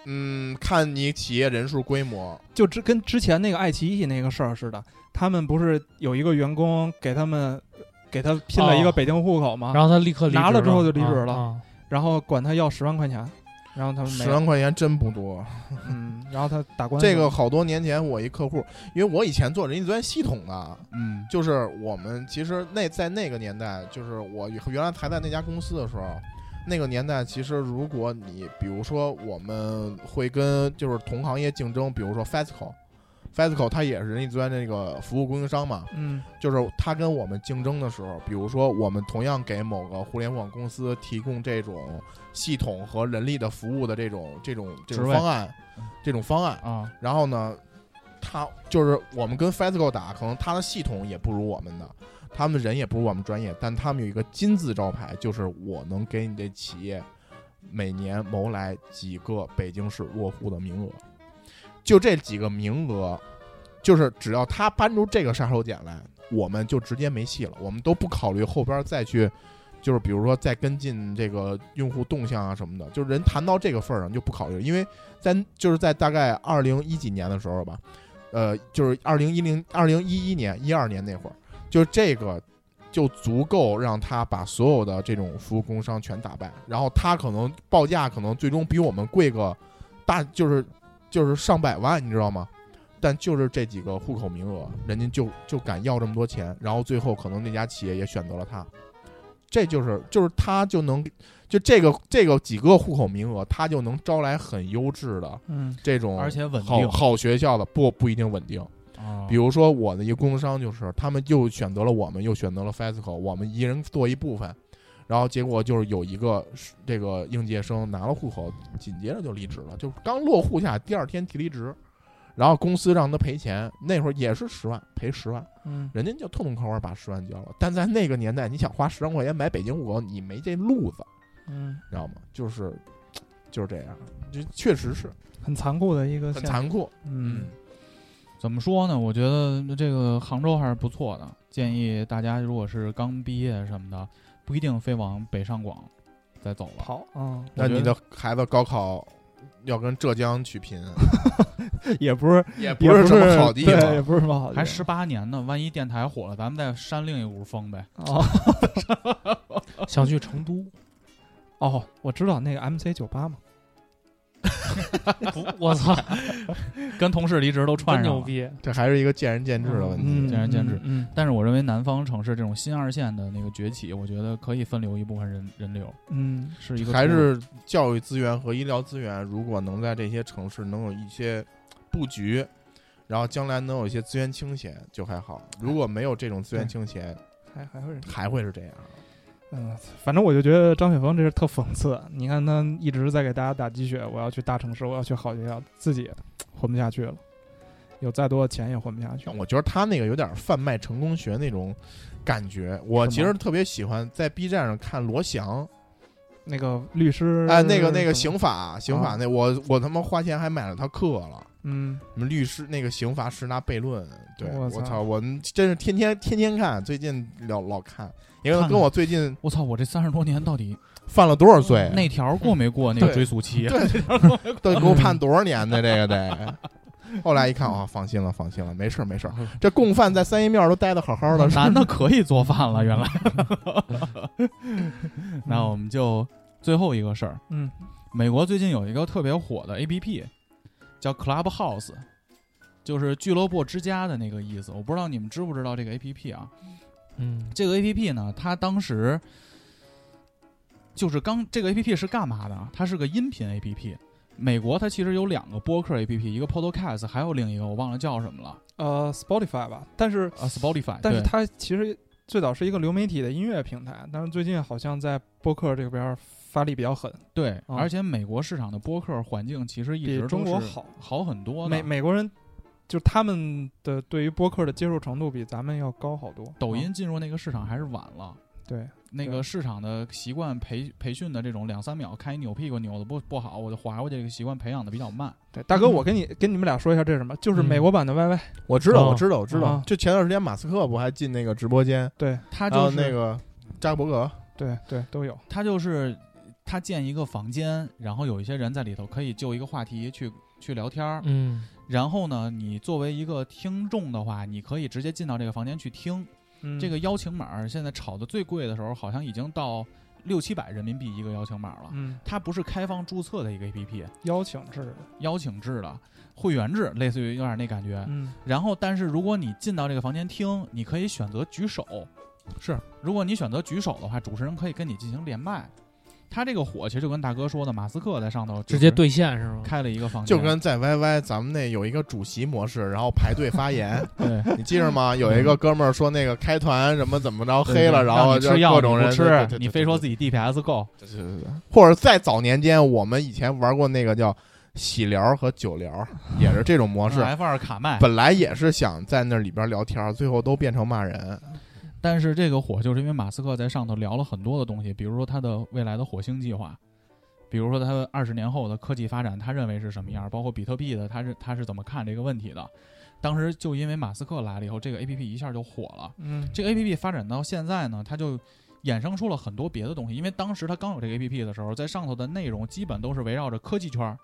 [SPEAKER 4] 嗯。嗯，看你企业人数规模，
[SPEAKER 9] 就之跟之前那个爱奇艺那个事儿似的，他们不是有一个员工给他们给他拼了一个
[SPEAKER 10] 哦
[SPEAKER 9] 北京户口吗？
[SPEAKER 10] 然后他立刻离职
[SPEAKER 9] 拿了之后就离职了
[SPEAKER 10] 啊啊
[SPEAKER 9] 然后管他要十万块钱，然后他们没
[SPEAKER 4] 十
[SPEAKER 9] 有，
[SPEAKER 4] 万块钱真不多。
[SPEAKER 9] 嗯，然后他打官司，
[SPEAKER 4] 这个好多年前我一客户，因为我以前做人力资源系统的，
[SPEAKER 7] 嗯，
[SPEAKER 4] 就是我们其实那在那个年代，就是我原来还在那家公司的时候，那个年代其实如果你比如说我们会跟就是同行业竞争，比如说 FESCO，FESCO 它也是人力资源那个服务供应商嘛，
[SPEAKER 9] 嗯
[SPEAKER 4] 就是它跟我们竞争的时候，比如说我们同样给某个互联网公司提供这种系统和人力的服务的这种这种这种
[SPEAKER 7] 职位
[SPEAKER 4] 方案
[SPEAKER 7] 嗯，
[SPEAKER 4] 这种方案，
[SPEAKER 7] 啊，
[SPEAKER 4] 然后呢，他就是我们跟 FESCO 打，可能他的系统也不如我们的，他们人也不如我们专业，但他们有一个金字招牌，就是我能给你这企业每年谋来几个北京市落户的名额，就这几个名额，就是只要他搬出这个杀手锏来，我们就直接没戏了，我们都不考虑后边再去。就是比如说再跟进这个用户动向啊什么的，就是人谈到这个份儿上就不考虑，因为在就是在大概二零一几年的时候吧，呃，就是二零一零、二零一一年、一二年那会儿，就这个就足够让他把所有的这种服务供应商全打败，然后他可能报价可能最终比我们贵个大，就是就是上百万，你知道吗？但就是这几个户口名额，人家就就敢要这么多钱，然后最后可能那家企业也选择了他，这就是就是他就能就这个这个几个户口名额，他就能招来很优质的
[SPEAKER 9] 嗯
[SPEAKER 4] 这种
[SPEAKER 7] 而且稳
[SPEAKER 4] 好
[SPEAKER 7] 定啊
[SPEAKER 4] 好学校的，不不一定稳定。比如说我的一个供应商就是，他们又选择了我们，又选择了 FESCO，我们一人做一部分，然后结果就是有一个是这个应届生拿了户口，紧接着就离职了，就刚落户下第二天提离职，然后公司让他赔钱，那会儿也是十万赔十万，
[SPEAKER 9] 嗯，
[SPEAKER 4] 人家就痛痛快快把十万交了。但在那个年代，你想花十万块钱买北京户口，你没这路子，
[SPEAKER 9] 嗯，
[SPEAKER 4] 你知道吗？就是就是这样，就确实是
[SPEAKER 9] 很残酷的一个
[SPEAKER 4] 很
[SPEAKER 9] 现象，
[SPEAKER 4] 残酷。
[SPEAKER 9] 嗯。
[SPEAKER 7] 怎么说呢？我觉得这个杭州还是不错的，建议大家如果是刚毕业什么的，不一定非往北上广再走了。
[SPEAKER 9] 跑，嗯，
[SPEAKER 4] 那你的孩子高考要跟浙江去拼，
[SPEAKER 9] 也不是
[SPEAKER 4] 也不
[SPEAKER 9] 也
[SPEAKER 4] 是
[SPEAKER 9] 不
[SPEAKER 4] 什么好地
[SPEAKER 9] 对也
[SPEAKER 4] 方。
[SPEAKER 9] 不是什么好地方，
[SPEAKER 7] 还十八年呢，万一电台火了，咱们再扇另一股风呗。
[SPEAKER 9] 哦
[SPEAKER 10] 想去成都，
[SPEAKER 9] 哦，我知道那个 MC 九八嘛，
[SPEAKER 10] 不，我操，
[SPEAKER 7] 跟同事离职都
[SPEAKER 10] 真
[SPEAKER 7] 串上
[SPEAKER 10] 牛
[SPEAKER 7] 了。
[SPEAKER 10] 逼！
[SPEAKER 4] 这还是一个见仁见智的问题。
[SPEAKER 7] 见仁见智
[SPEAKER 9] 嗯
[SPEAKER 7] 但是我认为南方城市这种新二线的那个崛起，我觉得可以分流一部分人人流，
[SPEAKER 9] 嗯，
[SPEAKER 7] 是一个
[SPEAKER 4] 还
[SPEAKER 7] 出路
[SPEAKER 4] 是教育资源和医疗资源，如果能在这些城市能有一些布局，然后将来能有一些资源倾斜就还好。如果没有这种资源倾斜，
[SPEAKER 9] 嗯还还会是
[SPEAKER 4] 还会是这样。
[SPEAKER 9] 嗯，反正我就觉得张雪峰这是特讽刺。你看他一直在给大家打鸡血，我要去大城市，我要去好学校，自己混不下去了，有再多的钱也混不下去。
[SPEAKER 4] 我觉得他那个有点贩卖成功学那种感觉。我其
[SPEAKER 9] 是
[SPEAKER 4] 实
[SPEAKER 9] 吗
[SPEAKER 4] 特别喜欢在 B 站上看罗翔，
[SPEAKER 9] 那个律师
[SPEAKER 4] 哎，那个那
[SPEAKER 9] 什么
[SPEAKER 4] 个刑法刑法
[SPEAKER 9] 啊
[SPEAKER 4] 那我我他妈花钱还买了他课了。
[SPEAKER 9] 嗯，
[SPEAKER 4] 什么律师那个刑罚十拿悖论，对
[SPEAKER 9] 我
[SPEAKER 4] 我
[SPEAKER 9] 操
[SPEAKER 4] 操，我们真是天天天天看，最近老老看，因为
[SPEAKER 7] 看
[SPEAKER 4] 跟我最近
[SPEAKER 7] 我操，我这三十多年到底
[SPEAKER 4] 犯了多少罪，
[SPEAKER 7] 那条过没过那个
[SPEAKER 4] 对
[SPEAKER 7] 追溯期？
[SPEAKER 4] 都给我判多少年的这个得。后来一看啊、放心了，放心了，没事儿没事儿， 这共犯在三一庙都待的好好 的，
[SPEAKER 7] 男的可以做饭了， 原来。那我们就最后一个事儿，
[SPEAKER 9] 嗯，
[SPEAKER 7] 美国最近有一个特别火的 APP，叫 Clubhouse，就是俱乐部之家的那个意思。我不知道你们知不知道这个 APP 啊？
[SPEAKER 9] 嗯
[SPEAKER 7] 这个 A P P 呢，它当时就是刚这个 A P P 是干嘛的啊？它是个音频 A P P。美国它其实有两个播客 A P P，一个 Podcast，还有另一个我忘了叫什么了
[SPEAKER 9] 呃，Spotify 吧，但是
[SPEAKER 7] 啊，Spotify。
[SPEAKER 9] 但是
[SPEAKER 7] 对
[SPEAKER 9] 它其实最早是一个流媒体的音乐平台，但是最近好像在播客这边发力比较狠，
[SPEAKER 7] 对，
[SPEAKER 9] 嗯
[SPEAKER 7] 而且美国市场的播客环境其实一直
[SPEAKER 9] 比
[SPEAKER 7] 都
[SPEAKER 9] 中国
[SPEAKER 7] 是
[SPEAKER 9] 好
[SPEAKER 7] 好很多的。
[SPEAKER 9] 美美国人就他们的对于播客的接受程度比咱们要高好多。
[SPEAKER 7] 抖
[SPEAKER 9] 嗯
[SPEAKER 7] 音进入那个市场还是晚了。
[SPEAKER 9] 对，
[SPEAKER 7] 那
[SPEAKER 9] 对
[SPEAKER 7] 个市场的习惯培培训的这种两三秒开扭屁股扭的不不好，我就划过去这个习惯培养的比较慢。
[SPEAKER 9] 对，大哥，我跟你跟你们俩说一下这是什么，就是
[SPEAKER 7] 嗯
[SPEAKER 9] 美国版的 YY，、
[SPEAKER 4] 我知道，
[SPEAKER 10] 哦
[SPEAKER 4] 我知道，我知道
[SPEAKER 9] 啊。
[SPEAKER 4] 嗯就前段时间马斯克不还进那个直播间，
[SPEAKER 9] 对
[SPEAKER 7] 他
[SPEAKER 4] 还
[SPEAKER 7] 就
[SPEAKER 4] 有
[SPEAKER 7] 是
[SPEAKER 4] 哦那个扎克伯格，
[SPEAKER 9] 对对都有，
[SPEAKER 7] 他就是他建一个房间，然后有一些人在里头可以就一个话题去去聊天儿。
[SPEAKER 10] 嗯，
[SPEAKER 7] 然后呢，你作为一个听众的话，你可以直接进到这个房间去听。
[SPEAKER 9] 嗯
[SPEAKER 7] 这个邀请码儿现在炒的最贵的时候，好像已经到六七百人民币一个邀请码了。
[SPEAKER 9] 嗯
[SPEAKER 7] 它不是开放注册的一个 APP，
[SPEAKER 9] 邀请制的，
[SPEAKER 7] 邀请制的会员制，类似于有点那感觉。
[SPEAKER 9] 嗯
[SPEAKER 7] 然后，但是如果你进到这个房间听，你可以选择举手。
[SPEAKER 4] 是，
[SPEAKER 7] 如果你选择举手的话，主持人可以跟你进行连麦。他这个火其实就跟大哥说的，马斯克在上头
[SPEAKER 10] 直接
[SPEAKER 7] 对
[SPEAKER 10] 兑现是吗？
[SPEAKER 7] 开了一个房间，
[SPEAKER 4] 就跟在 YY 咱们那有一个主席模式，然后排队发言，
[SPEAKER 7] 对
[SPEAKER 4] 你记着吗？有一个哥们儿说那个开团什么怎么着 黑了，
[SPEAKER 7] 嗯对
[SPEAKER 4] 然后
[SPEAKER 7] 让你
[SPEAKER 4] 就
[SPEAKER 7] 吃药
[SPEAKER 4] 各种
[SPEAKER 7] 你不
[SPEAKER 4] 人对对对
[SPEAKER 7] 吃，
[SPEAKER 4] 对
[SPEAKER 7] 你
[SPEAKER 4] 对
[SPEAKER 7] 非说
[SPEAKER 4] 对
[SPEAKER 7] 自己 DPS 够，
[SPEAKER 4] 对对对对，或者再早年间，我们以前玩过那个叫喜聊和酒聊，也哦是这种模式。
[SPEAKER 7] F 二卡麦。
[SPEAKER 4] 本来也是想在那里边聊天，最后都变成骂人。
[SPEAKER 7] 但是这个火就是因为马斯克在上头聊了很多的东西，比如说他的未来的火星计划，比如说他二十年后的科技发展，他认为是什么样，包括比特币的，他是他是怎么看这个问题的。当时就因为马斯克来了以后，这个 A P P 一下就火了。
[SPEAKER 9] 嗯
[SPEAKER 7] 这个 A P P 发展到现在呢，它就衍生出了很多别的东西。因为当时它刚有这个 A P P 的时候，在上头的内容基本都是围绕着科技圈儿、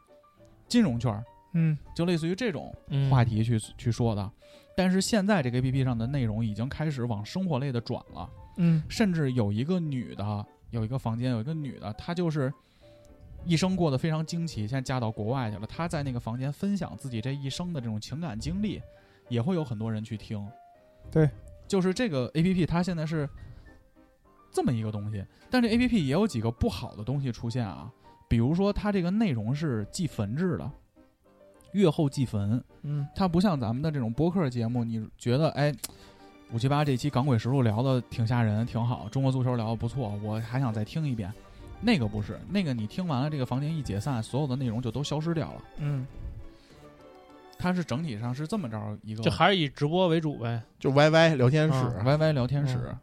[SPEAKER 7] 金融圈儿，
[SPEAKER 9] 嗯
[SPEAKER 7] 就类似于这种
[SPEAKER 10] 嗯
[SPEAKER 7] 话题去、去说的。但是现在这个 A P P 上的内容已经开始往生活类的转了，
[SPEAKER 9] 嗯
[SPEAKER 7] 甚至有一个女的，有一个房间有一个女的，她就是一生过得非常惊奇，现在嫁到国外去了。她在那个房间分享自己这一生的这种情感经历，也会有很多人去听。
[SPEAKER 9] 对，
[SPEAKER 7] 就是这个 A P P，它现在是这么一个东西，但这 A P P 也有几个不好的东西出现啊，比如说它这个内容是计分制的，月后计分。
[SPEAKER 9] 嗯
[SPEAKER 7] 它不像咱们的这种播客节目，你觉得哎，五七八这期《港诡实录》聊的挺吓人，挺好，中国足球聊的不错，我还想再听一遍。那个不是，那个你听完了这个房间一解散，所有的内容就都消失掉了。
[SPEAKER 9] 嗯，
[SPEAKER 7] 它是整体上是这么着一个，
[SPEAKER 10] 就还是以直播为主呗。
[SPEAKER 4] 就 YY 聊天室，
[SPEAKER 7] Y Y 聊天室、
[SPEAKER 9] 嗯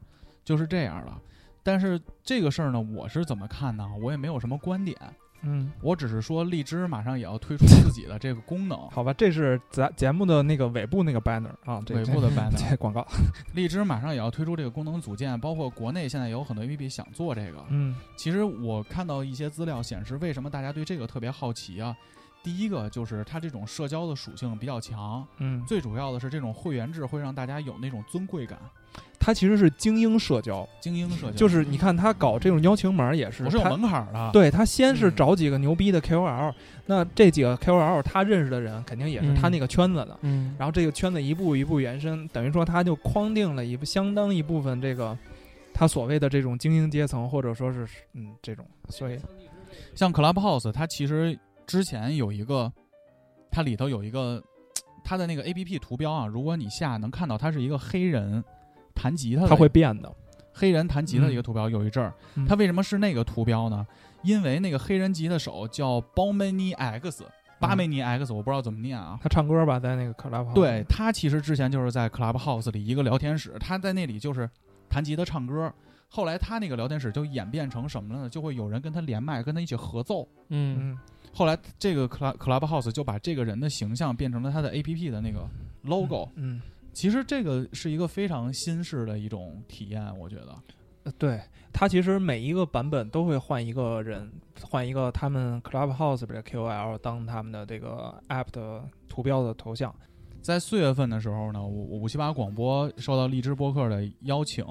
[SPEAKER 7] 就是这样了。但是这个事儿呢，我是怎么看呢？我也没有什么观点，
[SPEAKER 9] 嗯，，
[SPEAKER 7] 我只是说荔枝马上也要推出自己的这个功能
[SPEAKER 9] 好吧，这是咱节目的那个尾部那个 banner 啊，这
[SPEAKER 7] 尾部的 banner
[SPEAKER 9] 这广告，
[SPEAKER 7] 荔枝马上也要推出这个功能组件，包括国内现在也有很多 A P P 想做这个。
[SPEAKER 9] 嗯
[SPEAKER 7] 其实我看到一些资料显示，为什么大家对这个特别好奇啊？第一个就是它这种社交的属性比较强，
[SPEAKER 9] 嗯，
[SPEAKER 7] 最主要的是这种会员制会让大家有那种尊贵感，
[SPEAKER 9] 它其实是精英社交，
[SPEAKER 7] 精英社交
[SPEAKER 9] 就是你看他搞这种邀请码也是，
[SPEAKER 7] 我嗯是有
[SPEAKER 9] 他
[SPEAKER 7] 门槛儿的，，
[SPEAKER 9] 对他先是
[SPEAKER 7] 嗯
[SPEAKER 9] 找几个牛逼的 KOL，、那这几个 KOL 他认识的人肯定也是他
[SPEAKER 10] 嗯
[SPEAKER 9] 那个圈子的，
[SPEAKER 10] 嗯，
[SPEAKER 9] 然后这个圈子一步一步延伸，等于说他就框定了一部相当一部分这个他所谓的这种精英阶层，或者说是嗯这种，所以
[SPEAKER 7] 像 Clubhouse，它其实之前有一个，它里头有一个，它的那个 A P P 图标啊，如果你下能看到它是一个黑人弹吉他的，
[SPEAKER 9] 它会变的。
[SPEAKER 7] 黑人弹吉他的一个图标，有一阵儿
[SPEAKER 9] 嗯，
[SPEAKER 7] 它为什么是那个图标呢？因为那个黑人吉他手叫 b o m a n i X，巴梅尼 X，我不知道怎么念啊。
[SPEAKER 9] 嗯他哦唱歌吧，在那个克拉 u
[SPEAKER 7] 对，他其实之前就是在 Clubhouse 里一个聊天室，他在那里就是弹吉他唱歌。后来他那个聊天室就演变成什么了呢？就会有人跟他连麦，跟他一起合奏。
[SPEAKER 10] 嗯，
[SPEAKER 9] 嗯，
[SPEAKER 7] 后来这个 Club Clubhouse 就把这个人的形象变成了他的 APP 的那个 logo。
[SPEAKER 9] 嗯，
[SPEAKER 7] 其实这个是一个非常新式的一种体验，我觉得。
[SPEAKER 9] 呃对，他其实每一个版本都会换一个人，换一个他们 Clubhouse 里的 KOL 当他们的这个 App 的图标的头像。
[SPEAKER 7] 在四月份的时候呢，我我五七八广播受到荔枝播客的邀请，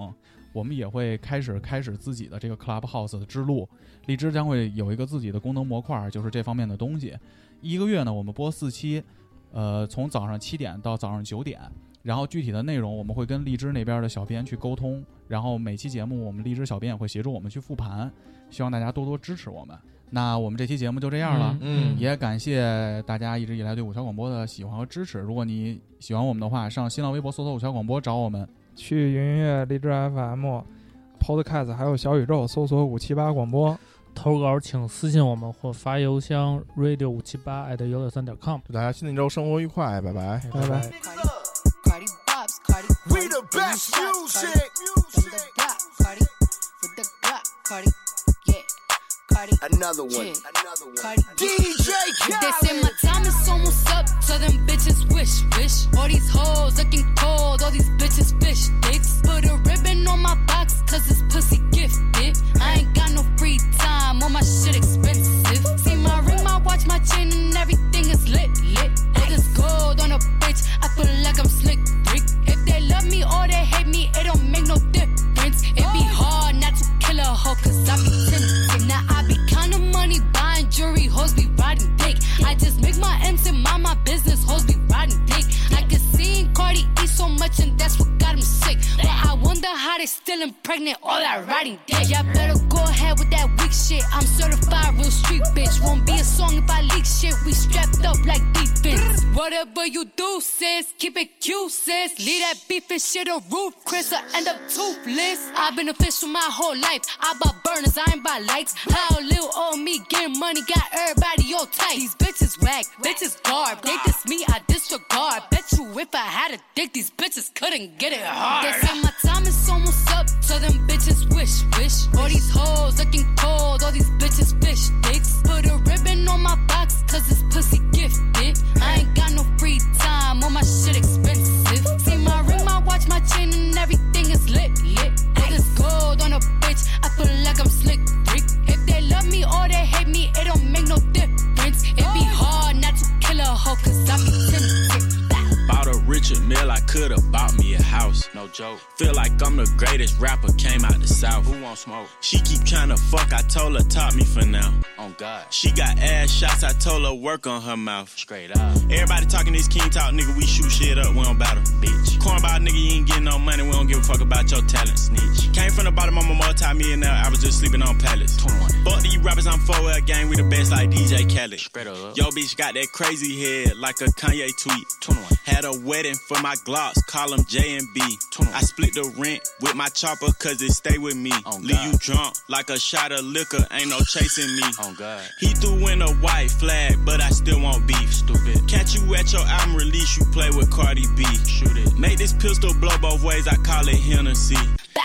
[SPEAKER 7] 我们也会开始开始自己的这个 Clubhouse 的之路。荔枝将会有一个自己的功能模块，就是这方面的东西。一个月呢，我们播四期，呃，从早上七点到早上九点。然后具体的内容我们会跟荔枝那边的小编去沟通，然后每期节目我们荔枝小编也会协助我们去复盘，希望大家多多支持我们。那我们这期节目就这样了，
[SPEAKER 4] 嗯
[SPEAKER 7] 也感谢大家一直以来对五桥广播的喜欢和支持。如果你喜欢我们的话，上新浪微博搜索“五桥广播”找我们。
[SPEAKER 9] 去云音乐、荔枝 FM、Podcast 还有小宇宙搜索五七八广播。
[SPEAKER 10] 投稿请私信我们或发邮箱 radio 五七八 at 幺六三点 com。
[SPEAKER 4] 祝大家新的一周生活愉快，拜拜。
[SPEAKER 9] 拜拜。
[SPEAKER 12] Cardi Bobs, Cardi
[SPEAKER 13] We the best music.
[SPEAKER 12] from the block, Cardi, with the block, Cardi, yeah, Cardi.
[SPEAKER 13] Another
[SPEAKER 12] one. Yeah.
[SPEAKER 13] Another one.
[SPEAKER 12] Cardi.
[SPEAKER 13] DJ
[SPEAKER 12] They say my time is almost up, so them bitches wish, wish. All these hoes looking cold, all these bitches fish dicks. Put a ribbon on my box, cause this pussy gifted. I ain't got no free time, all my shit expensive. See my ring, my watch, my chain, and everything is lit, lit. All this gold on a bitch, I feel like I'm slick, Rick. If they love me or they hate me, it don't make no difference. It be hard not to kill a hoe, cause I be tempted. Now I be kinda money buying jewelry, hoes be riding dick. I just make my M's and mind my business, hoes be riding dick. I can see Cardi eat so much, and that's what got him sick. But I wonder how they still impregnate all that riding dick. Y'all better go ahead with that weak shit. I'm certified real street bitch. Won't be a song if I leak shit. We strapped up like defense. Whatever you do, sis, keep it cute, sis. Leave that beef and shit a roof, Chris. I end up toothless. I've been official my whole life. I buy burners, I ain't buy likes. How little old me getting money got everybody all tight. These bitches whack, bitches garb. They diss me, I disregard. Bet you if I had a dick, these bitches couldn't get it hard. They say my time is almost up, so them bitches wish, wish. All these hoes looking cold, all these bitches fish dicks. Put a ribbon on my box, cause this pussy gifted. I ain't got no free time, all my shit expensive. See my ring, my watch, my chain, and everything is lit, lit. All this gold on a bitch, I feel like I'm slick, Rick. If they love me or they hate me, it don't make no difference. It be hard not to kill a hoe, cause I be tempted.
[SPEAKER 13] Bought a richer meal, I could've bought me a house. No joke. Feel like I'm the greatest rapper came out the south. Who won't smoke? She keep tryna fuck, I told her top me for now. On God. She got ass shots, I told her work on her mouth. Straight up. Everybody talking this king talk, nigga, we shoot shit up, we don't battle. Bitch. Cornball nigga, you ain't getting no money, we don't give a fuck about your talent. Snitch. Came from the bottom, I'm a multi-millionaire, I was just sleeping on pallets. 21. Fuck these rappers, I'm 4L gang, we the best like DJ Kelly. Straight up. Yo bitch got that crazy head like a Kanye tweet. 21. Had a wedding for my Glocks, call 'em J and B. I split the rent with my chopper cause it stay with me. Leave you drunk like a shot of liquor, ain't no chasing me. He threw in a white flag, but I still want beef. Stupid. Catch you at your album release, you play with Cardi B. Shoot it. Make this pistol blow both ways, I call it Hennessy.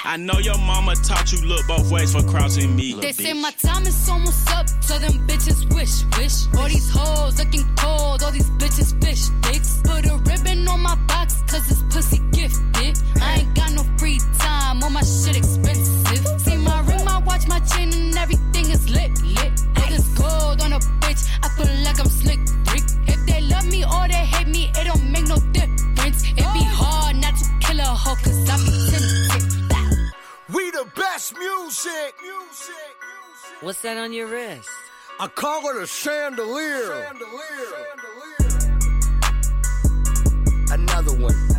[SPEAKER 13] I know your mama taught you look both ways for crossing me.
[SPEAKER 12] They say my time is almost up, so them bitches wish, wish. All these hoes looking cold, all these bitches fish dicks. Put a ribbon on my box, cause this pussy gifted. I ain't got no free time, all my shit expensive. See my ring, my watch, my chain, and everything is lit, lit. All this gold on a bitch, I feel like I'm slick, Rick. If they love me or they hate me, it don't make no difference. It be hard not to kill a hoe, cause I be tempted.
[SPEAKER 13] We the best music. Music.
[SPEAKER 14] What's that on your wrist?
[SPEAKER 13] I call it a chandelier. Another one.